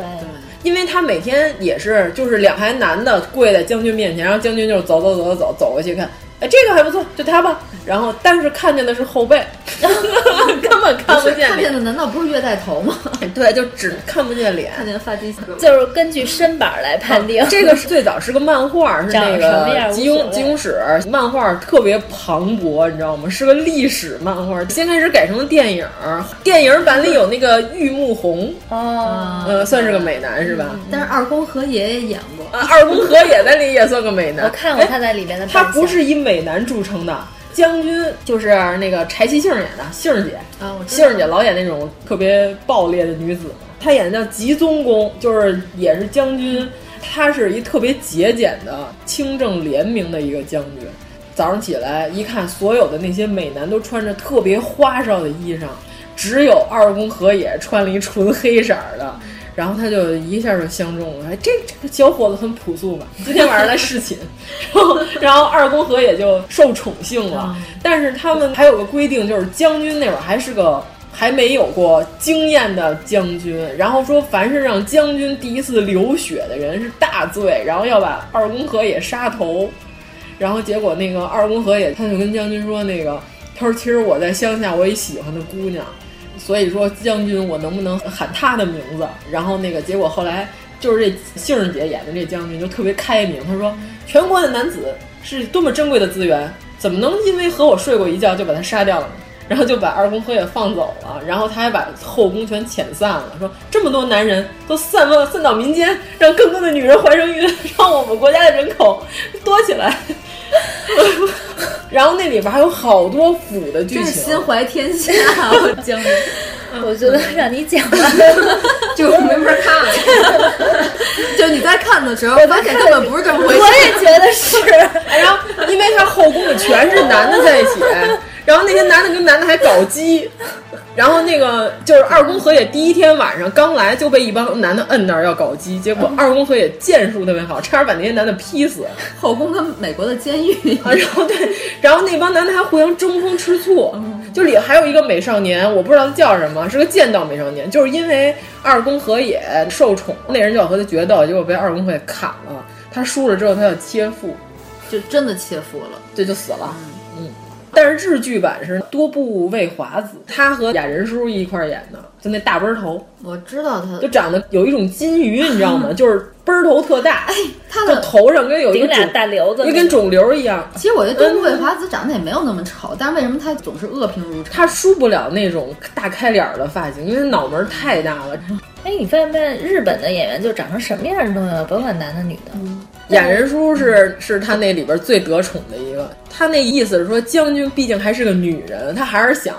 Speaker 9: 因为他每天也是，就是两排男的跪在将军面前，然后将军就走走走走走 (laughs) 走过去看，哎，这个还不错，就他吧。然后但是看见的是后背，干嘛本看不见
Speaker 8: 看见的难道不是月带头吗？
Speaker 9: 对，就只看不见脸，
Speaker 8: 看见发际线，
Speaker 6: 就是根据身板来判定。
Speaker 9: 这个最早是个漫画，是那个吉
Speaker 6: 庸
Speaker 9: 吉庸史漫画，特别磅礴，你知道吗？是个历史漫画，先开始改成了电影，电影版里有那个玉木宏，
Speaker 6: 哦，
Speaker 9: 呃，算是个美男是吧？呃
Speaker 8: 但是二宫和也也演过，哎
Speaker 9: 二宫和也在里也算个美男。
Speaker 6: 我看过他在里面的，
Speaker 9: 他不是以美男著称的。将军就是那个柴崎幸演的杏儿姐
Speaker 8: 啊，
Speaker 9: 杏儿姐老演那种特别暴烈的女子，她演的叫吉宗公，就是也是将军，她是一特别节俭的清正廉明的一个将军。早上起来一看，所有的那些美男都穿着特别花哨的衣裳，只有二宫和也穿了一纯黑色的。然后他就一下就相中了，哎，这这个小伙子很朴素嘛。今天晚上来侍寝，然后然后二宫和也就受宠幸了。但是他们还有个规定，就是将军那会儿还是个还没有过经验的将军，然后说凡是让将军第一次流血的人是大罪，然后要把二宫和也杀头。然后结果那个二宫和也他就跟将军说，那个他说其实我在乡下我也喜欢的姑娘。所以说将军，我能不能喊他的名字？然后那个结果后来就是这杏儿姐演的这将军就特别开明，他说全国的男子是多么珍贵的资源，怎么能因为和我睡过一觉就把他杀掉了呢？ (laughs) 然后就把二宫和也放走了，然后他还把后宫全遣散了，说这么多男人都散落散到民间，让更多的女人怀上孕，让我们国家的人口多起来。 (laughs) 然后那里边还有好多腐的剧情，
Speaker 8: 心怀天下，
Speaker 6: 我讲，
Speaker 8: 嗯
Speaker 6: 我觉得让你讲
Speaker 8: (laughs)
Speaker 6: 了，
Speaker 7: 就没法看了。
Speaker 8: 就你在看的时候，发现根本不是这么回事。
Speaker 6: 我也觉得是。
Speaker 9: 哎然后，因为他后宫里全是男的在一起，然后那些男的跟男的还搞基，然后那个就是二宫和也第一天晚上刚来就被一帮男的摁那儿要搞基，结果二宫和也剑术特别好，差点把那些男的劈死。
Speaker 8: 后宫跟美国的监 (laughs) 狱。
Speaker 9: 啊，然后对，然后那帮男的还互相争风吃醋，就里还有一个美少年，我不知道他叫什么，是个剑道美少年，就是因为二宫和也受宠，那人就要和他决斗，结果被二宫和也砍了，他输了之后他要切腹，
Speaker 8: 就真的切腹了，
Speaker 9: 对，就死了。嗯，但是日剧版是多部未华子，他和雅人叔一块儿演的，就那大奔头，
Speaker 8: 我知道他，
Speaker 9: 就长得有一种金鱼，你知道吗？就是奔头特大，
Speaker 8: 哎，他
Speaker 9: 就头上跟有一个
Speaker 6: 俩大瘤子，
Speaker 9: 就跟肿瘤一样。
Speaker 8: 其实我觉得多部未华子长得也没有那么丑，但是为什么他总是恶评如潮？
Speaker 9: 他梳不了那种大开脸的发型，因为脑门太大了。
Speaker 6: 哎，你发现没？日本的演员就长成什么样都有，甭管男的女的。嗯
Speaker 9: 演人叔是是他那里边最得宠的一个，他那意思是说，将军毕竟还是个女人，她还是想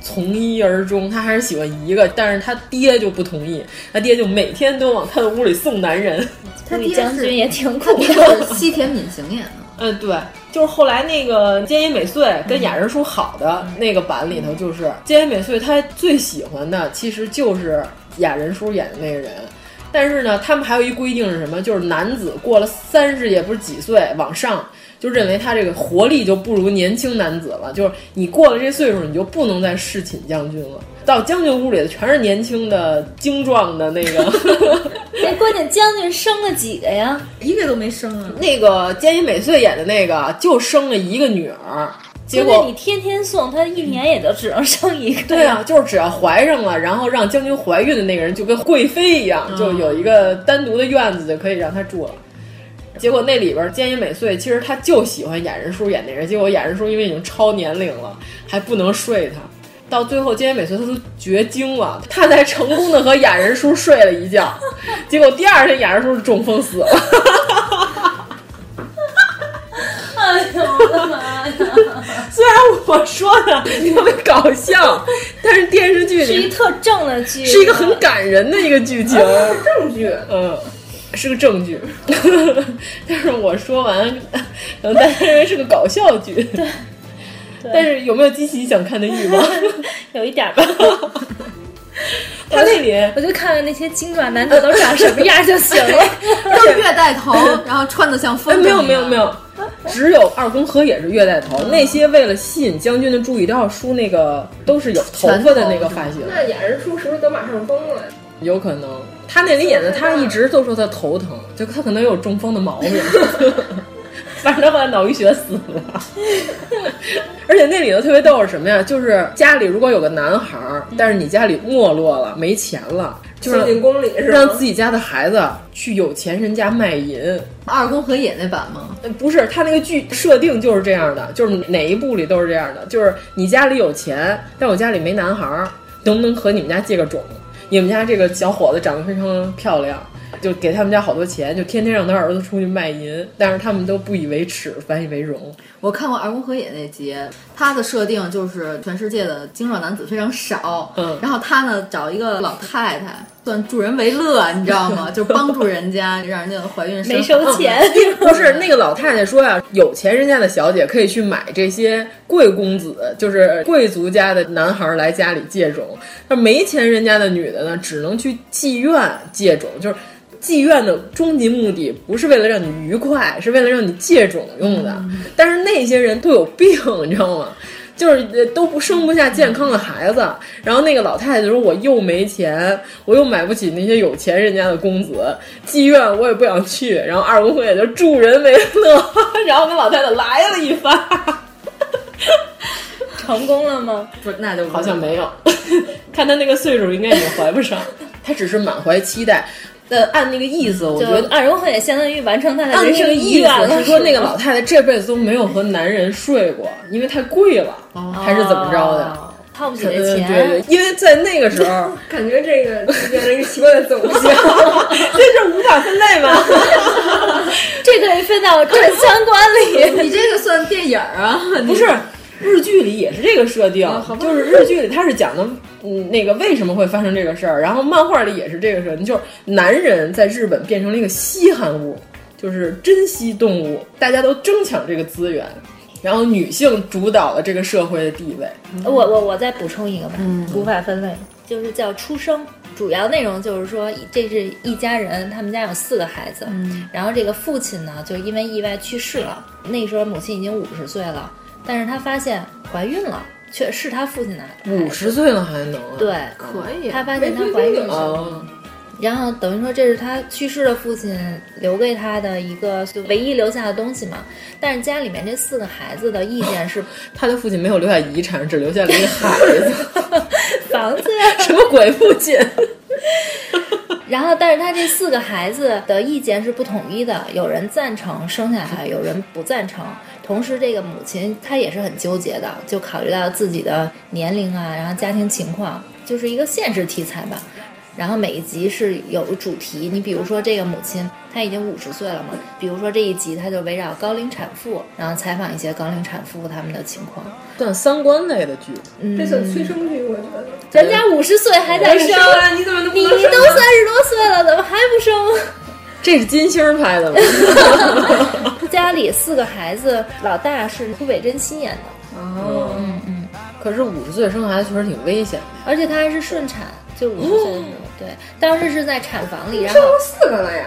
Speaker 9: 从一而终，她还是喜欢一个，但是他爹就不同意，他爹就每天都往他的屋里送男人。
Speaker 8: 他爹
Speaker 6: 将军也挺苦
Speaker 8: 的，西田敏行 (laughs) 演的。
Speaker 9: 嗯，对，就是后来那个菅野美穗跟雅人叔好的那个版里头，就是菅野美穗她最喜欢的其实就是雅人叔演的那个人。但是呢，他们还有一规定是什么？就是男子过了三十也不是几岁往上，就认为他这个活力就不如年轻男子了。就是你过了这岁数，你就不能再侍寝将军了。到将军屋里的全是年轻的、精壮的那个。 (laughs)
Speaker 6: 哎，关键将军生了几个呀？
Speaker 8: 一个都没生啊。
Speaker 9: 那个菅野美穗演的那个就生了一个女儿。结果
Speaker 6: 你天天送他，一年也就只能生一个。
Speaker 9: 对啊，就是只要怀上了，然后让将军怀孕的那个人就跟贵妃一样，就有一个单独的院子就可以让他住了。结果那里边菅野美穗其实她就喜欢雅人叔演那人，结果雅人叔因为已经超年龄了，还不能睡他。到最后，菅野美穗她都绝经了，她才成功的和雅人叔睡了一觉，结果第二天雅人叔中风死了。
Speaker 6: 哎呦我的妈呀！
Speaker 9: 虽然我说的特别搞笑，
Speaker 6: (laughs)
Speaker 9: 但是电视剧
Speaker 6: 是一特正的剧，
Speaker 9: 是一个很感人的一个剧情，
Speaker 7: 啊正剧，
Speaker 9: 嗯，是个正剧。 (laughs) 但是我说完，可能大家认为是个搞笑剧，
Speaker 6: 对。
Speaker 9: 但是有没有激起想看的欲望？
Speaker 6: (laughs) 有一点吧。
Speaker 9: (laughs) 他那里，
Speaker 6: 我就看看那些精壮男子都长什么样就行了，
Speaker 8: 都是月带头，然后穿的像风筝、哎。
Speaker 9: 没有没
Speaker 6: 啊
Speaker 9: 有没有，只有二宫和也是月带
Speaker 6: 嗯
Speaker 9: 头。那些为了吸引将军的注意，都要梳那个都是有头发的那个发型。
Speaker 7: 那演人梳是不是得马上疯了？
Speaker 9: 有可能，
Speaker 7: 嗯 (laughs)
Speaker 9: 他那里演的他一直都说他头疼，就他可能有中风的毛病。反正他后来脑溢血死
Speaker 7: (laughs)
Speaker 9: 了。而且那里头特别逗是什么呀？就是家里如果有个男孩儿，但是你家里没落了，没钱了，就是
Speaker 7: 嗯进宫里是
Speaker 9: 让自己家的孩子去有钱人家卖淫。
Speaker 8: 二宫和也那版吗？
Speaker 9: 呃不是，他那个剧设定就是这样的，就是哪一部里都是这样的，就是你家里有钱，但我家里没男孩儿，能不能和你们家借个种？你们家这个小伙子长得非常漂亮，就给他们家好多钱，就天天让他儿子出去卖淫，但是他们都不以为耻，反以为荣。
Speaker 8: 我看过《二宫和也》那集，他的设定就是全世界的精壮男子非常少，
Speaker 9: 嗯，
Speaker 8: 然后他呢找一个老太太，算助人为乐，你知
Speaker 9: (laughs)
Speaker 8: 道吗？就是帮助人家，让人家怀孕
Speaker 6: 没收钱。
Speaker 9: (laughs) 不是那个老太太说呀、啊，有钱人家的小姐可以去买这些贵公子，就是贵族家的男孩来家里借种，那没钱人家的女的呢，只能去妓院借种，就是。妓院的终极目的不是为了让你愉快，是为了让你借种用的。但是那些人都有病，你知道吗？就是呃都不生不下健康的孩子。然后那个老太太就说：“我又没钱，我又买不起那些有钱人家的公子，妓院我也不想去。”然后二公会也就助人为乐， (laughs) 然后跟老太太来了一发。
Speaker 6: 成功了吗？
Speaker 8: (laughs) 不是，那就
Speaker 9: 好像没有。 (laughs) 看他那个岁数，应该也怀不上。他只是满怀期待。呃，按那个意思，我觉得
Speaker 6: 二荣会也相当于完成他的
Speaker 9: 按
Speaker 6: 人
Speaker 9: 那
Speaker 6: 生
Speaker 9: 个
Speaker 6: 意
Speaker 9: 意
Speaker 6: 愿
Speaker 9: 思
Speaker 6: 了。
Speaker 9: 是说，哦那个老太太这辈子都没有和男人睡过，因为太贵了，还是怎么着的？
Speaker 6: 掏不起
Speaker 9: 呃
Speaker 6: 这
Speaker 9: 哦对
Speaker 6: 钱，
Speaker 9: 对，因为在那个时候，
Speaker 7: (laughs) 感觉这
Speaker 9: (laughs)
Speaker 7: 个出现了一个奇怪的走向，
Speaker 9: 这是无法分类吗？
Speaker 7: (laughs)
Speaker 6: 这可以分到正相关里。
Speaker 8: 你这个算电影啊？
Speaker 9: 不是，日剧里也是这个设
Speaker 7: 啊
Speaker 9: 定，就是日剧里它是讲的，嗯，那个为什么会发生这个事儿，然后漫画里也是这个设定，就是男人在日本变成了一个稀罕物，就是珍稀动物，大家都争抢这个资源。然后女性主导了这个社会的地位，
Speaker 6: 我我我再补充一个吧，
Speaker 8: 嗯
Speaker 6: 无法分类，就是叫出生。主要内容就是说，这是一家人，他们家有四个孩子，
Speaker 8: 嗯
Speaker 6: 然后这个父亲呢，就因为意外去世了。那时候母亲已经五十岁了，但是她发现怀孕了，却是她父亲的孩子
Speaker 9: 五十岁了还能啊
Speaker 6: 对，
Speaker 8: 嗯可以
Speaker 6: 她发现她怀孕了。
Speaker 9: 哦，
Speaker 6: 然后等于说这是她去世的父亲留给她的一个就唯一留下的东西嘛。但是家里面这四个孩子的意见是
Speaker 9: 他的父亲没有留下遗产，只留下了一个孩子， (laughs)
Speaker 6: 房子呀，
Speaker 9: 什么鬼父亲？
Speaker 6: 然后，但是他这四个孩子的意见是不统一的，有人赞成生下来，有人不赞成。同时，这个母亲她也是很纠结的，就考虑到自己的年龄啊，然后家庭情况，就是一个现实题材吧。然后每一集是有主题，你比如说这个母亲，她已经五十岁了嘛，比如说这一集，她就围绕高龄产妇，然后采访一些高龄产妇她们的情况。
Speaker 9: 算三观类的剧，
Speaker 6: 嗯，
Speaker 7: 这算催生剧，我觉得。
Speaker 6: 人家五十岁还在生，
Speaker 7: 啊！你怎么都不
Speaker 6: 你
Speaker 7: 能
Speaker 6: 都
Speaker 7: 生
Speaker 6: 三
Speaker 7: 呢
Speaker 6: 十多岁了，怎么还不生？
Speaker 9: 这是金星儿拍的吗？
Speaker 6: (laughs) 家里四个孩子，老大是湖北真心演的，
Speaker 9: 哦，
Speaker 6: 嗯嗯，
Speaker 9: (laughs) 可是五十岁生孩子确实挺危险的。
Speaker 6: 而且他还是顺产，就五十岁的时候，对，当时是在产房里，然后
Speaker 7: 嗯生了四个了呀！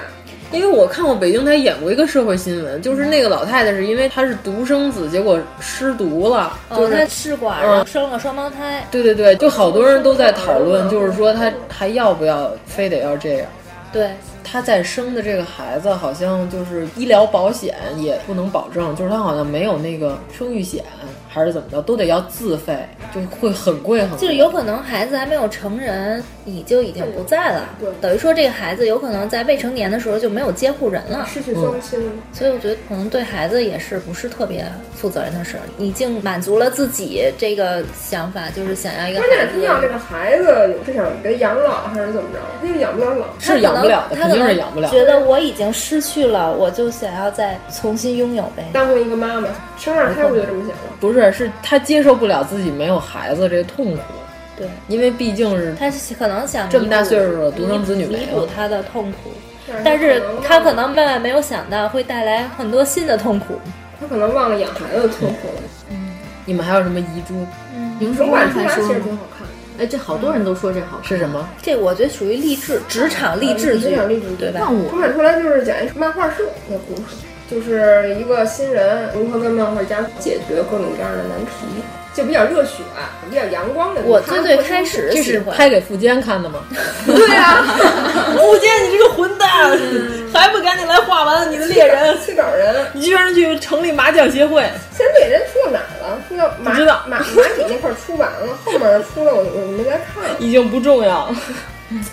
Speaker 9: 因为我看过北京台演过一个社会新闻，就是那个老太太是因为她是独生子，结果失独了，
Speaker 7: 哦
Speaker 9: 就
Speaker 6: 呃，
Speaker 9: 是
Speaker 6: 他试管，
Speaker 7: 嗯
Speaker 6: 然后生了双胞胎，
Speaker 9: 对对对，就好多人都在讨
Speaker 7: 嗯
Speaker 9: 论，就是说她还要不要，非得要这样。
Speaker 6: 对，
Speaker 9: 她在生的这个孩子好像就是医疗保险也不能保证，就是她好像没有那个生育险还是怎么着，都得要自费，就会很贵很贵。
Speaker 6: 就是有可能孩子还没有成人，你就已经不在了，等于说这个孩子有可能在未成年的时候就没有监护人了，
Speaker 7: 失去双亲了，
Speaker 6: 所以我觉得可能对孩子也是不是特别负责任的事儿，你竟满足了自己这个想法，就是想要一个
Speaker 7: 关键
Speaker 6: 孩
Speaker 7: 是他要这
Speaker 6: 子。
Speaker 7: 个孩子有是想给他养老还是怎么着？他就养不了老。
Speaker 6: 他
Speaker 9: 是养不了的，
Speaker 6: 可能
Speaker 9: 肯定是养不了
Speaker 6: 他可能觉得我已经失去了，我就想要再重新拥有呗。
Speaker 7: 当过一个妈妈，生二胎我就这么想了。
Speaker 9: 不是，是她接受不了自己没有孩子这痛苦，
Speaker 6: 对，
Speaker 9: 因为毕竟是
Speaker 6: 他是可能想弥补
Speaker 9: 这么大岁数了独生子女没
Speaker 6: 弥
Speaker 9: 有
Speaker 6: 补他的痛苦，但是他
Speaker 7: 他
Speaker 6: 可能万万没有想到会带来很多新的痛苦。
Speaker 7: 他可能忘了养孩子的痛苦了。
Speaker 9: 你们还有什么遗珠
Speaker 6: 嗯
Speaker 8: 明叔
Speaker 7: 勇
Speaker 8: 刚
Speaker 7: 敢出
Speaker 8: 才
Speaker 7: 发其
Speaker 8: 说
Speaker 7: 实
Speaker 8: 了
Speaker 7: 挺
Speaker 8: 吗
Speaker 7: 好看的，
Speaker 8: 哎，这好多人都说这好看。
Speaker 9: 是什 (laughs) 么？
Speaker 6: 这我觉得属于励志，职场励志
Speaker 7: 职
Speaker 9: 啊
Speaker 6: 剧
Speaker 7: 场励志剧
Speaker 6: 对吧
Speaker 8: 那？我
Speaker 7: 勇敢出来就是讲一漫画社的故事。就是一个新人如何跟漫画家解决各种各样的难题，就比较热血、啊、比较阳光的。
Speaker 6: 我最最开始
Speaker 9: 这是拍给富坚看的 (laughs) 吗？
Speaker 7: 对啊，
Speaker 9: 富坚，你这个混 (laughs) 蛋，还不赶紧来画完了你的猎人、
Speaker 7: 催稿人，
Speaker 9: (laughs) 你居然去成立麻将协会？
Speaker 7: 现在猎人出到哪了？出到马
Speaker 9: 知道
Speaker 7: 马马匹那块出完了，后面出了我我没再看，
Speaker 9: (laughs) 已经不重要了。
Speaker 6: (laughs)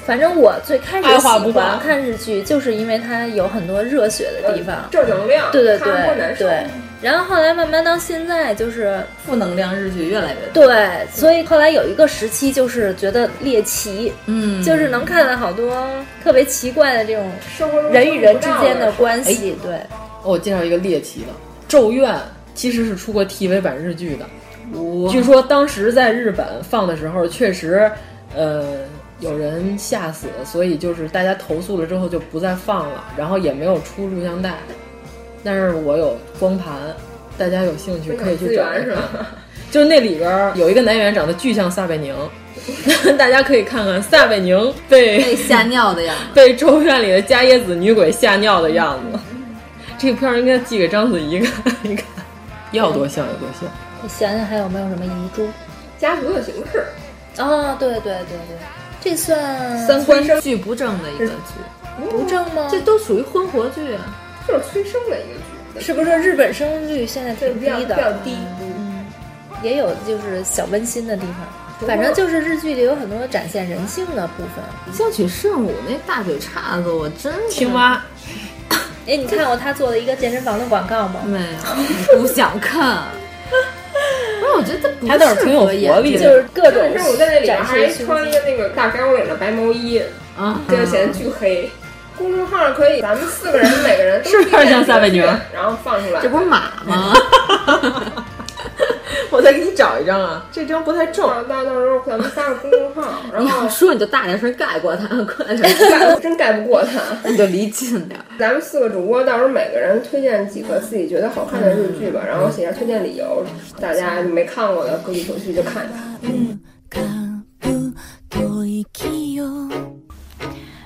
Speaker 6: 反正我最开始喜
Speaker 9: 欢
Speaker 6: 看日剧，就是因为它有很多热血的地方，
Speaker 7: 正能量，
Speaker 6: 对对
Speaker 7: 对
Speaker 6: 对。然后后来慢慢到现在，就是
Speaker 12: 负能量日剧越来越
Speaker 6: 多。对，所以后来有一个时期，就是觉得猎奇，
Speaker 12: 嗯，
Speaker 6: 就是能看到好多特别奇怪的这种人与人之间的关系。对，
Speaker 9: 我介绍哦一个猎奇的，《咒怨》其实是出过 TV 版日剧的，据说当时在日本放的时候，确实，呃。有人吓死，所以就是大家投诉了之后就不再放了，然后也没有出录像带，但是我有光盘，大家有兴趣可以去找一看。就是那里边有一个男演员长得巨像撒贝宁， (laughs) 大家可以看看撒贝宁被
Speaker 12: 被吓尿的样子，
Speaker 9: 被咒怨里的伽椰子女鬼吓尿的样子。这个片儿应该寄给章子怡看一看，要多像有多像。
Speaker 6: 你想想还有没有什么遗珠？
Speaker 7: 家族的形式。
Speaker 6: 哦，对对对对。这算
Speaker 12: 三观剧不正的一个剧，
Speaker 6: 不正吗？
Speaker 12: 这都属于婚活剧啊，
Speaker 7: 就是催生的一个剧，
Speaker 6: 是不是？日本生育率现在挺低的，
Speaker 7: 比较低，
Speaker 6: 嗯，也有就是小温馨的地方。反正就是日剧里有很多展现人性的部分。
Speaker 12: 像取圣武那大嘴叉子，我真
Speaker 9: 青蛙。
Speaker 6: 哎，你看过他做的一个健身房的广告
Speaker 8: 嗯
Speaker 6: 吗？
Speaker 12: 没有，不想 (laughs) 看。我觉得
Speaker 9: 他倒是挺有活力
Speaker 6: 的，就是各种。
Speaker 7: 但是我在那里边还穿一个那个大高领的白毛衣，
Speaker 12: 啊，
Speaker 7: 这就显得巨黑。公众号可以，咱们四个人每个人
Speaker 9: 是有点像撒贝宁，
Speaker 7: 然后放出来。
Speaker 12: 这不是马吗？
Speaker 9: 我再给你找一张啊，这张不太正。
Speaker 7: 到到时候咱们发个公众号，然
Speaker 8: (laughs)
Speaker 7: 后
Speaker 12: 说 (laughs) 你就大点声盖过他，快点，
Speaker 7: 盖真盖不过
Speaker 12: (laughs)
Speaker 7: 他，
Speaker 12: 你就离近点。
Speaker 7: 咱们四个主播到时候每个人推荐几个自己觉得好看的日剧吧，然后写下推荐理由，大家没看过的各据手续就看一看。嗯。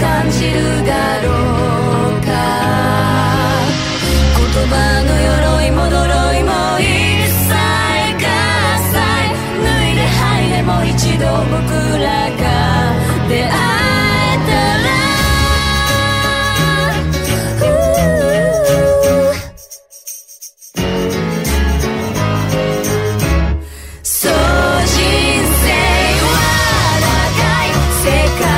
Speaker 13: 感じるだろうか言葉の鎧も呪いも一切合切脱いで入れも一度僕らが出会えたらそう人生は長い世界